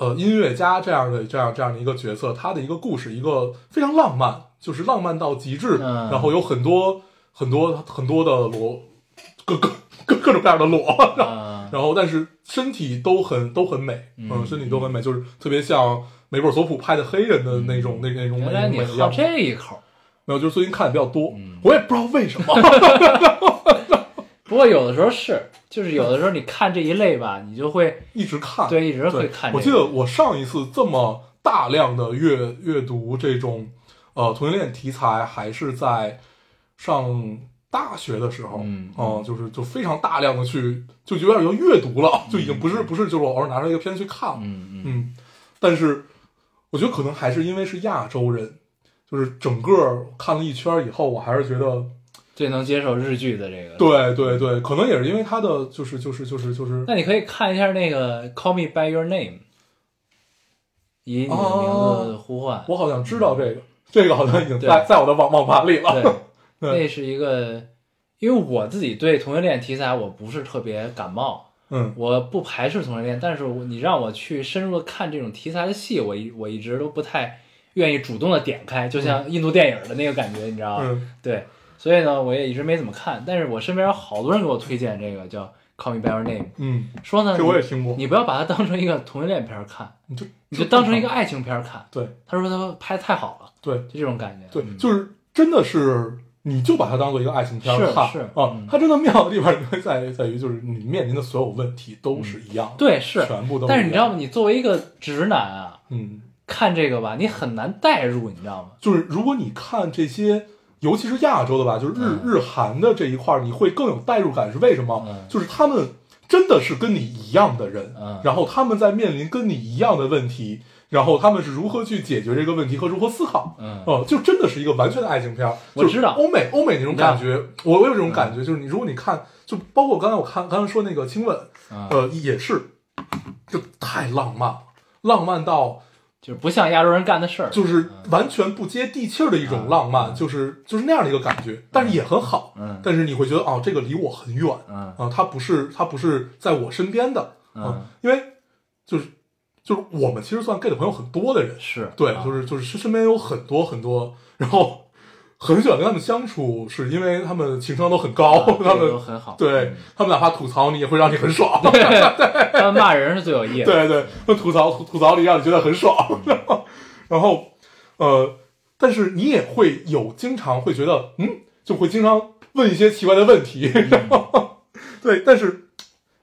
Speaker 2: 呃，音乐家这样的这样这样的一个角色，他的一个故事，一个非常浪漫，就是浪漫到极致，
Speaker 1: 嗯
Speaker 2: 然后有很多很多很多的裸各各各各种各样的裸，然后
Speaker 1: 啊，
Speaker 2: 然后但是身体都很都很美，
Speaker 1: 嗯嗯
Speaker 2: 嗯，身体都很美，就是特别像梅布尔索普拍的黑人的那种那那种美
Speaker 1: 原来
Speaker 2: 那种
Speaker 1: 你
Speaker 2: 美的
Speaker 1: 好
Speaker 2: 样子。
Speaker 1: 这一口儿。
Speaker 2: 没有，就是最近看的比较多
Speaker 1: 嗯，
Speaker 2: 我也不知道
Speaker 1: (laughs)
Speaker 2: 为什么。
Speaker 1: 不过有的时候是，就是有的时候你看这一类吧，你就会
Speaker 2: 一直看，
Speaker 1: 对一直会
Speaker 2: 对
Speaker 1: 看这个
Speaker 2: 我记得我上一次这么大量的阅阅读这种呃同性恋题材，还是在上大学的时候，
Speaker 1: 嗯
Speaker 2: 呃就是就非常大量的去，就有点要阅读了，就已经不是不是就是我偶尔拿出来一个片子去看了，
Speaker 1: 嗯嗯
Speaker 2: 嗯，但是我觉得可能还是因为是亚洲人，就是整个看了一圈以后，我还是觉得，
Speaker 1: 最能接受日剧的这个。，
Speaker 2: 对对对，可能也是因为他的就是就是就是就是
Speaker 1: 那你可以看一下那个《Call Me by Your Name》，以你的名字呼唤。
Speaker 2: 我好像知道这个，这个好像已经在
Speaker 1: 对
Speaker 2: 在我的网网盘里了。
Speaker 1: 哦 (laughs) 对，那是一个，因为我自己对同性恋题材我不是特别感冒，
Speaker 2: 嗯
Speaker 1: 我不排斥同性恋，但是我你让我去深入的看这种题材的戏，我一我一直都不太愿意主动的点开，就像印度电影的那个感觉，你知道吗？
Speaker 2: 嗯，
Speaker 1: 对，所以呢，我也一直没怎么看。但是我身边有好多人给我推荐这个叫《Call Me by Your Name
Speaker 2: 嗯，》，
Speaker 1: 说呢，
Speaker 2: 这我也听过，
Speaker 1: 你嗯不要把它当成一个同性恋片儿看，
Speaker 2: 你就
Speaker 1: 你就当成一个爱情片儿看。
Speaker 2: (laughs) 对
Speaker 1: 他说他拍得太好了，
Speaker 2: 对
Speaker 1: 就这种感觉。
Speaker 2: 对，
Speaker 1: 嗯
Speaker 2: 就是真的是，你就把它当做一个爱情片儿
Speaker 1: 是
Speaker 2: 看
Speaker 1: 是
Speaker 2: 啊
Speaker 1: 嗯。
Speaker 2: 它真的妙的地方就在于在于，就是你面临的所有问题都是一样的，
Speaker 1: 嗯对是，
Speaker 2: 全部都一样。
Speaker 1: 但是你知道吗？你作为一个直男啊，
Speaker 2: 嗯，
Speaker 1: 看这个吧，你很难代入，你知道吗？
Speaker 2: 就是如果你看这些，尤其是亚洲的吧，就是日、
Speaker 1: 嗯
Speaker 2: 日韩的这一块儿，你会更有代入感。是为什么？
Speaker 1: 嗯
Speaker 2: 就是他们真的是跟你一样的人，
Speaker 1: 嗯
Speaker 2: 然后他们在面临跟你一样的问题，然后他们是如何去解决这个问题和如何思考。
Speaker 1: 嗯
Speaker 2: 哦、就真的是一个完全的爱情片儿。
Speaker 1: 我
Speaker 2: 就是
Speaker 1: 知道嗯
Speaker 2: 欧美欧美那种感
Speaker 1: 你
Speaker 2: 觉，我我有这种感觉，就是你如果你看，就包括刚才我看刚才说那个亲吻，
Speaker 1: 嗯，
Speaker 2: 呃，也是，就太浪漫了，浪漫到。
Speaker 1: 就是不像亚洲人干的事儿。
Speaker 2: 就是完全不接地气儿的一种浪漫，就是就是那样的一个感觉，但是也很好。
Speaker 1: 嗯
Speaker 2: 但是你会觉得哦，这个离我很远
Speaker 1: 嗯
Speaker 2: 啊，它不是它不是在我身边的啊
Speaker 1: 嗯，
Speaker 2: 因为就是就是我们其实算 gay 的朋友很多的人，
Speaker 1: 是
Speaker 2: 对，
Speaker 1: 啊
Speaker 2: 就是就是身边有很多很多，然后很喜欢跟他们相处，是因为他们情商都很高，
Speaker 1: 啊这
Speaker 2: 哦
Speaker 1: 嗯
Speaker 2: 他
Speaker 1: 个都
Speaker 2: 们
Speaker 1: 很好。
Speaker 2: 对他们哪怕吐槽你，也会让你很爽。
Speaker 1: (laughs) 对，他们骂人是最有意思。，
Speaker 2: 对对，那吐槽吐吐槽里让你觉得很
Speaker 1: 嗯
Speaker 2: 爽， (laughs) 然后，然后，呃，但是你也会有经常会觉得，嗯，就会经常问一些奇怪的问题，
Speaker 1: 嗯
Speaker 2: 然后，对，但是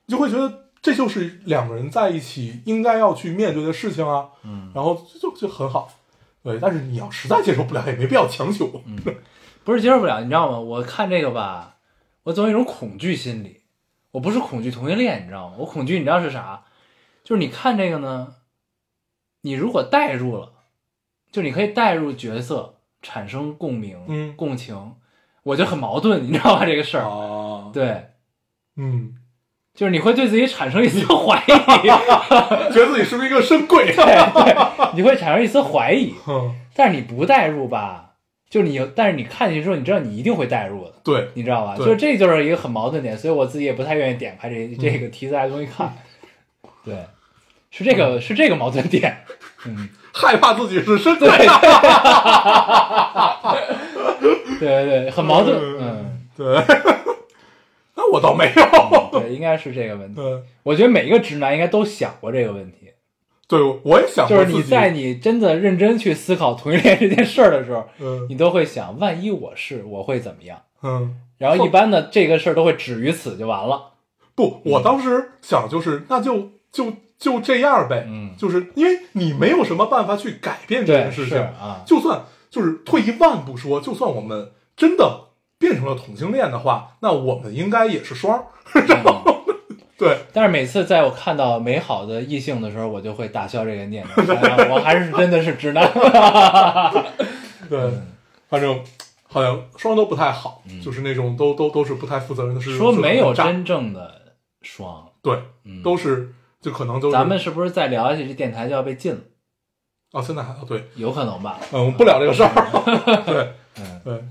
Speaker 2: 你就会觉得这就是两个人在一起应该要去面对的事情啊，
Speaker 1: 嗯，
Speaker 2: 然后就就就很好，对，但是你要实在接受不了，也没必要强求，
Speaker 1: 嗯不是接受不了，你知道吗？我看这个吧，我总有一种恐惧心理。我不是恐惧同性恋，你知道吗？我恐惧，你知道是啥？就是你看这个呢，你如果代入了，就你可以代入角色，产生共鸣、
Speaker 2: 嗯
Speaker 1: 共情，我就很矛盾，你知道吧？这个事儿，
Speaker 2: 啊，
Speaker 1: 对，
Speaker 2: 嗯，
Speaker 1: 就是你会对自己产生一丝怀疑，
Speaker 2: 觉得自己是不是一个深柜？
Speaker 1: 你会产生一丝怀疑。
Speaker 2: (laughs) 嗯，
Speaker 1: 但是你不代入吧，就是你，但是你看进去之后，你知道你一定会代入的，
Speaker 2: 对，
Speaker 1: 你知道吧？
Speaker 2: 对嗯
Speaker 1: 就是这就是一个很矛盾点，所以我自己也不太愿意点开这这个题材的东西
Speaker 2: (laughs)
Speaker 1: 看。对，是这个是这个矛盾点。嗯，
Speaker 2: 害怕自己是深
Speaker 1: 对
Speaker 2: 柜，
Speaker 1: 对嗯对对，很矛盾。嗯，
Speaker 2: 嗯，对， (laughs) 那我倒没有。
Speaker 1: 对，应该是这个问题。
Speaker 2: (laughs) 嗯，
Speaker 1: 我觉得每一个直男应该都想过这个问题，
Speaker 2: 对， (laughs) 我也想
Speaker 1: 就
Speaker 2: 过
Speaker 1: 是
Speaker 2: 自己，
Speaker 1: 你在你真的认真去思考同性恋这件事儿的时候，
Speaker 2: 嗯
Speaker 1: 你都会想，万一我是，我会怎么样？
Speaker 2: 嗯，
Speaker 1: 然后一般的这个事儿都会止于此就完了。
Speaker 2: 不，我当时想就是那就就就这样呗，
Speaker 1: 嗯
Speaker 2: 就是因为你没有什么办法去改变这
Speaker 1: 对，
Speaker 2: 件事
Speaker 1: 是
Speaker 2: 情，
Speaker 1: 啊，
Speaker 2: 就算就是退一万步说，就算我们真的变成了同性恋的话，那我们应该也是双儿，
Speaker 1: 嗯
Speaker 2: 对，
Speaker 1: 但是每次在我看到美好的异性的时候，我就会打消这个
Speaker 2: (laughs)
Speaker 1: 念头，哎呀我还是真的是直男。
Speaker 2: 对，
Speaker 1: 嗯
Speaker 2: 反正。好像双儿都不太好，就是那种都都都是不太负责任的事情。
Speaker 1: 说没有
Speaker 2: 是很炸
Speaker 1: 真正的双，
Speaker 2: 对，
Speaker 1: 嗯，
Speaker 2: 都是就可能都是
Speaker 1: 咱们是不是再聊下去，这电台就要被禁了？
Speaker 2: 啊，现在还对，
Speaker 1: 有可能吧？
Speaker 2: 嗯，不聊这个事儿。
Speaker 1: (laughs)
Speaker 2: 对，
Speaker 1: 嗯
Speaker 2: 对，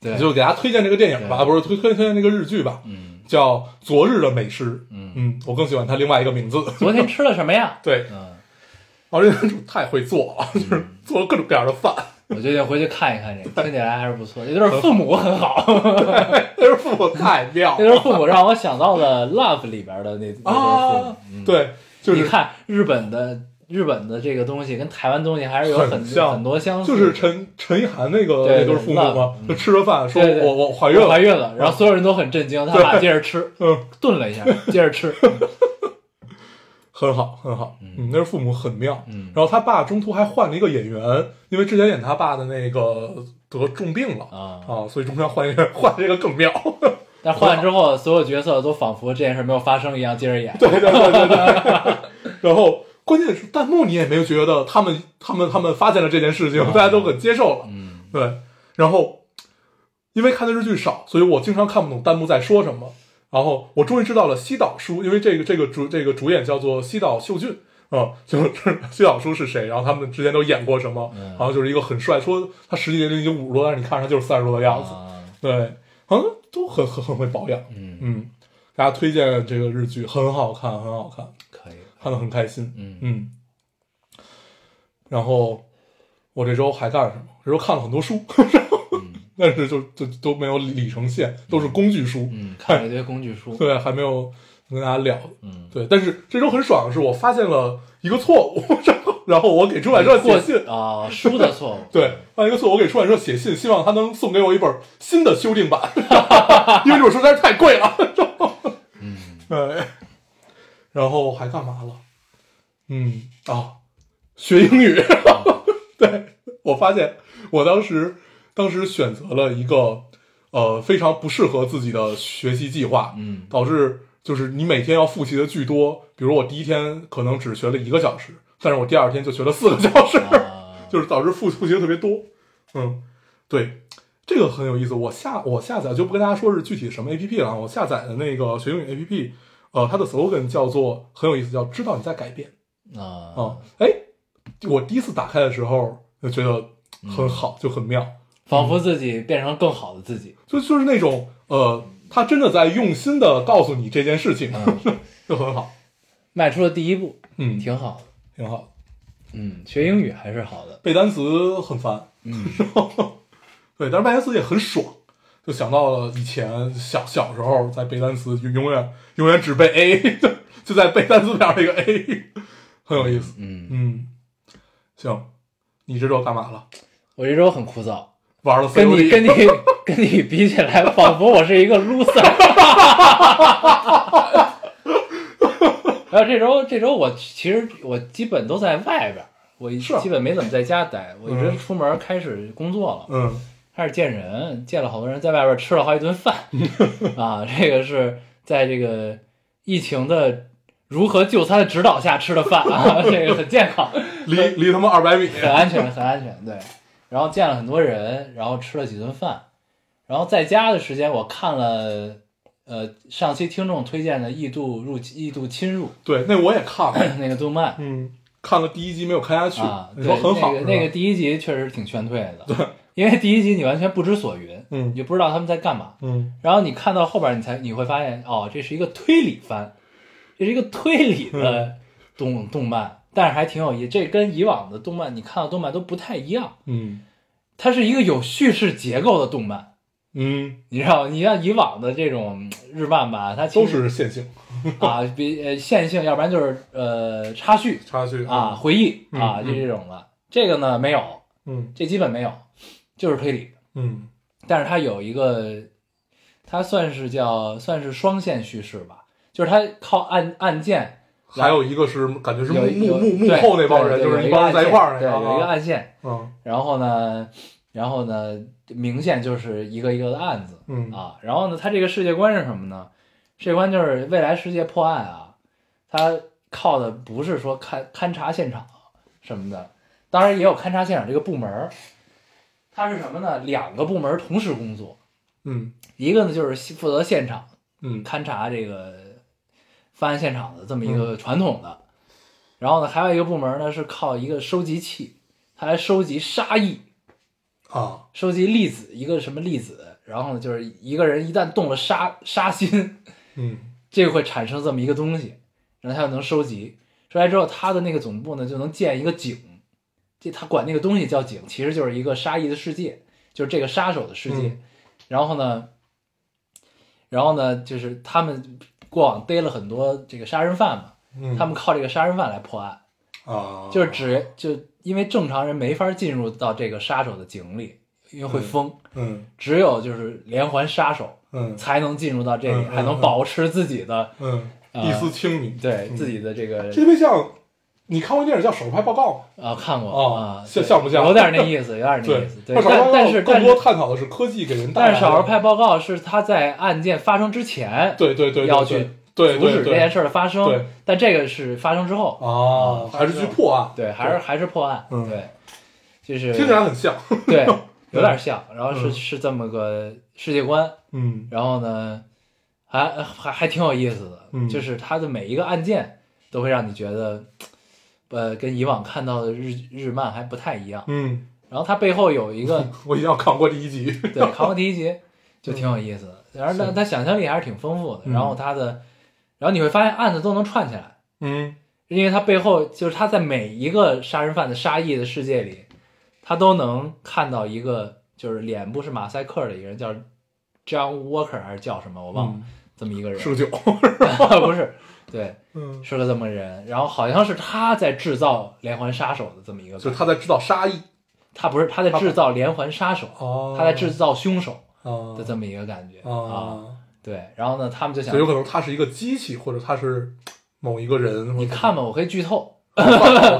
Speaker 1: 对
Speaker 2: 你，就给大家推荐这个电影吧，
Speaker 1: 对
Speaker 2: 不是推推推荐那个日剧吧，
Speaker 1: 嗯
Speaker 2: 叫《昨日的美食》。
Speaker 1: 嗯，
Speaker 2: 嗯，我更喜欢它另外一个名字。
Speaker 1: 昨天吃了什么呀？
Speaker 2: (laughs) 对，
Speaker 1: 嗯，
Speaker 2: 而且男主太会做了，就是做了各种各样的饭。 (laughs)
Speaker 1: 我决定回去看一看这个，听起来还是不错。这就是父母很好， (laughs)
Speaker 2: 那是父母太妙
Speaker 1: 这就是父母让我想到了《Love》里边的那那对父母嗯
Speaker 2: 啊。！对，就
Speaker 1: 你
Speaker 2: 是
Speaker 1: 看日本的日本的这个东西跟台湾东西还是有
Speaker 2: 很
Speaker 1: 很
Speaker 2: 像
Speaker 1: 很多相似
Speaker 2: 就
Speaker 1: 的，
Speaker 2: 是陈陈意涵那个
Speaker 1: 对嗯
Speaker 2: 那对父母嘛，就吃着饭说
Speaker 1: 对对
Speaker 2: 我我怀孕
Speaker 1: 我
Speaker 2: 了嗯
Speaker 1: 怀，孕了，然后所有人都很震惊，他
Speaker 2: 对
Speaker 1: 俩接着吃，
Speaker 2: 嗯，
Speaker 1: 顿了一下，接着
Speaker 2: (laughs)
Speaker 1: 吃，
Speaker 2: 很好很好。嗯，那是父母很妙。
Speaker 1: 嗯
Speaker 2: 然后他爸中途还换了一个演员，因为之前演他爸的那个得重病了
Speaker 1: 啊
Speaker 2: 啊，所以中间换一个 (laughs) 换这个更妙。
Speaker 1: 但换了之后，所有角色都仿佛这件事没有发生一样，接着演，
Speaker 2: 对对对对对。 (laughs) 然后关键是弹幕你也没有觉得他们他们他们发现了这件事情，大家都很接受了。
Speaker 1: 嗯
Speaker 2: 对，然后因为看的日剧少，所以我经常看不懂弹幕在说什么。然后我终于知道了西岛叔，因为这个这个主这个主演叫做西岛秀俊。啊、就是 (laughs) 西岛叔是谁？然后他们之前都演过什么？
Speaker 1: 嗯
Speaker 2: 好像就是一个很帅，说他实际年龄已经五十多，但是你看着他就是三十多的样子。
Speaker 1: 啊，
Speaker 2: 对，好像都很很很会保养。
Speaker 1: 嗯，
Speaker 2: 嗯，大家推荐这个日剧，很好看，很好看，
Speaker 1: 可以，
Speaker 2: 看得很开心。
Speaker 1: 嗯
Speaker 2: 嗯，然后我这周还干什么？这周看了很多书， (laughs) 但是就就都没有里程线，都是工具书。
Speaker 1: 嗯嗯，看了一堆工具书，
Speaker 2: 对，还没有跟大家聊。
Speaker 1: 嗯，
Speaker 2: 对，但是这周很爽的是，我发现了一个错误， (laughs) 然后然后我给出版社
Speaker 1: 过
Speaker 2: 写信，
Speaker 1: 啊，书的错误，
Speaker 2: (laughs) 对，发现一个错误，我给出版社写信，希望他能送给我一本新的修订版， (laughs) 因为这本书实在是太贵了。
Speaker 1: 嗯，
Speaker 2: (laughs) 对，然后还干嘛了？嗯啊，学英语。 (laughs) 对我发现，我当时当时选择了一个呃非常不适合自己的学习计划，
Speaker 1: 嗯
Speaker 2: (laughs) 导致就是你每天要复习的巨多。比如我第一天可能只学了一个小时，但是我第二天就学了四个小时，
Speaker 1: 啊，
Speaker 2: 就是导致复复习的特别多。嗯，对，这个很有意思。我下我下载就不跟大家说是具体什么 A P P 了啊，我下载的那个学英语 A P P，呃，它的 slogan 叫做很有意思，叫知道你在改变
Speaker 1: 啊，
Speaker 2: 啊。哎、我第一次打开的时候就觉得很好，就很妙，
Speaker 1: 仿佛自己变成更好的自己，
Speaker 2: 就就是那种呃，他真的在用心的告诉你这件事情，
Speaker 1: 嗯，
Speaker 2: (laughs) 就很好。
Speaker 1: 迈出了第一步，
Speaker 2: 嗯，
Speaker 1: 挺好的，
Speaker 2: 挺好。
Speaker 1: 嗯，学英语还是好的，
Speaker 2: 背单词很烦，
Speaker 1: 嗯，
Speaker 2: (laughs) 对，但是背单词也很爽，就想到了以前小小时候在背单词，就永远永远只背 A，就 (laughs) 就在背单词表那个 A，很 (laughs) 有意思。
Speaker 1: 嗯，
Speaker 2: 嗯，行，你这周干嘛了？
Speaker 1: 我这周很枯燥，
Speaker 2: 玩了
Speaker 1: 跟你
Speaker 2: COD，
Speaker 1: 跟你跟你比起来，仿佛我是一个 loser。然后这周这周我其实我基本都在外边儿，我一
Speaker 2: 是啊
Speaker 1: 基本没怎么在家待，我一直出门开始工作了，
Speaker 2: 嗯
Speaker 1: 开始见人，见了好多人，在外边吃了好几顿
Speaker 2: (laughs)
Speaker 1: 饭啊，这个是在这个疫情的如何就餐的指导下吃的饭啊，这个很健康。
Speaker 2: 离离他妈二百米，
Speaker 1: 很安全，很安全，对。然后见了很多人，然后吃了几顿饭，然后在家的时间我看了，呃，上期听众推荐的《异度入异度侵入
Speaker 2: 对，那我也看》了，
Speaker 1: 那个动漫
Speaker 2: 嗯，看了第一集没有看下去，
Speaker 1: 啊，
Speaker 2: 你
Speaker 1: 对，
Speaker 2: 说很好，
Speaker 1: 那个
Speaker 2: 是吧
Speaker 1: 那个第一集确实挺劝退的，对，因为第一集你完全不知所云，你
Speaker 2: 嗯
Speaker 1: 就不知道他们在干嘛。
Speaker 2: 嗯
Speaker 1: 然后你看到后边，你才你会发现，哦，这是一个推理番，这是一个推理的
Speaker 2: 嗯
Speaker 1: 动、动漫，但是还挺有意思，这跟以往的动漫你看到动漫都不太一样。
Speaker 2: 嗯
Speaker 1: 它是一个有叙事结构的动漫，
Speaker 2: 嗯，
Speaker 1: 你知道吗？你像以往的这种嗯日漫吧，它其
Speaker 2: 都
Speaker 1: 实
Speaker 2: 是线性
Speaker 1: 啊，比呃线性，要不然就是呃插叙
Speaker 2: 插叙
Speaker 1: 啊，，回忆
Speaker 2: 嗯
Speaker 1: 啊，
Speaker 2: 嗯
Speaker 1: 就这种的。这个呢没有，
Speaker 2: 嗯
Speaker 1: 这基本没有，就是推理，
Speaker 2: 嗯
Speaker 1: 但是它有一个，它算是叫算是双线叙事吧，就是它靠案案件
Speaker 2: 还有一个是感觉是幕
Speaker 1: 有一
Speaker 2: 幕幕幕
Speaker 1: 对
Speaker 2: 后那帮人，
Speaker 1: 对
Speaker 2: 就是
Speaker 1: 有个
Speaker 2: 一帮人在一块儿
Speaker 1: 案
Speaker 2: 那
Speaker 1: 件对，有一个
Speaker 2: 个啊，
Speaker 1: 案件，
Speaker 2: 嗯
Speaker 1: 然后呢，然后呢，明线就是一个一个的案子。
Speaker 2: 嗯
Speaker 1: 啊，然后呢，他这个世界观是什么呢？世界观就是未来世界破案啊，它靠的不是说勘勘察现场什么的，当然也有勘察现场这个部门儿，它是什么呢？两个部门儿同时工作，
Speaker 2: 嗯
Speaker 1: 一个呢就是负责现场
Speaker 2: 嗯
Speaker 1: 勘察这个发案现场的这么一个传统的，然后呢，还有一个部门呢是靠一个收集器，它来收集沙溢。
Speaker 2: 啊，
Speaker 1: 收集粒子，一个什么粒子，然后呢，就是一个人一旦动了杀杀心，
Speaker 2: 嗯
Speaker 1: 这个会产生这么一个东西，然后他就能收集出来之后，他的那个总部呢就能建一个井，这他管那个东西叫井，其实就是一个杀意的世界，就是这个杀手的世界。
Speaker 2: 嗯
Speaker 1: 然后呢，然后呢，就是他们过往逮了很多这个杀人犯嘛，
Speaker 2: 嗯，
Speaker 1: 他们靠这个杀人犯来破案，
Speaker 2: 啊，
Speaker 1: 就是只就因为正常人没法进入到这个杀手的井里，因为会疯。
Speaker 2: 嗯
Speaker 1: 只有就是连环杀手
Speaker 2: 嗯
Speaker 1: 才能进入到这里，
Speaker 2: 嗯嗯
Speaker 1: 还能保持自己的
Speaker 2: 嗯，
Speaker 1: 呃
Speaker 2: 一丝清明，
Speaker 1: 对
Speaker 2: 嗯
Speaker 1: 自己的这个
Speaker 2: 这特别像你看过电影叫《手拍报告》吗？
Speaker 1: 啊看过
Speaker 2: 哦
Speaker 1: 啊，
Speaker 2: 像
Speaker 1: 对
Speaker 2: 像不像
Speaker 1: 有点那意思，有点那意思。对，
Speaker 2: 但手拍
Speaker 1: 但
Speaker 2: 报
Speaker 1: 但是
Speaker 2: 告更
Speaker 1: 但
Speaker 2: 多
Speaker 1: 是
Speaker 2: 探讨的是科技给人带
Speaker 1: 但
Speaker 2: 来
Speaker 1: 是
Speaker 2: 的，
Speaker 1: 少儿派报告是他在案件发生之前
Speaker 2: 对对对对
Speaker 1: 要
Speaker 2: 对
Speaker 1: 去
Speaker 2: 对
Speaker 1: 阻
Speaker 2: 对
Speaker 1: 止这件
Speaker 2: 对
Speaker 1: 事儿的发
Speaker 2: 对
Speaker 1: 生，但这个是发生之后，
Speaker 2: 啊，还是去破案，
Speaker 1: 对，还是还是破案，
Speaker 2: 嗯
Speaker 1: 对，就是
Speaker 2: 听起来很像， (laughs)
Speaker 1: 对，有点像，然后是
Speaker 2: 嗯
Speaker 1: 是这么个世界观，
Speaker 2: 嗯
Speaker 1: 然后呢，还还还挺有意思的，
Speaker 2: 嗯
Speaker 1: 就是它的每一个案件都会让你觉得，呃，跟以往看到的日日漫还不太一样。
Speaker 2: 嗯，
Speaker 1: 然后它背后有一
Speaker 2: (laughs)
Speaker 1: 个
Speaker 2: 我已经要看过第一集，
Speaker 1: 对《扛过第一集》，就挺有意思的。然后它
Speaker 2: 嗯是
Speaker 1: 它想象力还是挺丰富的。
Speaker 2: 嗯
Speaker 1: 然后它的，然后你会发现案子都能串起来，
Speaker 2: 嗯
Speaker 1: 因为它背后就是它在每一个杀人犯的杀意的世界里，他都能看到一个就是脸部是马赛克的一个人，叫 John Walker 还是叫什么，我忘了，这么一个人，
Speaker 2: 嗯是个酒，
Speaker 1: (laughs) 不是？对，
Speaker 2: 嗯，
Speaker 1: 是个这么个人。然后好像是他在制造连环杀手的这么一个，
Speaker 2: 就是他在制造杀意，
Speaker 1: 他不是他在制造连环杀手，
Speaker 2: 哦
Speaker 1: 他在制造凶手
Speaker 2: 啊
Speaker 1: 的这么一个感觉、啊。
Speaker 2: 啊，
Speaker 1: 对，然后呢，他们就想
Speaker 2: 就有可能他是一个机器，或者他是某一个人，
Speaker 1: 你看吧，我可以剧透。
Speaker 2: 我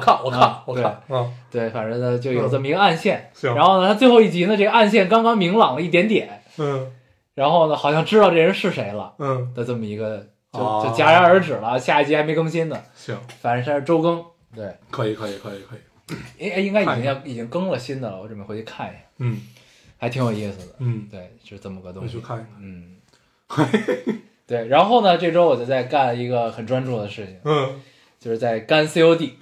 Speaker 2: 看，我看
Speaker 1: 啊，
Speaker 2: 我看，我看，啊，
Speaker 1: 对，反正呢就有这么一个暗线。
Speaker 2: 行
Speaker 1: 然后呢，他最后一集呢，这个暗线刚刚明朗了一点点，
Speaker 2: 嗯
Speaker 1: 然后呢，好像知道这人是谁了
Speaker 2: 嗯，
Speaker 1: 的这么一个，就
Speaker 2: 哦
Speaker 1: 就戛然而止了。下一集还没更新呢，
Speaker 2: 行，
Speaker 1: 反正它是周更。对，
Speaker 2: 可以，可以，可以，可以，
Speaker 1: 应哎应该已
Speaker 2: 看
Speaker 1: 经
Speaker 2: 一
Speaker 1: 要已经更了新的了，我准备回去看一下，
Speaker 2: 嗯
Speaker 1: 还挺有意思的。
Speaker 2: 嗯，
Speaker 1: 对，是这么个
Speaker 2: 我
Speaker 1: 东
Speaker 2: 去
Speaker 1: 西。
Speaker 2: 看一看，
Speaker 1: 嗯，对。然后呢，这周我就在干一个很专注的事情，
Speaker 2: 嗯
Speaker 1: 就是在干
Speaker 2: (laughs)
Speaker 1: COD。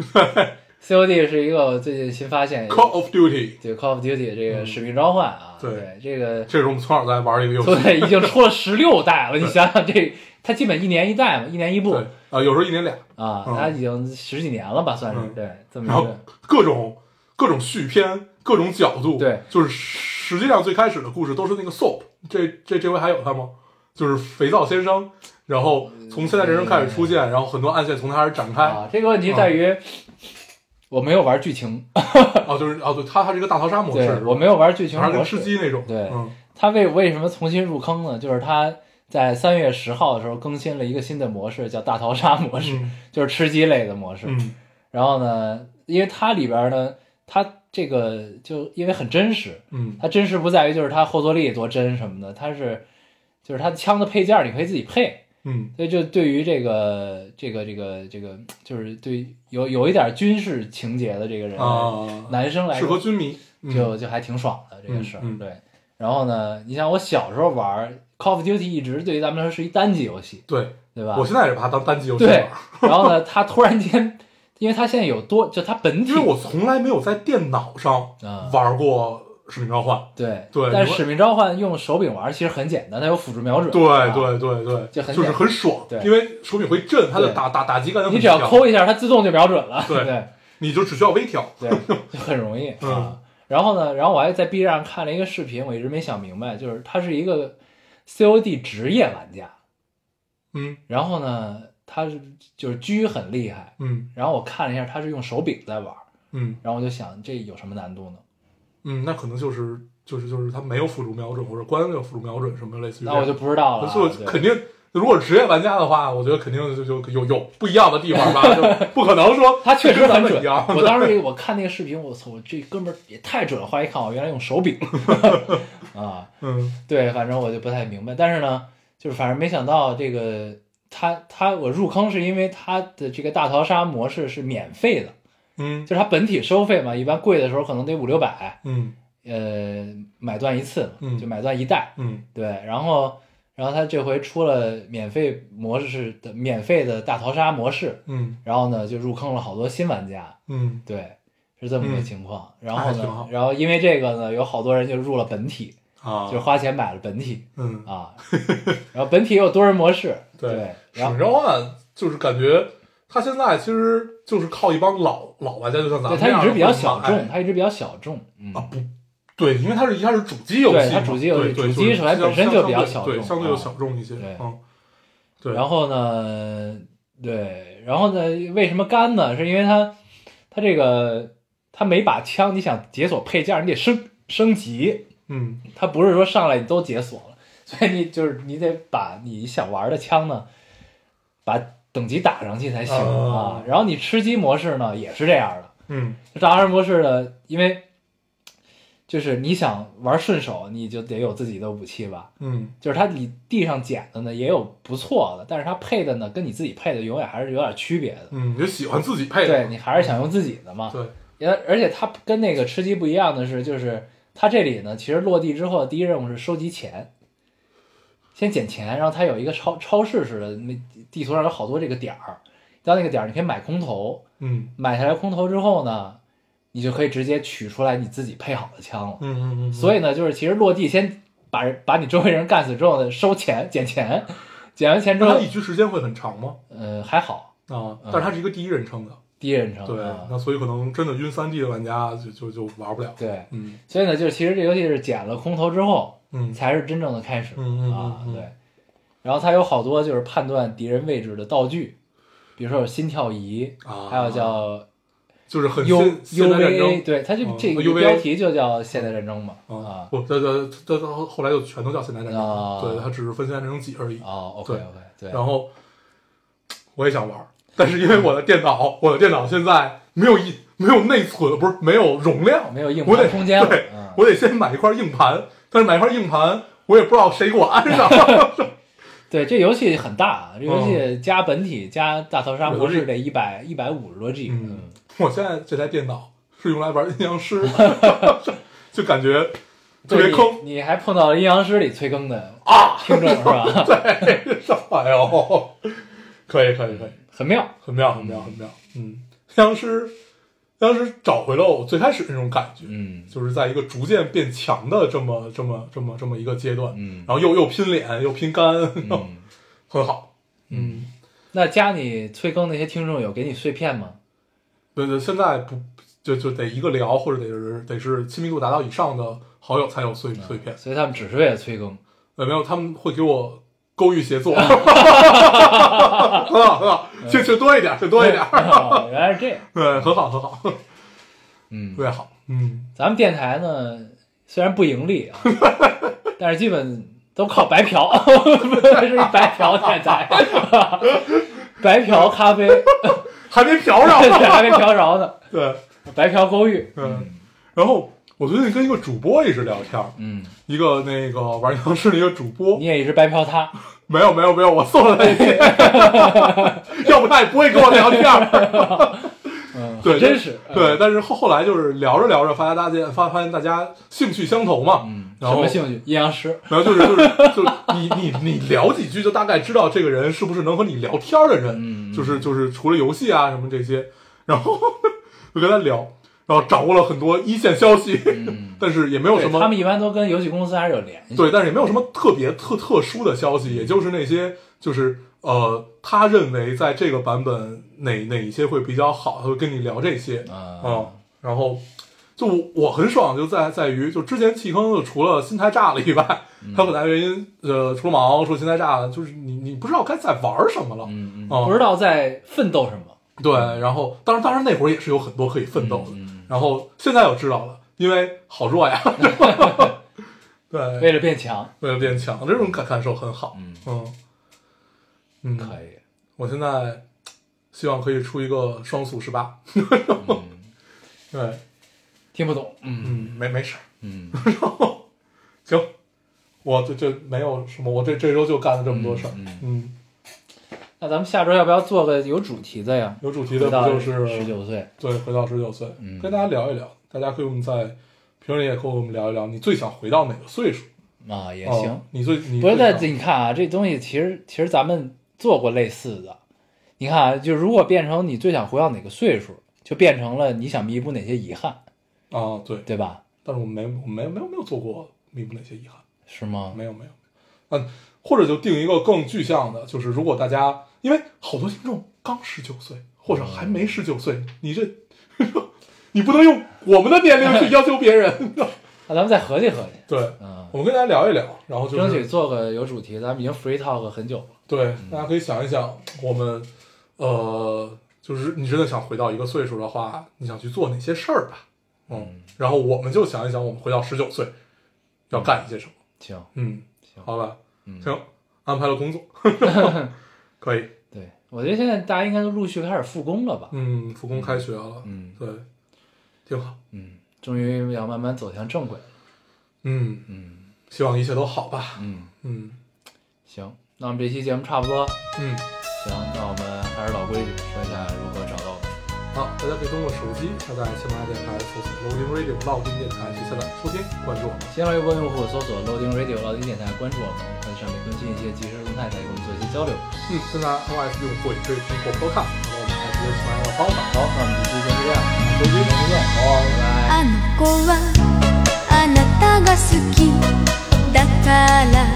Speaker 1: COD 是一个我最近新发现，
Speaker 2: ，Call of Duty，
Speaker 1: 对 Call of Duty 这个使命召唤啊，
Speaker 2: 对
Speaker 1: 对这个
Speaker 2: 这是我们从小在玩的一个游戏，
Speaker 1: 对，已经出了十六代
Speaker 2: (laughs)
Speaker 1: 了。你
Speaker 2: 对
Speaker 1: 想想这，它基本一年一代嘛，一年一部
Speaker 2: 对，啊，有时候一年俩，
Speaker 1: 啊，
Speaker 2: 嗯
Speaker 1: 它已经十几年了吧，算是
Speaker 2: 嗯
Speaker 1: 对这么一
Speaker 2: 然后
Speaker 1: 个
Speaker 2: 各种各种续篇，各种角度，
Speaker 1: 对，
Speaker 2: 就是实际上最开始的故事都是那个 soap，这这这回还有他吗？就是肥皂先生，然后从现在这人开始出
Speaker 1: 嗯
Speaker 2: 现，然后很多暗线从他开始展开，
Speaker 1: 啊，这个问题在
Speaker 2: 嗯
Speaker 1: 于我没有玩剧情，
Speaker 2: (laughs) 哦，就是哦，对，它它是一个大逃杀模式
Speaker 1: 对，
Speaker 2: 是吧，
Speaker 1: 我没有玩剧情
Speaker 2: 还是
Speaker 1: 模
Speaker 2: 跟吃
Speaker 1: 式。
Speaker 2: 鸡那种，
Speaker 1: 对
Speaker 2: 嗯
Speaker 1: 它为为什么重新入坑呢？就是它在三月十号的时候更新了一个新的模式，叫大逃杀模式，
Speaker 2: 嗯
Speaker 1: (laughs) 就是吃鸡类的模式。
Speaker 2: 嗯
Speaker 1: 然后呢，因为它里边呢，它这个就因为很真实，
Speaker 2: 嗯
Speaker 1: 它真实不在于就是它后坐力多真什么的，它是就是它的枪的配件儿你可以自己配，
Speaker 2: 嗯
Speaker 1: 所以就对于这个这个这个这个就是对于有有一点军事情节的这个人，
Speaker 2: 啊，
Speaker 1: 男生来
Speaker 2: 适合
Speaker 1: 说
Speaker 2: 军迷，嗯
Speaker 1: 就就还挺爽的这个
Speaker 2: 嗯
Speaker 1: 事儿，
Speaker 2: 嗯
Speaker 1: 对。然后呢，你像我小时候玩儿 Call of Duty，一直对于咱们来说是一单机游戏，
Speaker 2: 对
Speaker 1: 对吧
Speaker 2: 我？现在也把它当单机游戏
Speaker 1: 对
Speaker 2: 玩，。
Speaker 1: 然后呢，它突然间，因为它现在有多，就它本体
Speaker 2: 因为我从来没有在电脑上
Speaker 1: 啊、
Speaker 2: 玩过使命
Speaker 1: (laughs)
Speaker 2: 召唤，
Speaker 1: 对
Speaker 2: 对
Speaker 1: 但
Speaker 2: 你
Speaker 1: 是
Speaker 2: 说
Speaker 1: 使命召唤用手柄玩儿其实很简单，它有辅助瞄准，
Speaker 2: 对
Speaker 1: 啊
Speaker 2: 对对对，
Speaker 1: 就
Speaker 2: 就
Speaker 1: 很
Speaker 2: 是很爽
Speaker 1: 对，
Speaker 2: 因为手柄会震，它的
Speaker 1: 对
Speaker 2: 打打打击感很
Speaker 1: 你只要
Speaker 2: 强，
Speaker 1: 抠一下，它自动就瞄准了。
Speaker 2: 对
Speaker 1: 对
Speaker 2: 你就只需要微调，
Speaker 1: 对，
Speaker 2: (laughs)
Speaker 1: 就很容易
Speaker 2: 嗯
Speaker 1: 啊。然后呢，然后我还在 B 站看了一个视频，我一直没想明白，就是他是一个 COD 职业玩家，
Speaker 2: 嗯
Speaker 1: 然后呢，他是就是狙很厉害，
Speaker 2: 嗯
Speaker 1: 然后我看了一下，他是用手柄在玩，
Speaker 2: 嗯
Speaker 1: 然后我就想这有什么难度呢？
Speaker 2: 嗯，那可能就是就是就是它没有辅助瞄准，或者关了辅助瞄准什么类似于这
Speaker 1: 那
Speaker 2: 样，
Speaker 1: 我就不知道了啊。
Speaker 2: 所以
Speaker 1: 对
Speaker 2: 肯定，如果职业玩家的话，我觉得肯定就就有有不一样的地方吧，
Speaker 1: (laughs)
Speaker 2: 就不可能说
Speaker 1: 他确实
Speaker 2: 跟咱
Speaker 1: 很
Speaker 2: 们
Speaker 1: 准
Speaker 2: 一样。。
Speaker 1: (laughs) 我当时我看那个视频，我操，我这哥们儿也太准了！后来一看，哦我原来用手柄 (laughs) 啊，
Speaker 2: 嗯
Speaker 1: 对，反正我就不太明白。但是呢，就是反正没想到这个他他我入坑是因为他的这个大逃杀模式是免费的，
Speaker 2: 嗯
Speaker 1: 就是它本体收费嘛，一般贵的时候可能得五六百，
Speaker 2: 嗯
Speaker 1: 呃，买断一次嘛，
Speaker 2: 嗯
Speaker 1: 就买断一代。
Speaker 2: 嗯
Speaker 1: 对，然后然后他这回出了免费模式的免费的大逃杀模式，
Speaker 2: 嗯
Speaker 1: 然后呢就入坑了好多新玩家，
Speaker 2: 嗯，
Speaker 1: 对，是这么个
Speaker 2: 嗯
Speaker 1: 情况。然
Speaker 2: 那
Speaker 1: 后
Speaker 2: 还挺
Speaker 1: 呢
Speaker 2: 好，
Speaker 1: 然后因为这个呢，有好多人就入了本体，
Speaker 2: 啊，
Speaker 1: 就花钱买了本体。
Speaker 2: 嗯，
Speaker 1: 啊，然后本体也有多人模式，
Speaker 2: 对
Speaker 1: 对，
Speaker 2: 使
Speaker 1: 然
Speaker 2: 命
Speaker 1: 后
Speaker 2: 召唤就是感觉他现在其实就是靠一帮老老玩家，就像
Speaker 1: 对
Speaker 2: 咱们
Speaker 1: 它
Speaker 2: 这样
Speaker 1: 一直比较
Speaker 2: 的
Speaker 1: 小
Speaker 2: 买
Speaker 1: 众，它一直比较小众，嗯，
Speaker 2: 啊不。对，因为它是一它是主机游
Speaker 1: 对
Speaker 2: 戏
Speaker 1: 它
Speaker 2: 嘛，
Speaker 1: 主机游戏
Speaker 2: 对对
Speaker 1: 主机
Speaker 2: 就是
Speaker 1: 首先本身
Speaker 2: 相
Speaker 1: 就比较
Speaker 2: 相
Speaker 1: 小
Speaker 2: 对
Speaker 1: 众
Speaker 2: 对，相对
Speaker 1: 啊
Speaker 2: 就小众一些，
Speaker 1: 对
Speaker 2: 嗯，对，
Speaker 1: 然后呢，对，然后呢，为什么干呢？是因为它它这个它每把枪你想解锁配件，你得升升级，
Speaker 2: 嗯
Speaker 1: 它不是说上来你都解锁了，所以你就是你得把你想玩的枪呢，把等级打上去才行啊
Speaker 2: 哦。
Speaker 1: 然后你吃鸡模式呢也是这样的。
Speaker 2: 嗯
Speaker 1: 达人模式呢，因为就是你想玩顺手，你就得有自己的武器吧。
Speaker 2: 嗯
Speaker 1: 就是它你地上捡的呢也有不错的，但是它配的呢跟你自己配的永远还是有点区别的。
Speaker 2: 嗯，你就喜欢自己配的
Speaker 1: 对，你还是想用自己的嘛。
Speaker 2: 对，
Speaker 1: 也而且它跟那个吃鸡不一样的是，就是它这里呢，其实落地之后第一任务是收集钱，先捡钱，然后它有一个超超市似的，那地图上有好多这个点儿，到那个点儿你可以买空投，
Speaker 2: 嗯
Speaker 1: 买下来空投之后呢，你就可以直接取出来你自己配好的枪了
Speaker 2: 嗯。嗯嗯，
Speaker 1: 所以呢，就是其实落地先把人把你周围人干死之后呢，收钱捡钱，捡完钱之
Speaker 2: 那它
Speaker 1: 后，
Speaker 2: 一局时间会很长吗？
Speaker 1: 呃，还好，
Speaker 2: 啊，
Speaker 1: 嗯
Speaker 2: 但是它是一个第一人称的，
Speaker 1: 第一人称，
Speaker 2: 对
Speaker 1: 啊，
Speaker 2: 那所以可能真的晕三 D 的玩家就就就玩不了。
Speaker 1: 对，
Speaker 2: 嗯
Speaker 1: 所以呢，就是其实这游戏是捡了空投之后，
Speaker 2: 嗯
Speaker 1: 才是真正的开始、
Speaker 2: 嗯嗯
Speaker 1: 啊，
Speaker 2: 嗯嗯
Speaker 1: 对。然后它有好多就是判断敌人位置的道具，比如说有心跳仪，
Speaker 2: 啊，
Speaker 1: 还有叫
Speaker 2: 就是很
Speaker 1: U
Speaker 2: 现现代战
Speaker 1: UVA，
Speaker 2: 争
Speaker 1: 对，它就
Speaker 2: 嗯
Speaker 1: 这个
Speaker 2: UVA
Speaker 1: 标题就叫现代战争嘛，
Speaker 2: 啊
Speaker 1: 啊，
Speaker 2: 不，这这这这后来就全都叫现代战争，
Speaker 1: 啊，
Speaker 2: 对，它只是分现代战争几而已。
Speaker 1: 哦，OK
Speaker 2: 对
Speaker 1: OK，对，
Speaker 2: 然后我也想玩，但是因为我的电
Speaker 1: 嗯
Speaker 2: 脑，我的电脑现在没有一没有内存，不是没有容量，
Speaker 1: 没有硬
Speaker 2: 我得
Speaker 1: 盘空间了
Speaker 2: 对，
Speaker 1: 嗯
Speaker 2: 我得先买一块硬盘，但是买一块硬盘，我也不知道谁给我安上。
Speaker 1: 对，这游戏很大，啊，这游
Speaker 2: 嗯
Speaker 1: 戏加本体加大逃杀模式得一百一百五十多 G，
Speaker 2: 嗯
Speaker 1: 嗯，
Speaker 2: 我现在这台电脑是用来玩阴阳师， (laughs) 就感觉特别
Speaker 1: 对
Speaker 2: 坑
Speaker 1: 你你还碰到了阴阳师里催更的
Speaker 2: 啊！
Speaker 1: 听众是吧？
Speaker 2: (laughs) 对，哎呦，可以可以可以，
Speaker 1: 很妙，
Speaker 2: 很妙很妙很妙，嗯，阴阳师，阴阳师找回了我最开始那种感觉，
Speaker 1: 嗯
Speaker 2: 就是在一个逐渐变强的这么这么这么这么一个阶段，
Speaker 1: 嗯
Speaker 2: 然后又又拼脸又拼肝，然后
Speaker 1: 嗯。
Speaker 2: 很好，嗯，
Speaker 1: 那加你催更那些听众有给你碎片吗？
Speaker 2: 对对，现在不就就得一个聊或者得是得是亲密度达到以上的好友才有
Speaker 1: 嗯
Speaker 2: 碎碎片，
Speaker 1: 所以他们只是为了催更。
Speaker 2: 呃，没有，他们会给我勾
Speaker 1: (laughs)
Speaker 2: 玉协作， (laughs) 很好很好，就就多一点，就多一点，
Speaker 1: 哦原来是这样。
Speaker 2: 对，很好很好，特 (laughs)
Speaker 1: 嗯，
Speaker 2: 别好，嗯，
Speaker 1: 咱们电台呢，虽然不盈利
Speaker 2: (laughs)
Speaker 1: 啊，但是基本都靠白嫖， (laughs) 是一白嫖电台， (laughs) 白嫖咖
Speaker 2: (laughs)
Speaker 1: 啡，
Speaker 2: 还没嫖
Speaker 1: (laughs) 对，
Speaker 2: 上，
Speaker 1: 还没嫖着呢，
Speaker 2: (laughs) 对，
Speaker 1: 白嫖公寓。
Speaker 2: 嗯，然后我最近跟一个主播一直聊天儿，
Speaker 1: 嗯，
Speaker 2: 一个那个玩阴阳师的一个主播
Speaker 1: 你，也一直白嫖他，
Speaker 2: 没有没有没有，我送了他
Speaker 1: (laughs)
Speaker 2: 一遍，要不他也不会跟我聊天儿。
Speaker 1: (laughs) 嗯，
Speaker 2: 对，
Speaker 1: 真是，
Speaker 2: 对，但是后后来就是聊着聊着，发现大家发发现大家兴趣相投嘛，
Speaker 1: 嗯，什
Speaker 2: 然后
Speaker 1: 么兴趣？阴阳师，
Speaker 2: 然后就是就是就你你你聊几句，就大概知道这个人是不是能和你聊天的人，
Speaker 1: 嗯
Speaker 2: 就是就是除了游戏啊什么这些，然后就跟他聊，然后掌握了很多一线消息，
Speaker 1: 嗯，
Speaker 2: (laughs) 但是也没有什
Speaker 1: 对他
Speaker 2: 么
Speaker 1: 们一般都跟游戏公司还是有联系。
Speaker 2: 对，但是也没有什么特别特特殊的消息，也就是那些就是呃，他认为在这个版本哪哪一些会比较好，他会跟你聊这些，
Speaker 1: 啊
Speaker 2: 嗯，，然后就我我很爽，就在在于就之前弃坑，就除了心态炸了以外，
Speaker 1: 嗯
Speaker 2: 还有很大原因，呃，除了忙，除了心态炸了，就是你你不知道该在玩什么了，
Speaker 1: 嗯嗯，嗯
Speaker 2: 哦
Speaker 1: 不知道在奋斗什么。
Speaker 2: 对，然后当然当然那会儿也是有很多可以奋斗的，
Speaker 1: 嗯
Speaker 2: 然后现在我知道了，因为好
Speaker 1: (laughs)
Speaker 2: 弱呀，对，
Speaker 1: 嗯为了变强，
Speaker 2: 为了变强，这种感感受很好。
Speaker 1: 嗯
Speaker 2: 嗯嗯，
Speaker 1: 可以。
Speaker 2: 我现在希望可以出一个双速十八。
Speaker 1: 嗯
Speaker 2: (laughs) 对，
Speaker 1: 听不懂，嗯
Speaker 2: 嗯，没没事儿，
Speaker 1: 嗯，
Speaker 2: 行。我这这没有什么，我这这周就干了这么多事儿。
Speaker 1: 嗯
Speaker 2: 嗯，
Speaker 1: 那咱们下周要不要做个有主题的呀？
Speaker 2: 有主题
Speaker 1: 回
Speaker 2: 的
Speaker 1: 到
Speaker 2: 不就
Speaker 1: 十
Speaker 2: 是
Speaker 1: 九岁？
Speaker 2: 对回到十九岁，
Speaker 1: 嗯
Speaker 2: 跟大家聊一聊，大家可以我们在评论里也跟我们聊一聊，你最想回到哪个岁数？
Speaker 1: 啊，也
Speaker 2: 哦
Speaker 1: 行。
Speaker 2: 你最你
Speaker 1: 不是，
Speaker 2: 最
Speaker 1: 但
Speaker 2: 想
Speaker 1: 你看啊，这东西其实其实咱们做过类似的。你看啊，就如果变成你最想回到哪个岁数，就变成了你想弥补哪些遗憾，
Speaker 2: 啊对，
Speaker 1: 对吧？
Speaker 2: 但是我没我没没有没有做过弥补哪些遗憾。
Speaker 1: 是吗？
Speaker 2: 没有没有，嗯，或者就定一个更具象的，就是如果大家因为好多听众刚十九岁，或者还没十九岁，你这 (laughs) 你不能用我们的年龄
Speaker 1: 嗯
Speaker 2: 去要求别人。
Speaker 1: (laughs) 那咱们再合计合计，
Speaker 2: 对，
Speaker 1: 嗯，
Speaker 2: 我们跟大家聊一聊，然后就
Speaker 1: 争取
Speaker 2: 是
Speaker 1: 做个有主题。咱们已经 free talk 很久了，
Speaker 2: 对
Speaker 1: 嗯
Speaker 2: 大家可以想一想，我们呃，就是你真的想回到一个岁数的话，你想去做哪些事儿吧？嗯，然后我们就想一想，我们回到十九岁要干一些什么。
Speaker 1: 行，
Speaker 2: 嗯，
Speaker 1: 嗯行
Speaker 2: 好吧，
Speaker 1: 嗯
Speaker 2: 行，安排
Speaker 1: (laughs)
Speaker 2: 了工作，可以。
Speaker 1: 对，我觉得现在大家应该都陆续开始复工了吧？
Speaker 2: 嗯，复工开学了，
Speaker 1: 嗯
Speaker 2: 对，挺好。
Speaker 1: 嗯，终于要慢慢走向正轨了。
Speaker 2: 嗯
Speaker 1: 嗯
Speaker 2: 希望一切都好吧。
Speaker 1: 嗯，
Speaker 2: 嗯
Speaker 1: 行，那我们这期节目差不多。
Speaker 2: 嗯，
Speaker 1: 行，那我们还是老规矩，说一下如何找到我们。
Speaker 2: 好，大家可以通过手机下载喜马拉雅电台，搜索 Loading Radio 老丁电台去下载收听，关注我们。
Speaker 1: 新浪微博用户搜索 Loading Radio 老丁电台，关注我们，我们会在上面更新一些即时动态，再跟我们做一些交流。
Speaker 2: 嗯，现在 iOS 用户也可以通过 Podcast 找到我们来直接喜马拉雅的方法。
Speaker 1: 好，那我们这期先这样，
Speaker 2: 手机能不好。
Speaker 1: 拜拜。
Speaker 3: あの子はあなたが好きだから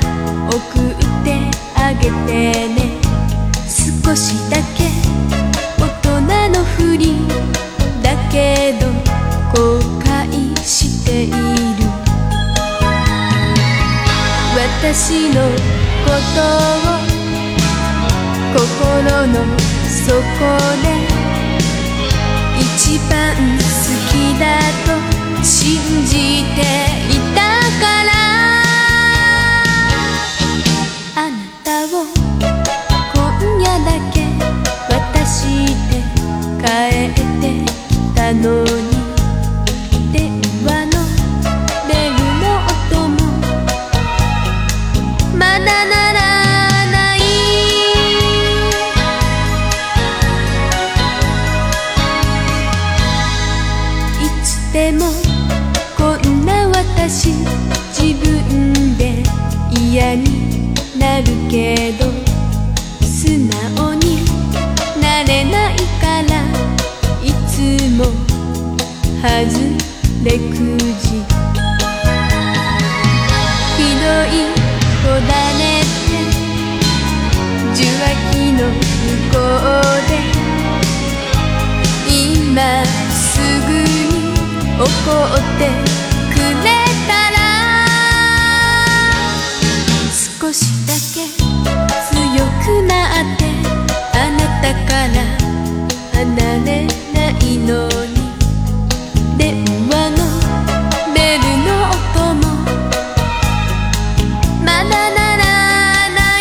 Speaker 3: 送ってあげてね少しだけ大人のふり私のことを心の底で一番好きだと信じていたからあなたを今夜だけ渡して帰ってたのに電話のベルの音もまだ鳴らないいつでもこんな私自分で嫌になるけど素直になれないからいつも外れくじひどいこだねって受話器の向こうで今すぐに怒ってくれたら少しだけ強くなってあなたから離れないのに電話のベルの音もまだならない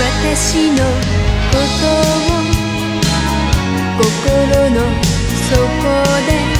Speaker 3: 私のことを心の底で